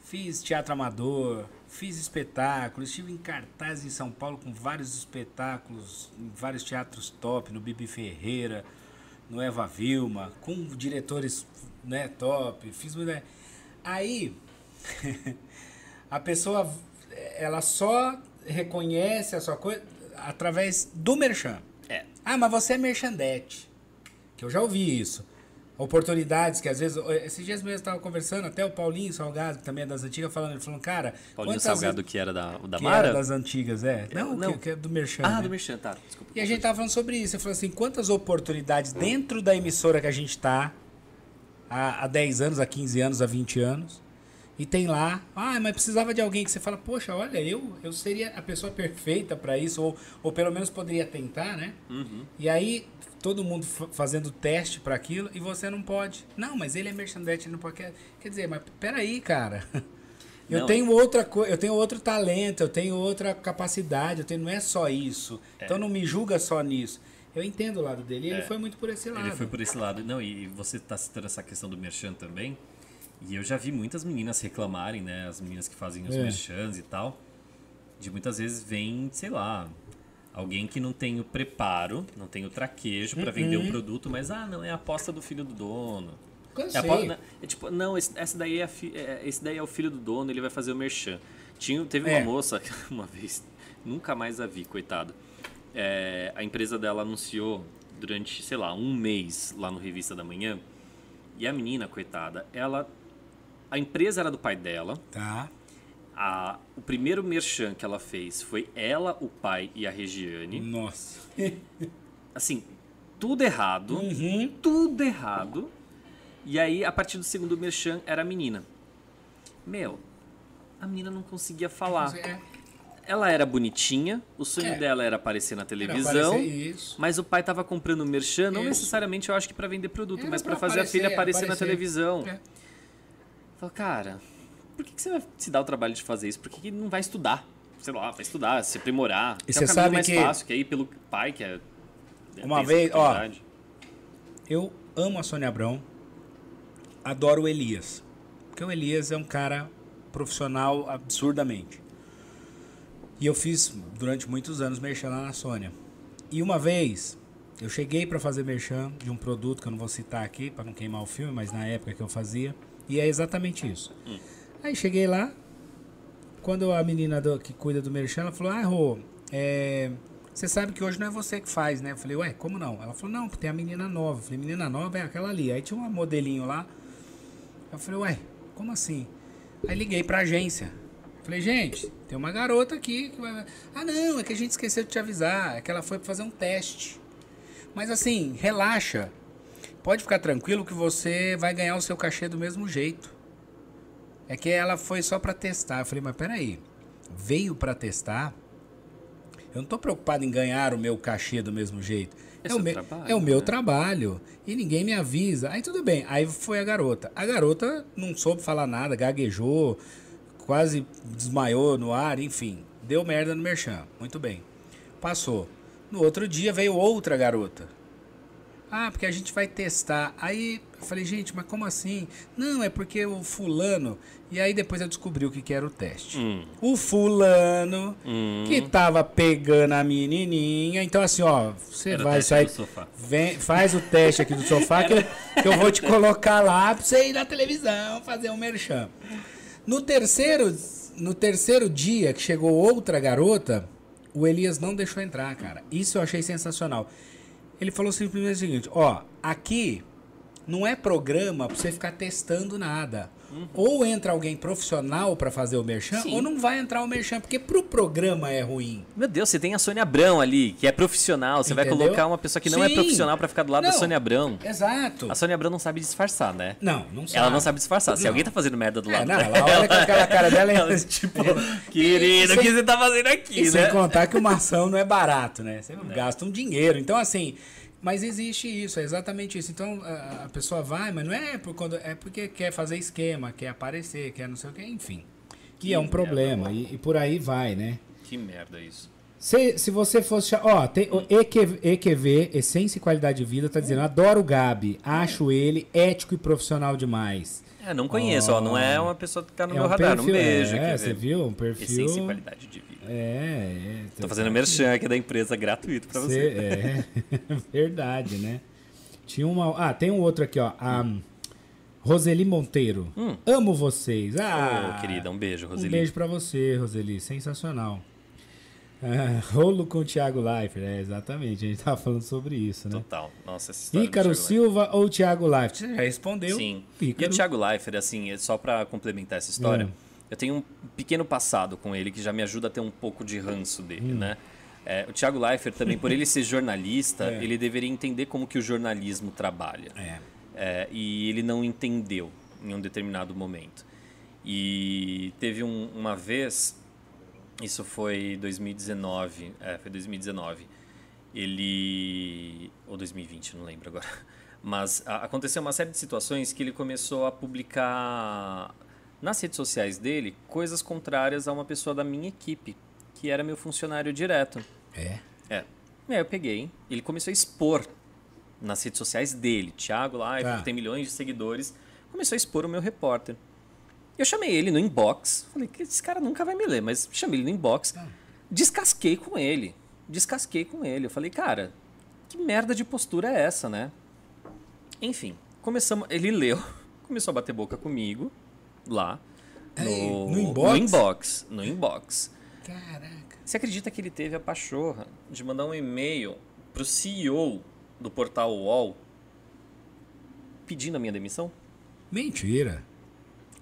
fiz teatro amador, fiz espetáculos, estive em cartaz em São Paulo com vários espetáculos, em vários teatros top, no Bibi Ferreira, no Eva Vilma, com diretores né, top, fiz muita. Aí a pessoa ela só reconhece a sua coisa através do merchan.
É.
Ah, mas você é merchandete. Que eu já ouvi isso. Oportunidades que às vezes. Esses dias mesmo eu estava conversando, até o Paulinho Salgado, que também é das antigas, falando, ele falando, cara.
Paulinho
quantas-
Salgado, que era da, da
que
Mara?
era das antigas, é. Não,
não.
Que, que é do Merchan.
Ah,
né?
do Merchan, tá. Desculpa.
E a gente tava falando sobre isso. Eu falei assim, quantas oportunidades dentro da emissora que a gente tá há, há 10 anos, há 15 anos, há 20 anos, e tem lá, ah, mas precisava de alguém que você fala, poxa, olha, eu, eu seria a pessoa perfeita para isso, ou, ou pelo menos poderia tentar, né? E aí, todo mundo fa- fazendo teste para aquilo, e você não pode. Não, mas ele é merchandete, ele não pode. Quer- Quer dizer, mas peraí, cara. Eu
Não,
tenho outra coisa, eu tenho outro talento, eu tenho outra capacidade, eu tenho, não é só isso. Então não me julga só nisso. Eu entendo o lado dele, e ele foi muito por esse lado.
É. Ele foi por esse lado. Não, e você tá citando essa questão do merchan também. E eu já vi muitas meninas reclamarem, né? As meninas que fazem os
É.
merchans e tal. De muitas vezes vem, sei lá, alguém que não tem o preparo, não tem o traquejo pra vender
Uhum.
um produto, mas ah, não, é a aposta do filho do dono. É, a
Cansei.
aposta- né? É tipo, não, esse, essa daí é a fi- é- esse daí é o filho do dono, ele vai fazer o merchan. Tinha, teve
É.
uma moça que uma vez, nunca mais a vi, coitado. É, a empresa dela anunciou durante, sei lá, um mês lá no Revista da Manhã. E a menina, coitada, ela. A empresa era do pai dela.
Tá.
A, o primeiro merchan que ela fez foi ela, o pai e a Regiane.
Nossa.
Assim, tudo errado
Uhum.
tudo errado. E aí, a partir do segundo merchan, era a menina. Meu, a menina não conseguia falar.
É,
Ela era bonitinha, o sonho
É.
dela era aparecer na
era
televisão.
aparecer isso.
Mas o pai tava comprando merchan, não
Isso.
necessariamente eu acho que pra vender produto,
Era
mas pra
pra
fazer
aparecer,
a filha aparecer, na
aparecer.
televisão.
É.
Falei, cara, por que, que você vai se dar o trabalho de fazer isso? Por que, que não vai estudar? Sei lá, vai estudar, se aprimorar.
E
é
você
o caminho
sabe
mais
que-
fácil, que é ir pelo pai, que é. é,
Uma
tem essa
vez, ó,
oportunidade.
Eu amo a Sônia Abrão. Adoro o Elias. Porque o Elias é um cara profissional absurdamente. E eu fiz durante muitos anos merchan lá na Sônia. E uma vez eu cheguei para fazer merchan de um produto que eu não vou citar aqui para não queimar o filme, mas na época que eu fazia. E é exatamente isso. Aí cheguei lá. Quando a menina do- que cuida do merchan, ela falou: Ah, Rô, é, você sabe que hoje não é você que faz, né? Eu falei: Ué, como não? Ela falou: Não, porque tem a menina nova. Eu falei: Menina nova é aquela ali. Aí tinha um modelinho lá. Eu falei: Ué, como assim? Aí liguei pra agência. Falei: Gente, tem uma garota aqui que vai. Ah, não, é que a gente esqueceu de te avisar. É que ela foi pra fazer um teste. Mas assim, relaxa. Pode ficar tranquilo que você vai ganhar o seu cachê do mesmo jeito. É que ela foi só pra testar. Eu falei, mas peraí, veio pra testar? Eu não tô preocupado em ganhar o meu cachê do mesmo jeito.
É
o
seu
meu,
trabalho,
é o meu
né?
trabalho. E ninguém me avisa. Aí tudo bem. Aí foi a garota. A garota não soube falar nada, gaguejou, quase desmaiou no ar, enfim. Deu merda no merchan. Muito bem. Passou. No outro dia veio outra garota. Ah, porque a gente vai testar. Aí eu falei, gente, mas como assim? Não, é porque o fulano. E aí depois eu descobri o que, que era o teste.
Hum.
O fulano
Hum.
que tava pegando a menininha. Então, assim, ó, você
Era o
vai
teste
sair.
do sofá.
Vem, faz o teste aqui do sofá que, eu, que eu vou te colocar lá pra você ir na televisão fazer um merchan. No terceiro, no terceiro dia que chegou outra garota, o Elias não deixou entrar, cara. Isso eu achei sensacional. Ele falou simplesmente o seguinte: ó, aqui não é programa pra você ficar testando nada. Ou entra alguém profissional pra fazer o merchan,
Uhum. Sim.
ou não vai entrar o merchan, porque pro programa é ruim.
Meu Deus, você tem a Sônia Abrão ali, que é profissional. Você vai
Entendeu?
colocar uma pessoa que não é
Sim.
profissional pra ficar do lado da
Não.
Sônia Abrão.
Exato.
A Sônia Abrão não sabe disfarçar, né?
Não, não sabe.
Ela não sabe disfarçar. Se
Não.
alguém tá fazendo merda do
É,
lado
não,
dela.
ela olha com aquela cara dela
Ela,
e...
tipo,
É.
querido, o que você tá fazendo aqui,
E sem
né? É.
contar que uma ação não é barato, né? Você gasta um dinheiro. Então, assim, mas existe isso, é exatamente isso. Então, a, a pessoa vai, mas não é por quando. É porque quer fazer esquema, quer aparecer, quer não sei o quê, enfim. Que é um problema. E, e por aí vai, né?
Que merda isso.
Se, se você fosse. cha- Ó, tem o EQV, EQV, Essência e Qualidade de Vida, tá dizendo: adoro o Gabi, acho ele ético e profissional demais.
É, não conheço, ó. Não é uma pessoa que tá no
É
meu radar. Um beijo.
É,
quer
você
dizer,
viu? Um perfil.
Essência e qualidade de vida.
É, é.
Tô fazendo merchan aqui da empresa gratuito pra
Cê-
você.
é, verdade, né? Tinha uma. Ah, tem um outro aqui, ó. A Roseli Monteiro.
Hum.
Amo vocês. Ah,
Ô, querida, um beijo,
um
Roseli.
beijo pra você, Roseli. Sensacional. Ah, rolo com o Thiago Leifert. É, exatamente. A gente tava falando sobre isso, né?
Total. Nossa, essa história. do
Ícaro
Thiago
Silva ou Thiago Leifert? Você já respondeu.
Sim. E o
Ícaro. Hum.
Thiago Leifert, assim, é só pra complementar essa história, eu tenho um pequeno passado com ele que já me ajuda a ter um pouco de ranço
Hum.
dele, né? É, o Thiago Leifert também, por ele ser jornalista,
É.
ele deveria entender como que o jornalismo trabalha.
É.
É, e ele não entendeu em um determinado momento. E teve um- uma vez, isso foi 2019, é, foi 2019, ele. ou 2020, não lembro agora. Mas a- aconteceu uma série de situações que ele começou a publicar nas redes sociais dele coisas contrárias a uma pessoa da minha equipe, que era meu funcionário direto.
É.
É. E aí eu peguei. Ele começou a expor nas redes sociais dele. Thiago lá,
Tá.
tem milhões de seguidores. Começou a expor o meu repórter. Eu chamei ele no inbox. Falei que esse cara nunca vai me ler, mas chamei ele no inbox.
Tá.
Descasquei com ele. Descasquei com ele. Eu falei, cara, que merda de postura é essa, né? Enfim, começamos. Ele leu, começou a bater boca comigo lá.
Ei, É, no
No
inbox?
inbox. No inbox.
Caraca.
Você acredita que ele teve a pachorra de mandar um e-mail pro CEO do portal UOL pedindo a minha demissão?
Mentira.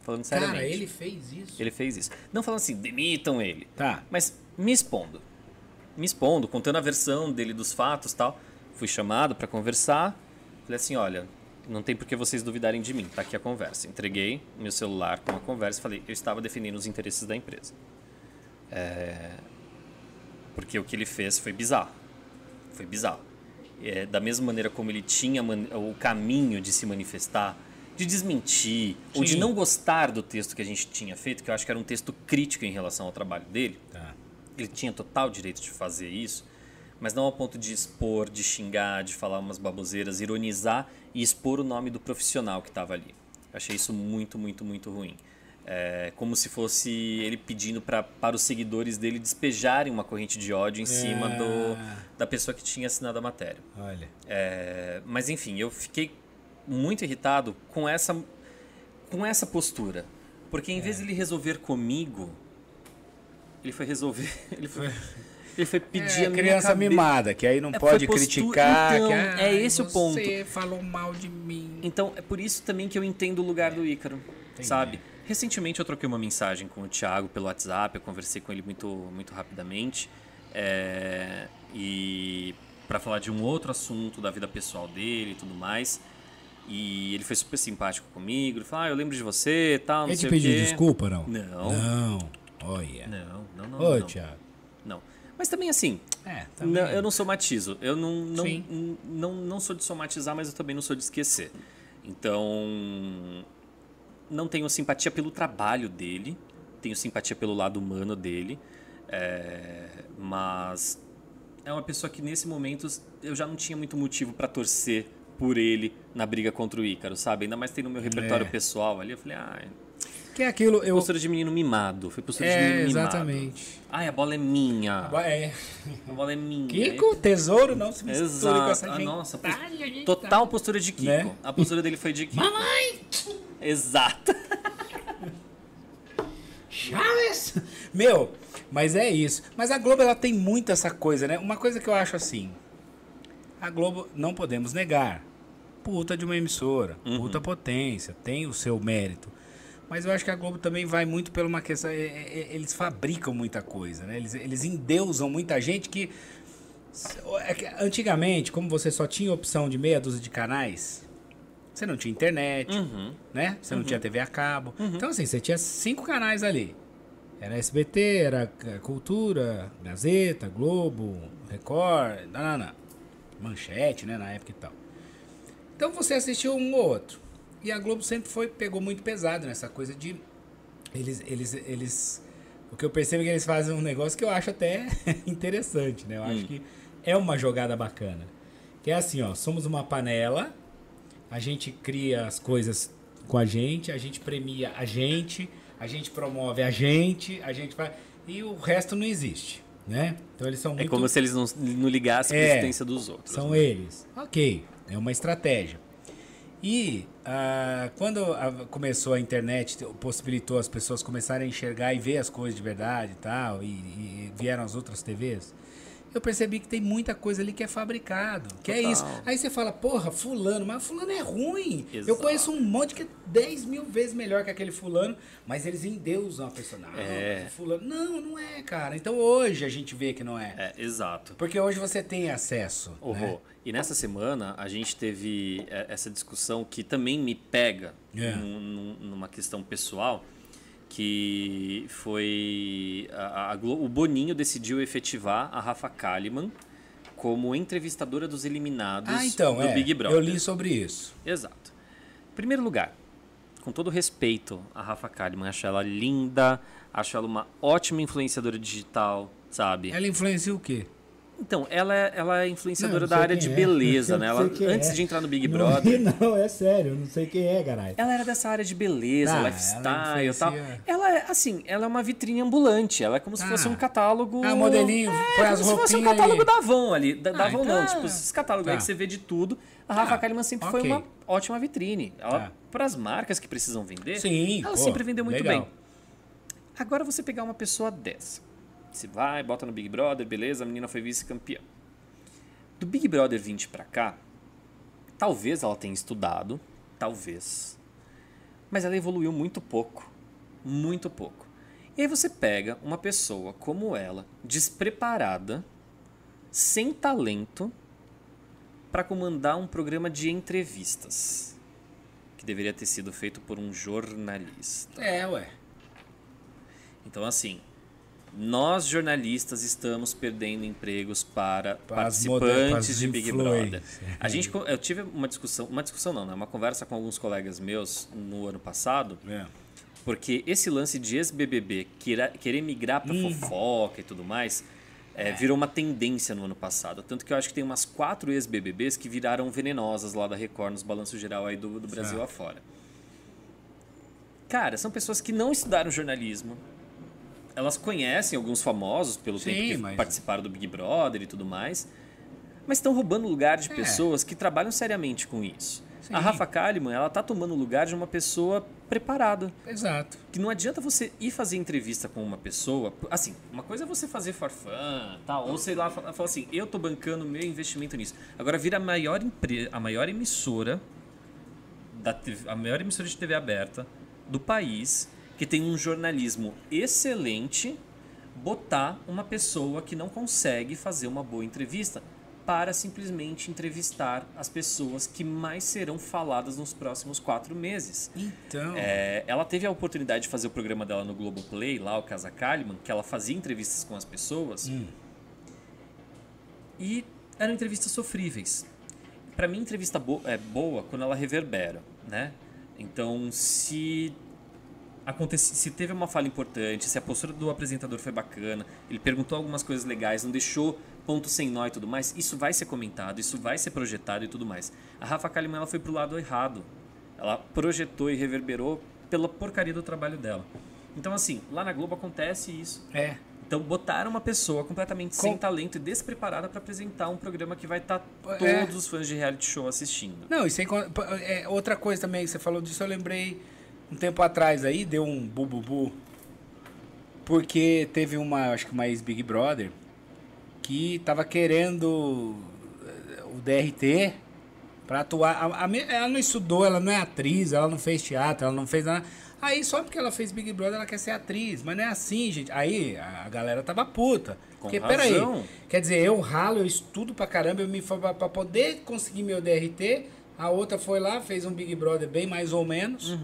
Falando seriamente.
Cara, ele fez isso.
Ele fez isso. Não falando assim, demitam ele.
Tá.
Ah, Mas me expondo. Me expondo, contando a versão dele dos fatos e tal. Fui chamado para conversar. Falei assim, olha, Não tem por que vocês duvidarem de mim. Tá aqui a conversa. Entreguei meu celular com a conversa e falei, eu estava defendendo os interesses da empresa. É, Porque o que ele fez foi bizarro. Foi bizarro. É, da mesma maneira como ele tinha man- o caminho de se manifestar, de desmentir, ou de
Sim.
não gostar do texto que a gente tinha feito, que eu acho que era um texto crítico em relação ao trabalho dele,
Tá.
ele tinha total direito de fazer isso, mas não ao ponto de expor, de xingar, de falar umas baboseiras, ironizar e expor o nome do profissional que estava ali. Eu achei isso muito, muito, muito ruim. É, como se fosse ele pedindo pra, para os seguidores dele despejarem uma corrente de ódio em cima do, da pessoa que tinha assinado a matéria.
Olha.
É, mas enfim, eu fiquei muito irritado com essa, com essa postura. Porque em vez de ele resolver comigo, ele foi resolver. Ele foi, ele foi pedir a
É,
minha
criança
cabe-
mimada, que aí não
É,
pode
foi postura-
criticar.
Então,
que,
é esse o ponto.
Você falou mal de mim.
Então, é por isso também que eu entendo o lugar do Ícaro, sabe? Recentemente eu troquei uma mensagem com o Thiago pelo WhatsApp, eu conversei com ele muito, muito rapidamente. é, e para falar de um outro assunto da vida pessoal dele e tudo mais. E ele foi super simpático comigo, ele falou: "Ah, eu lembro de você", tal, não
Ele
sei
te
o
pediu
quê.
desculpa, não?
Não.
Não. Olha.
Não, não, não.
Ô,
não,
Thiago.
não. Mas também assim,
É,
não, eu não somatizo. Eu não, não,
Sim.
n- não, não sou de somatizar, mas eu também não sou de esquecer. Então, não tenho simpatia pelo trabalho dele, tenho simpatia pelo lado humano dele, é, mas é uma pessoa que nesse momento eu já não tinha muito motivo pra torcer por ele na briga contra o Ícaro, sabe? Ainda mais tem no meu repertório
É.
pessoal ali. Eu falei, ah,
Que é aquilo, eu...
postura de menino mimado. Foi postura de
É,
menino mimado.
exatamente.
Ai, a bola é minha. A bola,
É.
é minha.
Kiko, tesouro, não se misture com
Exato.
essa
Ah,
gente.
nossa, pos- total postura de Kiko.
Né?
A postura dele foi de Kiko. Mamãe! Exato.
Chaves! Meu, mas é isso. Mas a Globo ela tem muito essa coisa, né? Uma coisa que eu acho assim. A Globo não podemos negar. Puta de uma emissora, puta potência, tem o seu mérito. Mas eu acho que a Globo também vai muito por uma questão. é- é- é- Eles fabricam muita coisa, né? Eles, eles endeusam muita gente que. é que Antigamente, como você só tinha opção de meia dúzia de canais, você não tinha internet,
Uhum.
né? Você não tinha TV a cabo. Então, assim, você tinha cinco canais ali. Era SBT, era eh, Cultura, Gazeta, Globo, Record, nananã. Manchete, né? Na época e tal. Então você assistiu um ou outro. E a Globo sempre foi, pegou muito pesado nessa coisa de. Eles, eles, eles. O que eu percebo é que eles fazem um negócio que eu acho até interessante, né? Eu
Hum.
acho que é uma jogada bacana. Que é assim, ó, somos uma panela, a gente cria as coisas com a gente, a gente premia a gente, a gente promove a gente, a gente faz. E o resto não existe, né? Então eles são
É
muito.
como se eles não, não ligassem
É.
a existência dos outros.
São
né?
eles. Ok, é uma estratégia. E ah, quando a- começou a internet, possibilitou as pessoas começarem a enxergar e ver as coisas de verdade e tal, e, e vieram as outras TVs, eu percebi que tem muita coisa ali que é fabricado, que é
Total.
isso. Aí você fala, porra, fulano, mas fulano é ruim. Eu
Exato.
conheço um monte que é 10 mil vezes melhor que aquele fulano, mas eles endeusam a pessoa. Não,
É.
fulano. Não, não é, cara. Então hoje a gente vê que não é.
É, exato.
Porque hoje você tem acesso.
Ô,
né?
Rô, E nessa semana a gente teve é, essa discussão que também me pega
É.
num- num- numa questão pessoal, que foi a- a Glo- o Boninho decidiu efetivar a Rafa Kalimann como entrevistadora dos eliminados
Ah, então,
do
é.
Big Brother.
Eu li sobre isso.
Exato. Em primeiro lugar, com todo respeito a Rafa Kalimann, acho ela linda, acho ela uma ótima influenciadora digital, sabe?
Ela influencia o quê?
Então, ela, é- ela é influenciadora
Não, eu
da
sei
área de
quem é.
beleza,
Eu
né?
sei
Ela,
quem
antes
é.
de entrar no Big
Não
Brother,
vi, não, é sério, eu não sei quem é, caralho.
ela era dessa área de beleza,
Ah, ela
lifestyle e tal.
influencia.
Ela é, assim, ela é uma vitrine ambulante. Ela é como se
Ah.
fosse um catálogo...
Ah, modelinho,
É,
põe
como
as
se fosse um
roupinhas
catálogo
e-
da Avon ali. Da, da
Ah,
Avon não,
então-
tipo, esses catálogos aí
Tá.
que você vê de tudo. A Rafa Kalimann sempre foi
ok.
uma ótima vitrine. Ela,
Tá.
Para as marcas que precisam vender,
Sim,
ela
pô,
sempre vendeu muito
legal.
bem. Agora você pegar uma pessoa dessa, você vai, bota no Big Brother, beleza, a menina foi vice-campeã. Do Big Brother 20 pra cá, talvez ela tenha estudado, talvez. Mas ela evoluiu muito pouco, muito pouco. E aí você pega uma pessoa como ela, despreparada, sem talento, pra comandar um programa de entrevistas. que deveria ter sido feito por um jornalista.
É, ué.
Então, assim, nós jornalistas estamos perdendo empregos para
Para as moder- para as
participantes de Big Brother.
influencers.
A gente, co- eu tive uma discussão, uma discussão não, né? uma conversa com alguns colegas meus no ano passado,
É.
porque esse lance de ex-BBB queira- querer migrar para fofoca e tudo mais é, virou uma tendência no ano passado. Tanto que eu acho que tem umas quatro ex-BBBs que viraram venenosas lá da Record nos balanços geral aí do, do
É.
Brasil afora. Cara, são pessoas que não estudaram jornalismo. Elas conhecem alguns famosos pelo
Sim,
tempo que
mas-
participaram do Big Brother e tudo mais. Mas estão roubando o lugar de
É.
pessoas que trabalham seriamente com isso.
Sim.
A Rafa Kalimann, ela tá tomando o lugar de uma pessoa preparada
Exato.
que não adianta você ir fazer entrevista com uma pessoa. Assim, uma coisa é você fazer farfã, tal, ou sei lá, fa- falar assim, eu tô bancando meu investimento nisso. Agora vira a maior empresa, a maior emissora da TV, a maior emissora de TV aberta do país que tem um jornalismo excelente botar uma pessoa que não consegue fazer uma boa entrevista para simplesmente entrevistar as pessoas que mais serão faladas nos próximos quatro meses.
Então.
É, ela teve a oportunidade de fazer o programa dela no Globoplay, lá o Casa Kalimann, que ela fazia entrevistas com as pessoas. E eram entrevistas sofríveis. Pra mim, entrevista bo- é boa quando ela reverbera, né? Então, se acontece, se teve uma fala importante, se a postura do apresentador foi bacana, ele perguntou algumas coisas legais, não deixou ponto sem nó e tudo mais, isso vai ser comentado, isso vai ser projetado e tudo mais. A Rafa Kalimann ela foi pro lado errado. Ela projetou e reverberou pela porcaria do trabalho dela. Então assim, lá na Globo acontece isso.
É.
Então botaram uma pessoa completamente
Com-
sem talento e despreparada pra apresentar um programa que vai estar
É.
todos os fãs de reality show assistindo.
Não, e sem, con- pa- é, outra coisa também que você falou disso, eu lembrei um tempo atrás aí, deu um bububu. Porque teve uma, acho que uma ex-Big Brother, que tava querendo eh, o DRT pra atuar. A- a me- ela não estudou, ela não é atriz, ela não fez teatro, ela não fez nada. Aí só porque ela fez Big Brother ela quer ser atriz, mas não é assim, gente. Aí a a galera tava puta.
Com
porque,
razão.
peraí, Quer dizer, eu ralo, eu estudo pra caramba, eu me fa- pra, pra poder conseguir meu DRT. A outra foi lá, fez um Big Brother bem mais ou menos.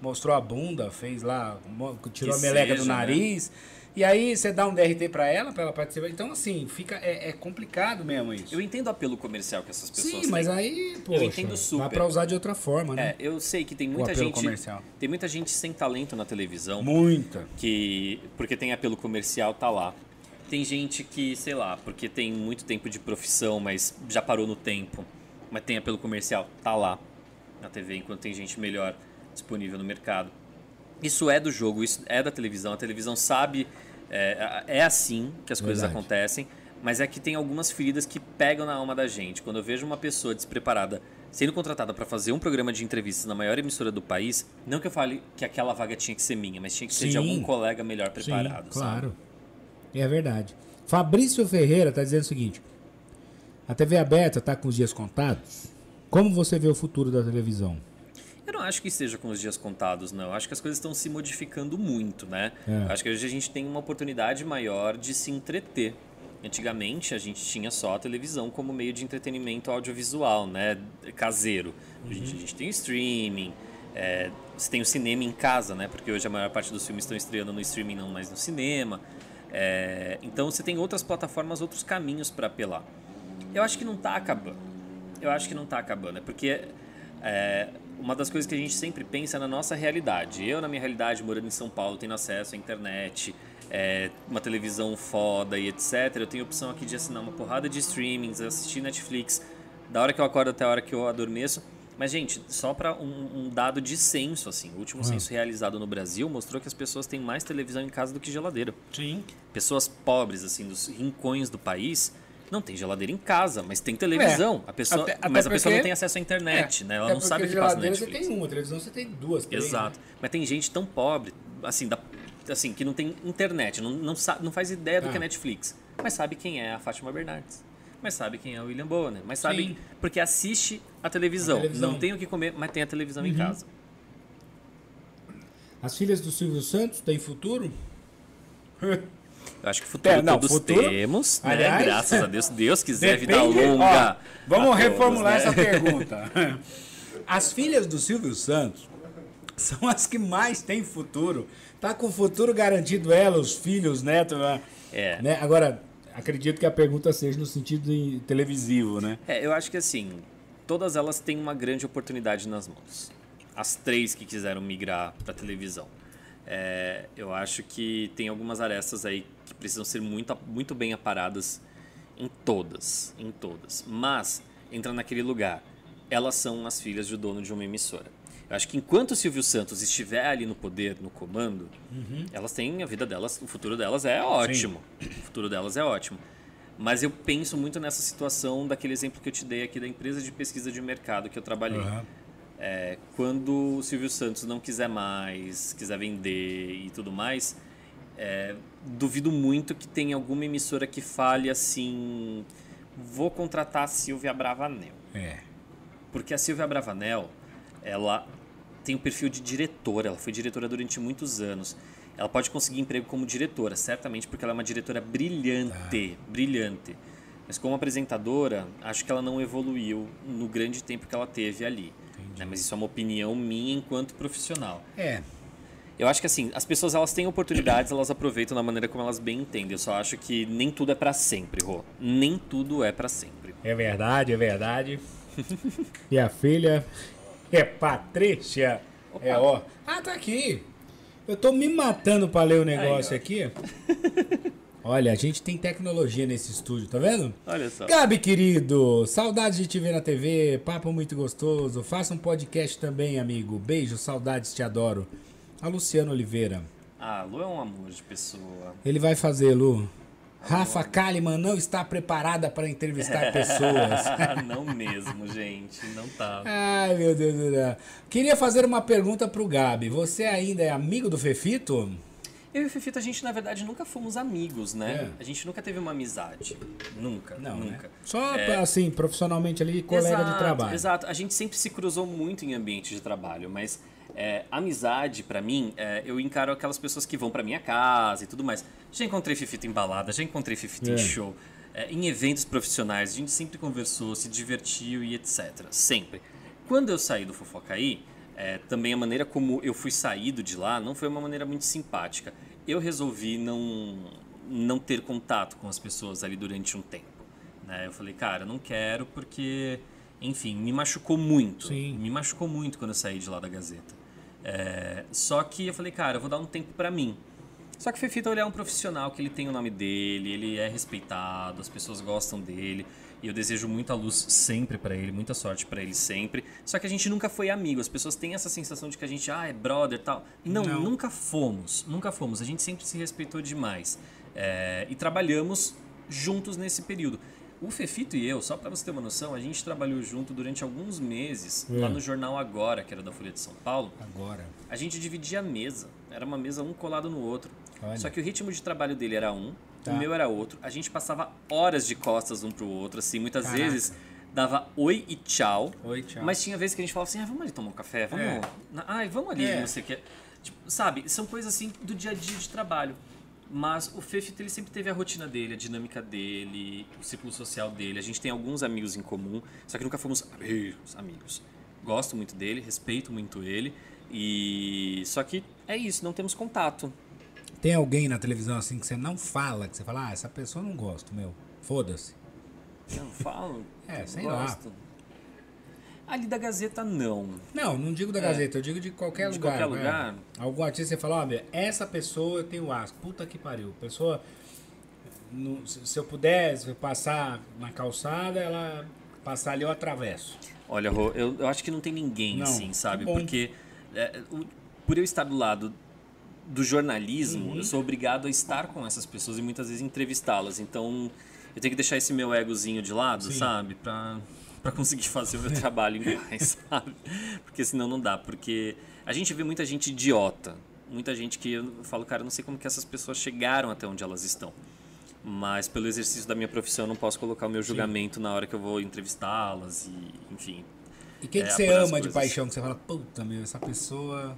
Mostrou a bunda, fez lá, mo- tirou
Uhum. Que
a meleca do
seja, né?
nariz. E aí você dá um DRT pra ela, pra ela participar. Então, assim, fica, é, é complicado mesmo isso.
Eu entendo o apelo comercial que essas pessoas
Sim,
têm.
mas aí, poxa,
entendo super.
dá pra usar de outra forma, né?
É, eu sei que tem muita
apelo
gente
comercial.
tem muita gente sem talento na televisão
Muita.
que porque tem apelo comercial tá lá. Tem gente que, sei lá, porque tem muito tempo de profissão, mas já parou no tempo, mas tem apelo comercial, tá lá na TV, enquanto tem gente melhor disponível no mercado. Isso é do jogo, isso é da televisão. A televisão sabe, é, é assim que as coisas
Verdade.
acontecem, mas é que tem algumas feridas que pegam na alma da gente. Quando eu vejo uma pessoa despreparada sendo contratada para fazer um programa de entrevistas na maior emissora do país, não que eu fale que aquela vaga tinha que ser minha, mas tinha que ser de
Sim.
algum colega melhor
Sim,
preparado. sabe?
claro. É verdade. Fabrício Ferreira tá dizendo o seguinte: a TV aberta tá com os dias contados? Como você vê o futuro da televisão?
Eu não acho que esteja com os dias contados, não. Eu Acho que as coisas estão se modificando muito, né?
É.
Eu Acho que hoje a gente tem uma oportunidade maior de se entreter. Antigamente a gente tinha só a televisão como meio de entretenimento audiovisual, né? Caseiro. Hoje em
Uhum.
dia a gente tem o streaming, é, você tem o cinema em casa, né? Porque hoje a maior parte dos filmes estão estreando no streaming, não mais no cinema. É, então você tem outras plataformas, outros caminhos para apelar. Eu acho que não tá acabando. Eu acho que não tá acabando. É porque é, uma das coisas que a gente sempre pensa é na nossa realidade. Eu, na minha realidade, morando em São Paulo, tendo acesso à internet, é, uma televisão foda e etc. Eu tenho a opção aqui de assinar uma porrada de streamings, assistir Netflix, da hora que eu acordo até a hora que eu adormeço. Mas, gente, só para um, um dado de censo, assim, o último censo realizado no Brasil mostrou que as pessoas têm mais televisão em casa do que geladeira
Sim.
pessoas pobres, assim, dos rincões do país, não tem geladeira em casa, mas tem televisão.
É,
a pessoa,
até- até
mas a pessoa
porque- é,
não tem acesso à internet, né? Ela
Até
não sabe o
porque
que passa no
geladeira
Netflix.
Você tem uma, televisão você tem duas, três, né?
Exato. Mas tem gente tão pobre, assim, da- assim que não tem internet, não, não, sa- não faz ideia do que é Netflix, mas sabe quem é a Fátima Bernardes. Mas sabe quem é o William Bonner. Mas sabe.
Sim.
Porque assiste a televisão.
A televisão. Uhum.
Não tem o que comer, mas tem a televisão em casa.
As filhas do Silvio Santos têm futuro?
Eu acho que futuro
É, não,
todos
futuro-
temos, né?
Aliás,
Graças a Deus. Deus quiser,
Depende,
vida é longa. Tá
ó, vamos
a todos,
reformular
né?
essa pergunta.
As filhas do Silvio Santos são as que mais têm futuro. Tá com o futuro garantido ela, os filhos, neto. né?
É.
Né? Agora, acredito que a pergunta seja no sentido em- televisivo, né?
É, eu acho que assim, todas elas têm uma grande oportunidade nas mãos. As três que quiseram migrar para televisão. É, eu acho que tem algumas arestas aí que precisam ser muito, muito bem aparadas em todas, em todas. Mas, entra naquele lugar, elas são as filhas do dono de uma emissora. Eu acho que enquanto o Silvio Santos estiver ali no poder, no comando, elas têm a vida delas, o futuro delas é ótimo. O futuro delas é ótimo. Mas eu penso muito nessa situação daquele exemplo que eu te dei aqui da empresa de pesquisa de mercado que eu trabalhei. É, quando o Silvio Santos não quiser mais, quiser vender e tudo mais, é, duvido muito que tenha alguma emissora que fale assim: vou contratar a Silvia Bravanel.
É.
Porque a Silvia Bravanel, ela tem o perfil de diretora, ela foi diretora durante muitos anos. Ela pode conseguir emprego como diretora, certamente, porque ela é uma diretora brilhante, brilhante. Mas como apresentadora, acho que ela não evoluiu no grande tempo que ela teve ali. né? Mas isso é uma opinião minha enquanto profissional.
É.
Eu acho que assim, as pessoas elas têm oportunidades, elas aproveitam da maneira como elas bem entendem. Eu só acho que nem tudo é pra sempre, Rô. Nem tudo é pra sempre.
É verdade, é verdade. e a filha é Patrícia.
É, ó.
Ah, tá aqui. Eu tô me matando pra ler o negócio aqui. Olha, a gente tem tecnologia nesse estúdio, tá vendo?
Olha só.
Gabi, querido, saudades de te ver na TV, papo muito gostoso. Faça um podcast também, amigo. Beijo, saudades, te adoro. A Luciana Oliveira.
Ah, Lu é um amor de pessoa.
Ele vai fazer, Lu. Rafa Kalimann não está preparada para entrevistar pessoas.
Ah, não mesmo, gente. Não tá.
Ai, meu Deus do céu. Queria fazer uma pergunta pro Gabi. Você ainda é amigo do Fefito?
Eu e o Fefito, a gente, na verdade, nunca fomos amigos, né? A gente nunca teve uma amizade. Nunca.
né?
nunca. É.
Só assim, profissionalmente ali, colega
exato,
de trabalho.
Exato. A gente sempre se cruzou muito em ambiente de trabalho, mas é, amizade, pra mim, é, eu encaro aquelas pessoas que vão pra minha casa e tudo mais. Já encontrei Fifita em balada, já encontrei Fifita em show, é, em eventos profissionais, a gente sempre conversou, se divertiu e etc. Sempre. Quando eu saí do Fofocaí, é, também a maneira como eu fui saído de lá não foi uma maneira muito simpática. Eu resolvi não, não ter contato com as pessoas ali durante um tempo né? Eu falei, cara, eu não quero porque, enfim, me machucou muito.
Sim.
Me machucou muito quando eu saí de lá da Gazeta. É, só que eu falei, cara, eu vou dar um tempo pra mim. Só que o Fefita ele é um profissional que ele tem o nome dele, ele é respeitado, as pessoas gostam dele. E eu desejo muita luz sempre pra ele, muita sorte pra ele sempre. Só que a gente nunca foi amigo. As pessoas têm essa sensação de que a gente, ah, é brother e tal. Não, nunca fomos. Nunca fomos. A gente sempre se respeitou demais. É, e trabalhamos juntos nesse período. O Fefito e eu, só pra você ter uma noção, a gente trabalhou junto durante alguns meses lá
É.
no jornal Agora, que era da Folha de São Paulo.
Agora.
A gente dividia a mesa. Era uma mesa um colado no outro.
Olha.
Só que o ritmo de trabalho dele era um,
Tá.
o meu era outro. A gente passava horas de costas um pro outro, assim, muitas vezes dava oi e tchau.
Oi, tchau.
Mas tinha vezes que a gente falava assim, ah, vamos ali tomar um café, vamos.
É.
na- Ai, vamos ali,
É.
não sei o que. Tipo, sabe, são coisas assim do dia a dia de trabalho. Mas o Fefito, ele sempre teve a rotina dele, a dinâmica dele, o círculo social dele. A gente tem alguns amigos em comum, só que nunca fomos amigos, amigos. Gosto muito dele, respeito muito ele. E. Só que é isso, não temos contato.
Tem alguém na televisão assim que você não fala, que você fala, ah, essa pessoa eu não gosto, meu. Foda-se.
Não falo.
É,
não
sei lá.
gosto. Ali da Gazeta, não.
Não, não digo da Gazeta, eu digo de
É.
qualquer
De
lugar.
qualquer
né?
lugar.
Algum artista você fala, olha, essa pessoa eu tenho asco. Puta que pariu. Pessoa. não- se se eu pudesse passar na calçada, ela passar ali eu atravesso.
Olha, Rô, eu, eu acho que não tem ninguém
Não,
assim, sabe?
tá bom.
Porque é, o- por eu estar do lado do jornalismo,
Uhum.
eu sou obrigado a estar com essas pessoas e muitas vezes entrevistá-las. Então, eu tenho que deixar esse meu egozinho de lado, sabe? Pra, pra conseguir fazer o meu trabalho em paz, sabe? Porque senão não dá. Porque a gente vê muita gente idiota. Muita gente que eu falo, cara, eu não sei como que essas pessoas chegaram até onde elas estão. Mas pelo exercício da minha profissão, eu não posso colocar o meu julgamento na hora que eu vou entrevistá-las e, enfim,
E quem
É,
que você
apurar as
ama de
coisas.
paixão? Que você fala, puta meu, essa pessoa,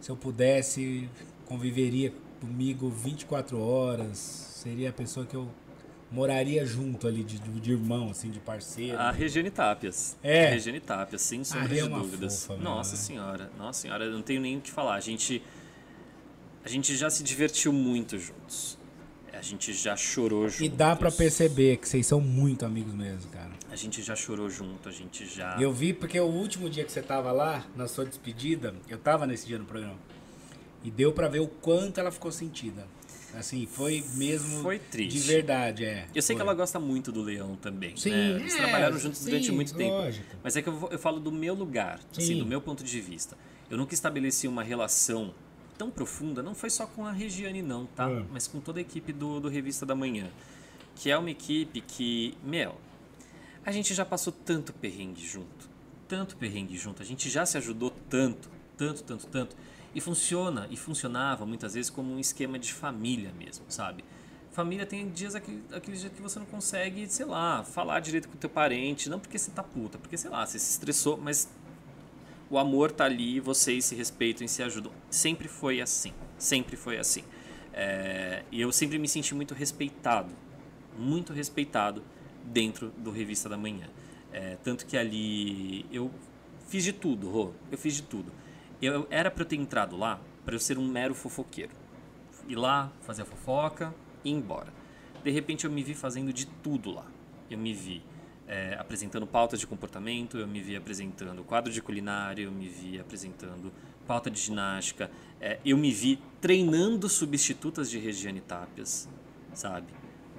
se eu pudesse, conviveria comigo 24 horas, seria a pessoa que eu
moraria junto ali, de, de irmão, assim, de parceiro.
A Regiane Tápias.
É.
Regiane Tápias, sem sombra
Rê é
de
uma
dúvidas.
fofa, mano,
Nossa
né?
senhora, nossa senhora, eu não tenho nem o que falar. A gente, a gente já se divertiu muito juntos. A gente já chorou juntos.
E dá pra perceber que vocês são muito amigos mesmo, cara.
A gente já chorou junto, a gente já.
Eu vi porque o último dia que você tava lá, na sua despedida, eu tava nesse dia no programa. E deu pra ver o quanto ela ficou sentida. Assim, foi mesmo
Foi triste.
de verdade, é.
Eu sei que
Foi.
ela gosta muito do Leão também.
Sim,
né? Eles
é,
trabalharam juntos
sim,
durante muito tempo.
lógico.
Mas é que eu, vou- eu falo do meu lugar, assim,
Sim.
do meu ponto de vista. Eu nunca estabeleci uma relação tão profunda, não foi só com a Regiane, não, tá?
É.
Mas com toda a equipe do, do Revista da Manhã. Que é uma equipe que, meu, a gente já passou tanto perrengue junto. Tanto perrengue junto. A gente já se ajudou tanto, tanto, tanto, tanto. E funciona, e funcionava muitas vezes como um esquema de família mesmo, sabe? Família tem dias aquele, aquele dia que você não consegue, sei lá, falar direito com o teu parente. Não porque você tá puta, porque, sei lá, você se estressou, mas o amor tá ali, vocês se respeitam e se ajudam. Sempre foi assim. Sempre foi assim. É, e eu sempre me senti muito respeitado. Muito respeitado dentro do Revista da Manhã. É, tanto que ali eu fiz de tudo, Rô. Eu fiz de tudo. Eu, eu- era pra eu ter entrado lá pra eu ser um mero fofoqueiro. Ir lá, fazer a fofoca e ir embora. De repente eu me vi fazendo de tudo lá. Eu me vi é, apresentando pautas de comportamento, eu me vi apresentando quadro de culinária, eu me vi apresentando pauta de ginástica, é, eu me vi treinando substitutas de Regiane Tápias, sabe?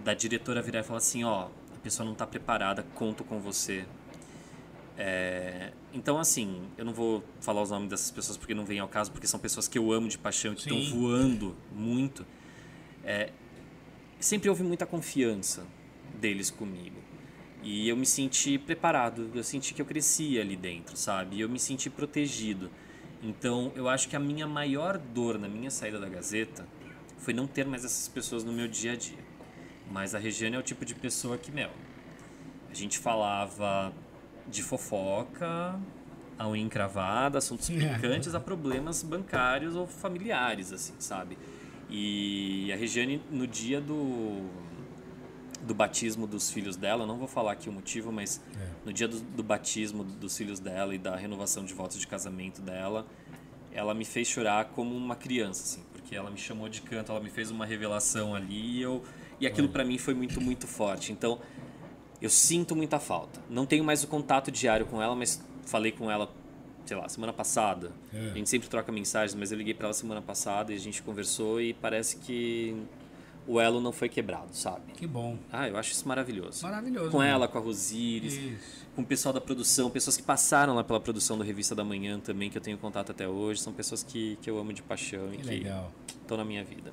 Da diretora virar e falar assim: ó, a pessoa não tá preparada, conto com você. É, então, assim, eu não vou falar os nomes dessas pessoas porque não vem ao caso, porque são pessoas que eu amo de paixão, que estão
Sim.
voando muito É, sempre houve muita confiança deles comigo. E eu me senti preparado, eu senti que eu crescia ali dentro, sabe? E eu me senti protegido. Então, eu acho que a minha maior dor na minha saída da Gazeta foi não ter mais essas pessoas no meu dia a dia. Mas a Regiane é o tipo de pessoa que, meu, a gente falava de fofoca, a unha encravada, assuntos picantes a problemas bancários ou familiares, assim, sabe? E a Regiane, no dia do, do batismo dos filhos dela, eu não vou falar aqui o motivo, mas no dia do, do batismo dos filhos dela e da renovação de votos de casamento dela, ela me fez chorar como uma criança, assim, porque ela me chamou de canto, ela me fez uma revelação ali e eu. E aquilo pra mim foi muito, muito forte. Então, eu sinto muita falta. Não tenho mais o contato diário com ela, mas falei com ela, sei lá, semana passada.
É.
A gente sempre troca mensagens, mas eu liguei pra ela semana passada e a gente conversou e parece que o elo não foi quebrado, sabe?
Que bom.
Ah, eu acho isso maravilhoso.
Maravilhoso,
Com
né?
ela, com a Rosíris,
Isso.
com o pessoal da produção, pessoas que passaram lá pela produção do Revista da Manhã também, que eu tenho contato até hoje. São pessoas que, que eu amo de paixão e
Que
que
legal.
estão na minha vida.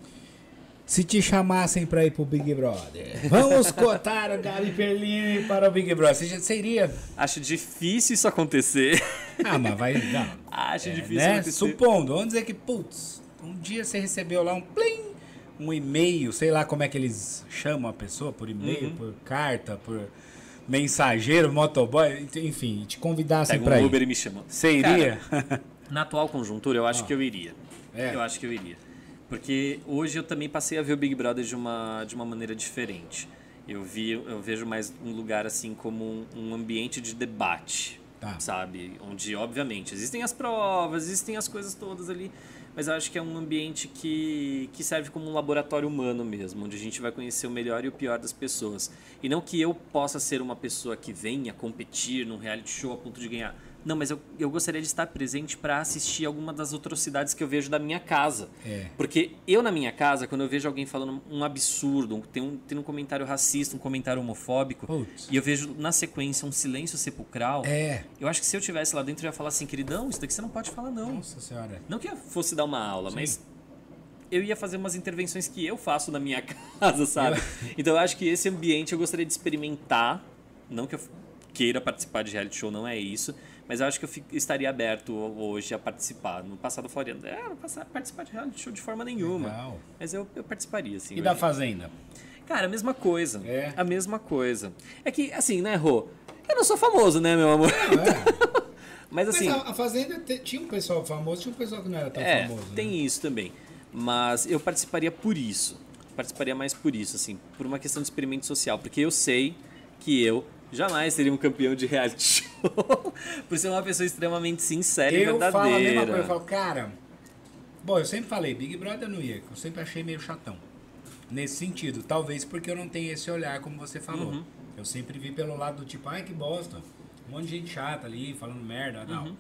Se te chamassem pra ir pro Big Brother, vamos cotar o Gabi Perlini para o Big Brother. Você já seria.
Acho difícil isso acontecer.
Ah, mas vai. Não.
Acho difícil
né?
acontecer.
Supondo, vamos dizer que, putz, um dia você recebeu lá um plim, um e-mail, sei lá como é que eles chamam a pessoa, por e-mail, por carta, por mensageiro, motoboy, enfim, te convidassem
Pega
pra
um
ir.
Uber e me chama.
Você iria?
Na atual conjuntura, eu acho que eu iria.
É.
Eu acho que eu iria. Porque hoje eu também passei a ver o Big Brother de uma, de uma maneira diferente. Eu, vi, eu vejo mais um lugar assim como um, um ambiente de debate,
Tá.
sabe? Onde, obviamente, existem as provas, existem as coisas todas ali, mas eu acho que é um ambiente que, que serve como um laboratório humano mesmo, onde a gente vai conhecer o melhor e o pior das pessoas. E não que eu possa ser uma pessoa que venha competir num reality show a ponto de ganhar. Não, mas eu, eu gostaria de estar presente para assistir alguma das atrocidades que eu vejo da minha casa.
É.
Porque eu, na minha casa, quando eu vejo alguém falando um absurdo, um- tem um, tem um comentário racista, um comentário homofóbico,
Putz.
e eu vejo na sequência um silêncio sepulcral,
É.
eu acho que se eu tivesse lá dentro, eu ia falar assim, queridão, isso daqui você não pode falar, não.
Nossa senhora.
Não que eu fosse dar uma aula, mas eu ia fazer umas intervenções que eu faço na minha casa, sabe? Então eu acho que esse ambiente eu gostaria de experimentar. Não que eu queira participar de reality show, não é isso. Mas eu acho que eu fi- estaria aberto hoje a participar. No passado eu falaria, é, eu não passava a participar de reality show de forma nenhuma.
Legal.
Mas eu, eu participaria, assim.
E
eu
da
iria.
Fazenda?
Cara, a mesma coisa.
É.
A mesma coisa. É que, assim, né, Rô? Eu não sou famoso, né, meu amor?
é.
mas assim.
um
Mas a, a Fazenda te- tinha um pessoal famoso, tinha um pessoal que não era tão
É,
famoso. né?
tem isso também. Mas eu participaria por isso. participaria mais por isso, assim, por uma questão de experimento social, porque eu sei que eu jamais seria um campeão de reality show por ser uma pessoa extremamente sincera e
eu
verdadeira.
falo a mesma coisa, eu falo, cara. Bom, eu sempre falei, Big Brother eu não ia, que eu sempre achei meio chatão. Nesse sentido, talvez porque eu não tenho esse olhar, como você falou.
Uhum.
Eu sempre vi pelo lado do tipo, ai que bosta, um monte de gente chata ali, falando merda, não.
Uhum.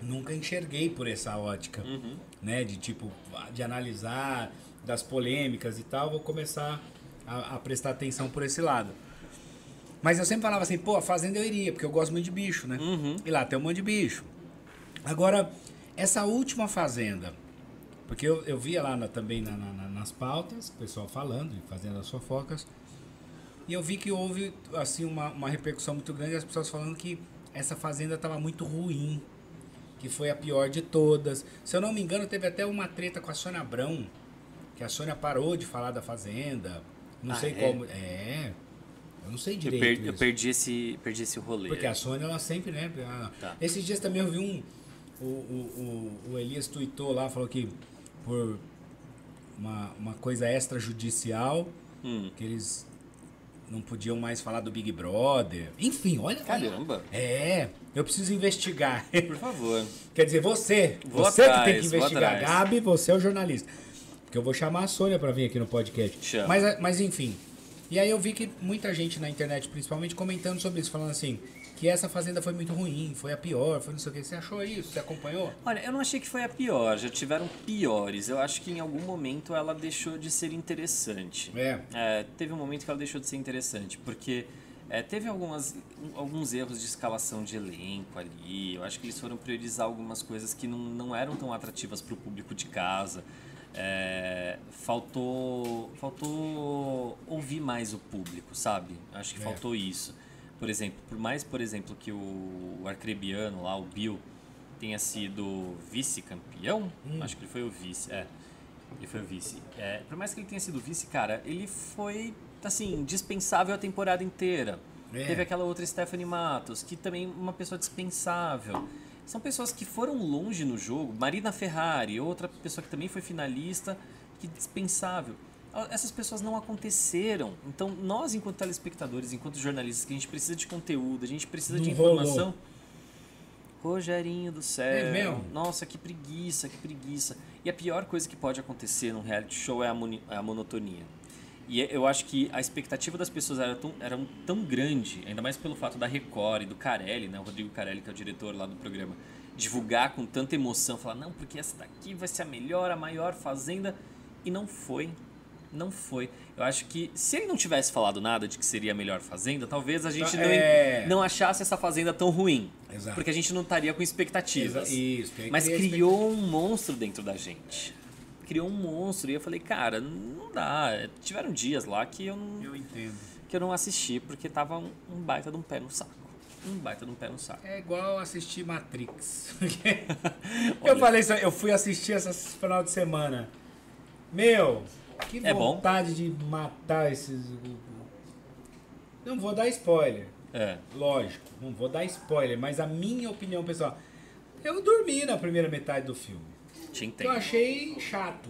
Nunca enxerguei por essa ótica,
Uhum.
né? De tipo, de analisar, das polêmicas e tal, vou começar a- a prestar atenção por esse lado. Mas eu sempre falava assim, pô, a fazenda eu iria, porque eu gosto muito de bicho, né?
Uhum.
E lá tem um monte de bicho. Agora, essa última fazenda, porque eu, eu via lá na- também na- na- na- nas pautas, o pessoal falando e fazendo as fofocas, e eu vi que houve, assim, uma, uma repercussão muito grande, as pessoas falando que essa fazenda estava muito ruim, que foi a pior de todas. Se eu não me engano, teve até uma treta com a Sônia Abrão, que a Sônia parou de falar da fazenda, não
Ah,
sei
é?
como... É... Eu não sei
Eu,
direito
per- eu
isso.
perdi, esse, perdi esse rolê.
Porque a Sônia, ela sempre, né? ela-
Tá.
Esses dias também eu vi um. O, o, o, o Elias tweetou lá, falou que por uma, uma coisa extrajudicial,
Hum.
que eles não podiam mais falar do Big Brother. Enfim, olha.
Caramba.
É, eu preciso investigar.
Por favor.
Quer dizer, você.
Vou
você que tem
atrás,
que
vou
investigar.
atrás.
Gabi, você é o jornalista. Porque eu vou chamar a Sônia pra vir aqui no podcast.
Chama.
Mas, mas enfim. E aí eu vi que muita gente na internet, principalmente, comentando sobre isso, falando assim, que essa fazenda foi muito ruim, foi a pior, foi não sei o que. Você achou isso? Você acompanhou?
Olha, eu não achei que foi a pior, já tiveram piores. Eu acho que em algum momento ela deixou de ser interessante.
É.
É, teve um momento que ela deixou de ser interessante, porque é, teve algumas, um- alguns erros de escalação de elenco ali. Eu acho que eles foram priorizar algumas coisas que não, não eram tão atrativas para o público de casa. É, faltou, faltou ouvir mais o público, sabe? Acho que faltou isso. Por exemplo, por mais, por exemplo, que o arcrebiano lá, o Bill, tenha sido vice-campeão, acho que ele foi o vice, é. Ele foi o vice. É, por mais que ele tenha sido vice, cara, ele foi, assim, dispensável a temporada inteira.
É.
Teve aquela outra Stephanie Matos, que também é uma pessoa dispensável. São pessoas que foram longe no jogo. Marina Ferrari, outra pessoa que também foi finalista, que dispensável. Ah, Essas pessoas não aconteceram. Então, nós, enquanto telespectadores, enquanto jornalistas, que a gente precisa de conteúdo, a gente precisa de
Não rolou.
informação. Rogerinho do céu.
É mesmo?
Nossa, que preguiça, que preguiça. E a pior coisa que pode acontecer num reality show é a, moni- é a monotonia. E é, eu acho que a expectativa das pessoas era tão, era um- tão grande, ainda mais pelo fato da Record e do Carelli, né? O Rodrigo Carelli, que é o diretor lá do programa, divulgar com tanta emoção, falar, não, porque essa daqui vai ser a melhor, a maior fazenda. E não foi. Não foi. Eu acho que se ele não tivesse falado nada de que seria a melhor fazenda, talvez a gente não,
É.
não achasse essa fazenda tão ruim.
Exato.
Porque a gente não estaria com expectativas.
Tá. Exa- isso, que aí
Mas
cria
criou um monstro dentro da gente. Criou um monstro. E eu falei, cara, não dá. É, Tiveram dias lá que eu não,
Eu entendo.
que eu não assisti porque tava um, um baita de um pé no saco. Um baita de um pé no saco.
É igual assistir Matrix.
Olha.
eu falei isso, eu fui assistir essa final de semana. Meu, que
É bom?
vontade de matar esses. Não vou dar spoiler.
É.
Lógico, não vou dar spoiler, mas a minha opinião, pessoal, eu dormi na primeira metade do filme.
Te
Eu
entendo.
achei chato.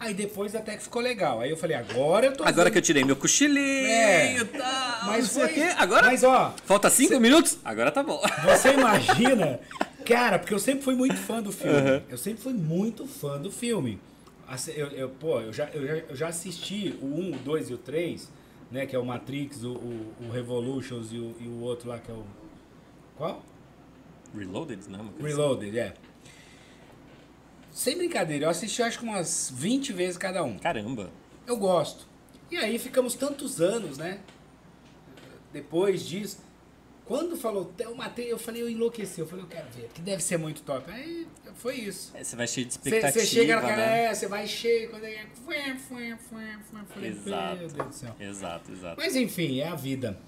Aí depois até que ficou legal. Aí eu falei, agora eu tô.
Agora que eu tirei meu cochilinho
É.
e tal.
Mas
não sei
foi-
o quê. Agora.
Mas ó,
Falta cinco minutos? Agora tá bom.
você imagina? Cara, porque eu sempre fui muito fã do filme. Eu sempre fui muito fã do filme. Assi- Eu, eu, pô, eu já, eu, já, eu já assisti o 1, o 2 e o 3, né? Que é o Matrix, o, o, o Revolutions e o, e o outro lá que é o. Qual?
Reloaded, né? uma coisa assim?
Reloaded, é. Sem brincadeira, eu assisti acho que umas 20 vezes cada um.
Caramba.
Eu gosto. E aí ficamos tantos anos, né? Depois disso. Quando falou, eu matei, eu falei, eu enlouqueci. Eu falei, eu quero ver, que deve ser muito top. Aí foi isso.
É, Você vai cheio de expectativa.
Você chega na cara,
né?
é, você vai cheio, quando é. Fué, fué, fué, fué, falei,
Exato.
Meu Deus do céu.
Exato, exato.
é. Mas enfim, é a vida.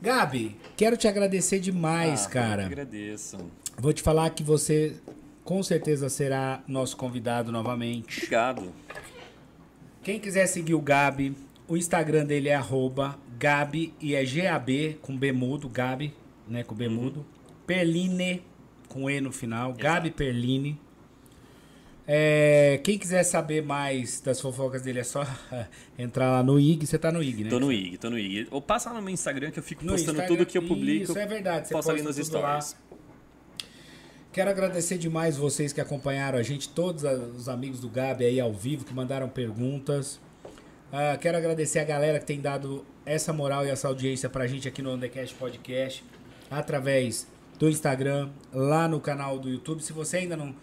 Gabi, quero te agradecer demais,
Ah,
cara.
Eu que agradeço.
Vou te falar que você com certeza será nosso convidado novamente.
Obrigado.
Quem quiser seguir o Gabi, o Instagram dele é arroba Gabi e é G-A-B com B mudo, Gabi, né, com
Uhum.
B mudo. Perline com E no final, Gabi Perline. É, quem quiser saber mais das fofocas dele é só entrar lá no IG. Você tá no IG, né?
Tô no IG, tô no IG. Ou passa lá no meu Instagram que eu fico
No
postando
Instagram,
tudo que eu publico.
Isso é verdade. Você
posta ali
posta
nos
tudo
stories.
Quero agradecer demais vocês que acompanharam a gente, todos a- os amigos do Gabi aí ao vivo que mandaram perguntas. Ah, quero agradecer a galera que tem dado essa moral e essa audiência pra gente aqui no Undercast Podcast, através do Instagram, lá no canal do YouTube. Se você ainda não,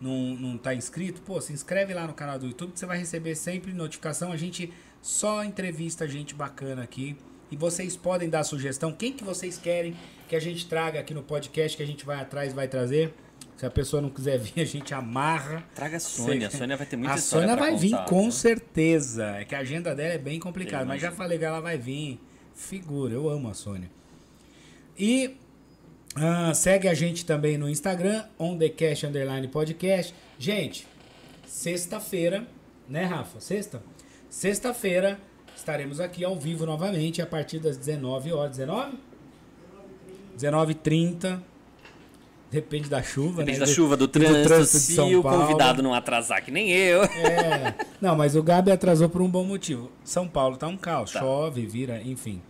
não, não tá inscrito, pô, se inscreve lá no canal do YouTube que você vai receber sempre notificação. A gente só entrevista gente bacana aqui. E vocês podem dar sugestão, quem que vocês querem que a gente traga aqui no podcast, que a gente vai atrás e vai trazer. Se a pessoa não quiser vir, a gente amarra.
Traga a Sônia. A Sônia vai ter muita
A
história
Sônia
pra
vai vir
contar,
com
né?
certeza. É que a agenda dela é bem complicada,
Eu
mas já
imagino.
falei que ela vai vir. Figura, eu amo a Sônia. E ah, segue a gente também no Instagram, ondecast underline podcast. Gente, sexta-feira, né, Rafa? Sexta? Sexta-feira estaremos aqui ao vivo novamente a partir das 19 horas. 19? 19h30. Depende da chuva,
Depende
né?
da chuva, do
E
trânsito,
trânsito de
se
São
o
Paulo.
convidado não atrasar que nem eu.
É. Não, mas o Gabi atrasou por um bom motivo. São Paulo tá um caos. Chove, vira, enfim.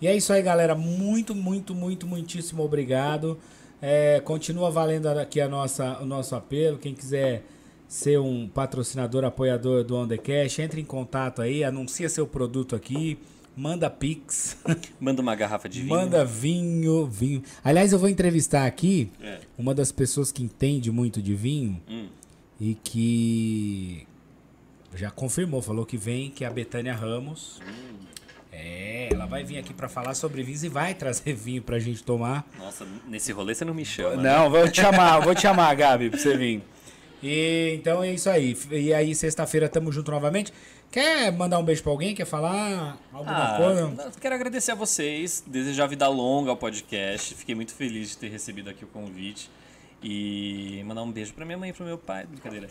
E é isso aí, galera. Muito, muito, muito, muitíssimo obrigado. É, continua valendo aqui a nossa, o nosso apelo. Quem quiser ser um patrocinador, apoiador do On The Cash, entre em contato aí, anuncia seu produto aqui, manda pix.
Manda uma garrafa de vinho.
Manda vinho, vinho. Aliás, eu vou entrevistar aqui
É.
uma das pessoas que entende muito de vinho
Hum.
e que já confirmou, falou que vem, que é a Betânia Ramos. É, ela vai vir aqui pra falar sobre vinhos e vai trazer vinho pra gente tomar.
Nossa, nesse rolê você não me chama. né?
Não, vou te chamar, vou te chamar, Gabi, pra você vir. E, então é isso aí. E aí, sexta-feira, tamo junto novamente. Quer mandar um beijo pra alguém? Quer falar alguma
Ah,
coisa?
quero agradecer a vocês, desejar vida longa ao podcast. Fiquei muito feliz de ter recebido aqui o convite. E mandar um beijo pra minha mãe e pro meu pai. Brincadeira.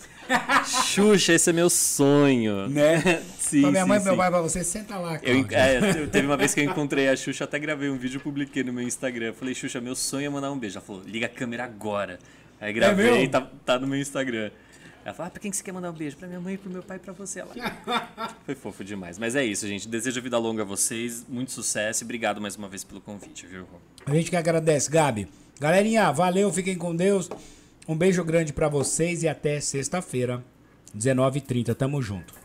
Xuxa, esse é meu sonho.
Né?
Sim,
pra minha
sim,
mãe,
sim.
meu pai, pra você, senta lá,
Eu,
Cláudia.
é, eu- teve uma vez que eu encontrei a Xuxa, até gravei um vídeo e publiquei no meu Instagram. Eu falei, Xuxa, meu sonho é mandar um beijo. Ela falou, liga a câmera agora. Aí gravei,
mesmo?
tá, tá no meu Instagram. Ela falou, ah, pra quem que você quer mandar um beijo? Pra minha mãe, pro meu pai, pra você. Ela... Foi fofo demais. Mas é isso, gente. Desejo vida longa a vocês, muito sucesso e obrigado mais uma vez pelo convite, viu? Rô?
A gente que agradece, Gabi. Galerinha, valeu, fiquem com Deus. Um beijo grande pra vocês e até sexta-feira, 19h30. Tamo junto.